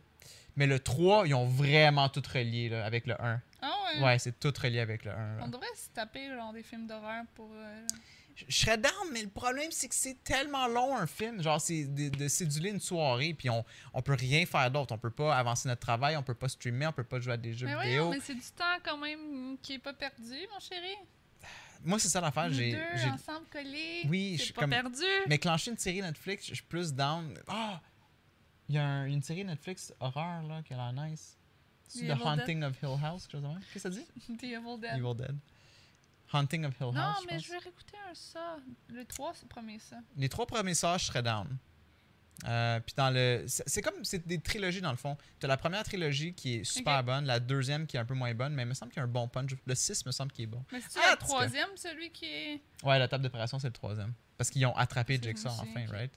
[SPEAKER 1] Mais le 3, ils ont vraiment tout relié là, avec le 1.
[SPEAKER 2] Ah ouais.
[SPEAKER 1] Ouais, c'est tout relié avec le 1. là.
[SPEAKER 2] On devrait se taper genre des films d'horreur pour. euh,
[SPEAKER 1] Je je serais down, mais le problème, c'est que c'est tellement long un film. Genre, c'est de, de céduler une soirée, puis on, on peut rien faire d'autre. On peut pas avancer notre travail, on peut pas streamer, on peut pas jouer à des jeux
[SPEAKER 2] Mais
[SPEAKER 1] vidéo.
[SPEAKER 2] voyons, mais c'est du temps quand même qui est pas perdu, mon chéri.
[SPEAKER 1] Moi, c'est ça l'affaire.
[SPEAKER 2] Nous
[SPEAKER 1] Ah, J'ai,
[SPEAKER 2] deux
[SPEAKER 1] j'ai-
[SPEAKER 2] ensemble collés.
[SPEAKER 1] Oui, je suis
[SPEAKER 2] c'est pas
[SPEAKER 1] comme-
[SPEAKER 2] perdu.
[SPEAKER 1] Mais clencher une série Netflix, je suis plus down. Ah! Il y a un- une série Netflix horreur, là, qui a l'air nice. C'est
[SPEAKER 2] The
[SPEAKER 1] The
[SPEAKER 2] Evil
[SPEAKER 1] Haunting of Hill House, quelque chose de même. Qu'est-ce que ça dit?
[SPEAKER 2] (laughs) The Evil Dead.
[SPEAKER 1] Evil Dead. Haunting of Hill
[SPEAKER 2] Non,
[SPEAKER 1] House, je
[SPEAKER 2] mais
[SPEAKER 1] pense.
[SPEAKER 2] je vais réécouter un ça. Le 3, c'est le premier ça.
[SPEAKER 1] les trois premiers sorts, je serais down. Euh, puis dans le. C'est c'est comme. C'est des trilogies dans le fond. T'as la première trilogie qui est super
[SPEAKER 2] Ok.
[SPEAKER 1] bonne, la deuxième qui est un peu moins bonne, mais il me semble qu'il y a un bon punch. Le 6 me semble qu'il est bon.
[SPEAKER 2] Mais c'est
[SPEAKER 1] Ah, en
[SPEAKER 2] le
[SPEAKER 1] tout cas.
[SPEAKER 2] troisième, celui qui est.
[SPEAKER 1] Ouais, la table de préparation, c'est le troisième. Parce qu'ils ont attrapé
[SPEAKER 2] C'est
[SPEAKER 1] Jigsaw
[SPEAKER 2] aussi,
[SPEAKER 1] enfin,
[SPEAKER 2] ok.
[SPEAKER 1] right?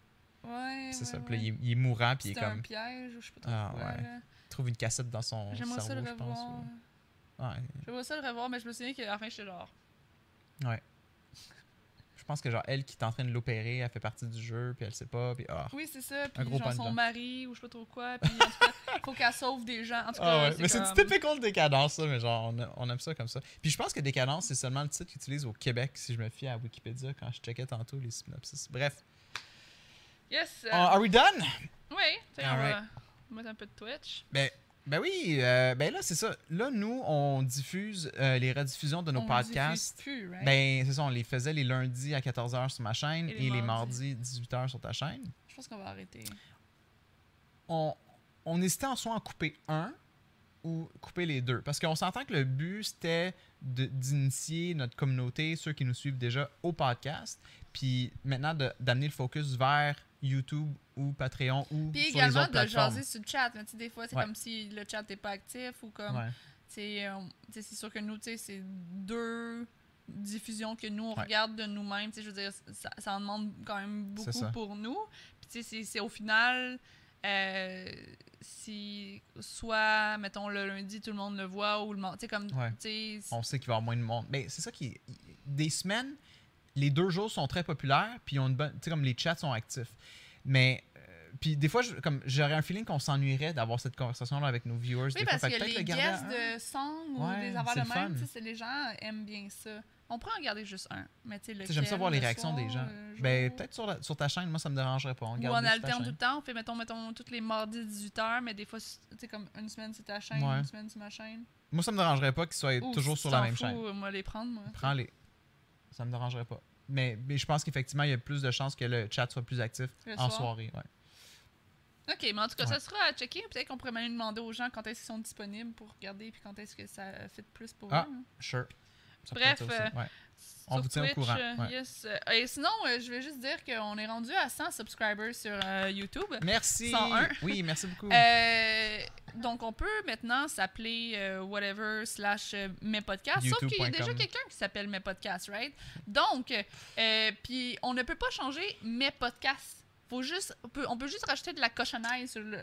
[SPEAKER 2] Ouais.
[SPEAKER 1] C'est
[SPEAKER 2] ouais,
[SPEAKER 1] ça.
[SPEAKER 2] ouais.
[SPEAKER 1] Puis là, il, est- il est mourant, puis il est
[SPEAKER 2] C'était un
[SPEAKER 1] comme.
[SPEAKER 2] piège ou je sais pas trop.
[SPEAKER 1] Ah,
[SPEAKER 2] quoi,
[SPEAKER 1] ouais.
[SPEAKER 2] là.
[SPEAKER 1] il trouve une cassette dans son
[SPEAKER 2] J'aimerais ça
[SPEAKER 1] cerveau,
[SPEAKER 2] le
[SPEAKER 1] je pense.
[SPEAKER 2] revoir.
[SPEAKER 1] ou- Ouais.
[SPEAKER 2] J'aimerais ça le revoir, mais je me souviens qu'à la fin, j'étais genre.
[SPEAKER 1] Je pense que, genre, elle qui est en train de l'opérer, elle fait partie du jeu, puis elle sait pas, puis. ah.
[SPEAKER 2] Oui, c'est ça.
[SPEAKER 1] Un
[SPEAKER 2] Puis
[SPEAKER 1] gros
[SPEAKER 2] genre
[SPEAKER 1] pan
[SPEAKER 2] son
[SPEAKER 1] dedans.
[SPEAKER 2] mari ou je sais pas trop quoi. Puis en tout cas, faut qu'elle sauve des gens. En tout
[SPEAKER 1] Ah
[SPEAKER 2] cas,
[SPEAKER 1] ouais, mais c'est
[SPEAKER 2] comme-
[SPEAKER 1] du typical décadence, ça, mais genre, on, a- on aime ça comme ça. Puis je pense que décadence, c'est seulement le titre qu'ils utilisent au Québec, si je me fie à Wikipédia quand je checkais tantôt les synopsis. Bref.
[SPEAKER 2] Yes. euh,
[SPEAKER 1] Uh, are we done?
[SPEAKER 2] Oui, tu sais, on
[SPEAKER 1] Alright.
[SPEAKER 2] va mettre un peu de Twitch.
[SPEAKER 1] Ben, ben oui, euh, ben là, c'est ça. Là, nous, on diffuse euh, les rediffusions de nos
[SPEAKER 2] On
[SPEAKER 1] podcasts.
[SPEAKER 2] diffuse Plus, right?
[SPEAKER 1] Ben, c'est ça, on les faisait les lundis à 14h sur ma chaîne et,
[SPEAKER 2] Et les
[SPEAKER 1] les
[SPEAKER 2] mardis.
[SPEAKER 1] mardis 18h sur ta chaîne.
[SPEAKER 2] Je pense qu'on va arrêter.
[SPEAKER 1] on, on hésitait en soit en couper un ou couper les deux. Parce qu'on s'entend que le but, c'était de- d'initier notre communauté, ceux qui nous suivent déjà, au podcast. Puis maintenant, de- d'amener le focus vers YouTube ou Patreon ou
[SPEAKER 2] Puis
[SPEAKER 1] sur les
[SPEAKER 2] également
[SPEAKER 1] autres
[SPEAKER 2] de
[SPEAKER 1] plateformes.
[SPEAKER 2] jaser sur le chat. Mais tu sais, des fois, c'est
[SPEAKER 1] Ouais.
[SPEAKER 2] comme si le chat n'est pas actif ou comme.
[SPEAKER 1] Ouais.
[SPEAKER 2] tu sais, euh, tu sais, c'est sûr que nous, tu sais, c'est deux diffusions que nous, on
[SPEAKER 1] Ouais.
[SPEAKER 2] regarde de nous-mêmes. Tu sais, je veux dire, ça, ça en demande quand même
[SPEAKER 1] C'est ça.
[SPEAKER 2] beaucoup pour nous. Puis, tu sais, c'est- c'est au final, euh, si soit, mettons, le lundi, tout le monde le voit ou le mardi, tu sais, comme,
[SPEAKER 1] Ouais.
[SPEAKER 2] tu sais, c'est-
[SPEAKER 1] On sait qu'il va y avoir moins de monde. Mais c'est ça qui. Des semaines, les deux jours sont très populaires, puis ils ont une bonne. Tu sais, comme les chats sont actifs. Mais. euh, Puis des fois, je- comme j'aurais un feeling qu'on s'ennuierait d'avoir cette conversation-là avec nos viewers.
[SPEAKER 2] Oui,
[SPEAKER 1] des fois.
[SPEAKER 2] parce
[SPEAKER 1] Fait
[SPEAKER 2] que
[SPEAKER 1] peut-être
[SPEAKER 2] les
[SPEAKER 1] le garder à
[SPEAKER 2] guests
[SPEAKER 1] un.
[SPEAKER 2] de sang ou
[SPEAKER 1] Ouais,
[SPEAKER 2] des
[SPEAKER 1] c'est
[SPEAKER 2] affaires
[SPEAKER 1] le
[SPEAKER 2] de même,
[SPEAKER 1] fun.
[SPEAKER 2] tu sais, c'est- les gens aiment bien ça. On pourrait en garder juste un. Mais tu sais,
[SPEAKER 1] Tu sais,
[SPEAKER 2] lequel,
[SPEAKER 1] J'aime ça voir les
[SPEAKER 2] le
[SPEAKER 1] réactions
[SPEAKER 2] soir,
[SPEAKER 1] des gens.
[SPEAKER 2] le jour.
[SPEAKER 1] Ben, peut-être sur, la- sur ta chaîne, moi, ça me dérangerait pas. On
[SPEAKER 2] euh, Ou
[SPEAKER 1] garde
[SPEAKER 2] en
[SPEAKER 1] sur ta
[SPEAKER 2] alterne
[SPEAKER 1] chaîne.
[SPEAKER 2] tout le temps. On fait, mettons, mettons, tous les mardis 18h, mais des fois, c'est- tu sais, comme une semaine c'est ta chaîne,
[SPEAKER 1] Ouais.
[SPEAKER 2] une semaine c'est ma chaîne.
[SPEAKER 1] Moi, ça me dérangerait pas qu'ils soient
[SPEAKER 2] Ou
[SPEAKER 1] toujours
[SPEAKER 2] si
[SPEAKER 1] sur
[SPEAKER 2] tu
[SPEAKER 1] la
[SPEAKER 2] t'en
[SPEAKER 1] même
[SPEAKER 2] fous,
[SPEAKER 1] chaîne.
[SPEAKER 2] euh, Moi, les prendre, moi.
[SPEAKER 1] Prends-les. Ça me dérangerait pas. Mais, mais je pense qu'effectivement, il y a plus de chances que le chat soit plus actif
[SPEAKER 2] Le
[SPEAKER 1] en
[SPEAKER 2] soir.
[SPEAKER 1] soirée. ouais.
[SPEAKER 2] Ok, mais en tout cas,
[SPEAKER 1] Ouais.
[SPEAKER 2] ça sera à checker. Peut-être qu'on pourrait même demander aux gens quand est-ce qu'ils sont disponibles pour regarder puis quand est-ce que ça euh, fit plus pour
[SPEAKER 1] Ah.
[SPEAKER 2] eux. hein.
[SPEAKER 1] Sure. Ça
[SPEAKER 2] Bref,
[SPEAKER 1] peut être ça aussi, ouais. On
[SPEAKER 2] Sur
[SPEAKER 1] vous tient au
[SPEAKER 2] Twitch,
[SPEAKER 1] courant,
[SPEAKER 2] euh,
[SPEAKER 1] ouais.
[SPEAKER 2] yes, euh, et sinon, euh, je vais juste dire qu'on est rendu à 100 subscribers sur euh, YouTube.
[SPEAKER 1] Merci.
[SPEAKER 2] 101.
[SPEAKER 1] Oui, merci beaucoup.
[SPEAKER 2] (laughs) Euh, donc, on peut maintenant s'appeler euh, whatever slash euh, mes podcasts. Sauf qu'il y a déjà
[SPEAKER 1] YouTube.com.
[SPEAKER 2] quelqu'un qui s'appelle mes podcasts, right? Donc, euh, puis on ne peut pas changer mes podcasts. Faut juste, on, peut, on peut juste rajouter de la cochonnerie sur, le,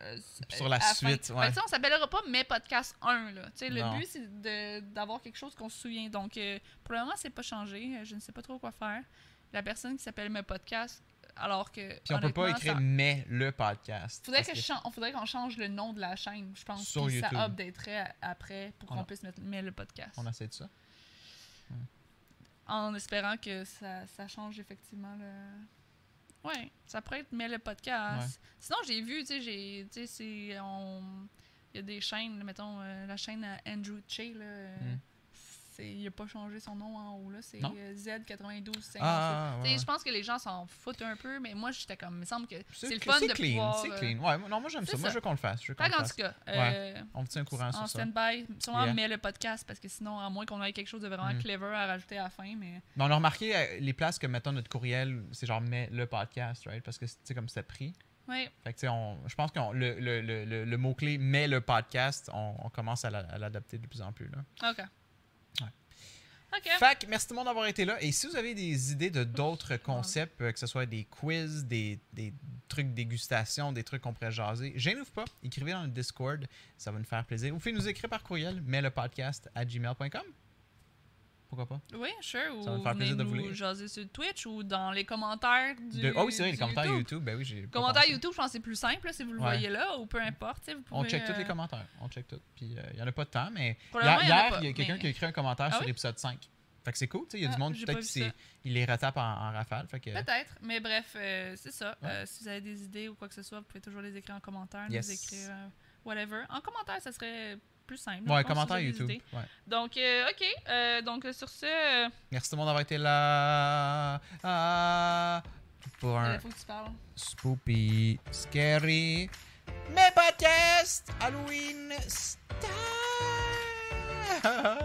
[SPEAKER 1] Sur la
[SPEAKER 2] Euh, à fin.
[SPEAKER 1] suite,
[SPEAKER 2] Fait que,
[SPEAKER 1] ouais.
[SPEAKER 2] tu sais, on s'appellera pas mes podcasts 1. Là. Tu sais, Le
[SPEAKER 1] Non.
[SPEAKER 2] but, c'est de- d'avoir quelque chose qu'on se souvient. Donc, euh, pour le moment, c'est pas changé. Euh, Je ne sais pas trop quoi faire. La personne qui s'appelle mes podcasts, alors que.
[SPEAKER 1] Puis on peut pas
[SPEAKER 2] honnêtement,
[SPEAKER 1] écrire
[SPEAKER 2] ça-
[SPEAKER 1] mais le podcast.
[SPEAKER 2] Faudrait
[SPEAKER 1] parce
[SPEAKER 2] que je chan- on faudrait qu'on change le nom de la chaîne, je pense.
[SPEAKER 1] Sur
[SPEAKER 2] puis
[SPEAKER 1] YouTube.
[SPEAKER 2] ça updaterait à- après pour
[SPEAKER 1] On
[SPEAKER 2] qu'on
[SPEAKER 1] a-
[SPEAKER 2] puisse mettre, mettre le podcast.
[SPEAKER 1] On essaie de ça.
[SPEAKER 2] En espérant que ça, ça change effectivement le. Ouais, ça pourrait être mais le podcast. Sinon, j'ai vu, tu sais, j'ai. Tu sais, c'est. on- Il y a des chaînes, mettons, euh, la chaîne à Andrew Che, là. euh,
[SPEAKER 1] Mm.
[SPEAKER 2] c'est- Il a pas changé son nom en haut, là. C'est euh,
[SPEAKER 1] Non?
[SPEAKER 2] Z92.
[SPEAKER 1] Ah, ouais, ouais.
[SPEAKER 2] Je pense que les gens s'en foutent un peu, mais moi, j'étais comme. Il me semble que c'est le
[SPEAKER 1] cl-
[SPEAKER 2] fun
[SPEAKER 1] c'est
[SPEAKER 2] de
[SPEAKER 1] clean,
[SPEAKER 2] pouvoir.
[SPEAKER 1] C'est
[SPEAKER 2] euh,
[SPEAKER 1] clean. Ouais, moi- non, moi j'aime
[SPEAKER 2] c'est
[SPEAKER 1] ça. Moi
[SPEAKER 2] ça.
[SPEAKER 1] je veux qu'on le fasse. Je veux qu'on
[SPEAKER 2] Fait
[SPEAKER 1] le
[SPEAKER 2] qu'en
[SPEAKER 1] fasse.
[SPEAKER 2] tout cas,
[SPEAKER 1] Ouais.
[SPEAKER 2] euh,
[SPEAKER 1] On vous tient au courant
[SPEAKER 2] en
[SPEAKER 1] sur ça.
[SPEAKER 2] stand-by. Sûrement,
[SPEAKER 1] Yeah.
[SPEAKER 2] on met le podcast parce que sinon, à moins qu'on ait quelque chose de vraiment
[SPEAKER 1] Mm.
[SPEAKER 2] clever à rajouter à la fin. Mais
[SPEAKER 1] Mais on a remarqué euh, les places que, mettons, notre courriel, c'est genre mais le podcast, right? Parce que c'est tu sais, comme c'était pris.
[SPEAKER 2] ouais,
[SPEAKER 1] Fait que, tu sais, on- je pense que le, le, le, le, le mot-clé mais le podcast, on, on commence à la- à l'adapter de plus en plus. Là.
[SPEAKER 2] ok.
[SPEAKER 1] Ouais.
[SPEAKER 2] Ok.
[SPEAKER 1] Fait que merci tout le monde d'avoir été là. Et si vous avez des idées de d'autres concepts, euh, que ce soit des quiz, des, des trucs dégustation, des trucs qu'on pourrait jaser, gênez-vous pas. Écrivez dans le Discord, ça va nous faire plaisir. Vous pouvez nous écrire par courriel, mais le podcast à gmail.com. Pourquoi pas?
[SPEAKER 2] oui, sure. Ou
[SPEAKER 1] Ça va me faire
[SPEAKER 2] venez
[SPEAKER 1] plaisir de vous
[SPEAKER 2] nous
[SPEAKER 1] lire.
[SPEAKER 2] jaser sur Twitch ou dans les commentaires du.
[SPEAKER 1] De- Ah oui, c'est vrai, les
[SPEAKER 2] du
[SPEAKER 1] commentaires
[SPEAKER 2] YouTube.
[SPEAKER 1] YouTube. Ben oui, j'ai pas
[SPEAKER 2] Commentaires
[SPEAKER 1] pensé.
[SPEAKER 2] YouTube, je pense que c'est plus simple là, si vous le
[SPEAKER 1] Ouais.
[SPEAKER 2] voyez là ou peu importe. tu sais, Vous pouvez,
[SPEAKER 1] On check tous les
[SPEAKER 2] euh,
[SPEAKER 1] commentaires. On check tout. Puis euh, il n'y en a pas de temps, mais
[SPEAKER 2] Pour le
[SPEAKER 1] hier,
[SPEAKER 2] moment,
[SPEAKER 1] hier,
[SPEAKER 2] en
[SPEAKER 1] il y a
[SPEAKER 2] pas,
[SPEAKER 1] quelqu'un
[SPEAKER 2] mais-
[SPEAKER 1] qui a écrit un commentaire
[SPEAKER 2] Ah
[SPEAKER 1] sur
[SPEAKER 2] oui?
[SPEAKER 1] l'épisode 5. Fait que c'est cool, tu sais. Il y a
[SPEAKER 2] Ah,
[SPEAKER 1] du monde
[SPEAKER 2] j'ai
[SPEAKER 1] peut-être
[SPEAKER 2] pas
[SPEAKER 1] qui
[SPEAKER 2] vu ça.
[SPEAKER 1] s'est- il les rattrape en, en rafale. Fait que.
[SPEAKER 2] Peut-être, mais bref, euh, c'est ça.
[SPEAKER 1] Ouais.
[SPEAKER 2] Euh, si vous avez des idées ou quoi que ce soit, vous pouvez toujours les écrire en commentaire,
[SPEAKER 1] Yes.
[SPEAKER 2] nous écrire euh, whatever. En commentaire, ça serait plus simple. je pense,
[SPEAKER 1] Ouais,
[SPEAKER 2] si vous
[SPEAKER 1] commentaire
[SPEAKER 2] avez des
[SPEAKER 1] YouTube.
[SPEAKER 2] idées.
[SPEAKER 1] Ouais.
[SPEAKER 2] Donc, euh, ok. Euh, donc, euh, sur ce, euh,
[SPEAKER 1] Merci tout le monde d'avoir été là. Ah, pour un
[SPEAKER 2] faut que tu parles.
[SPEAKER 1] spooky, scary, (laughs) mais podcast Halloween style.
[SPEAKER 2] Ah,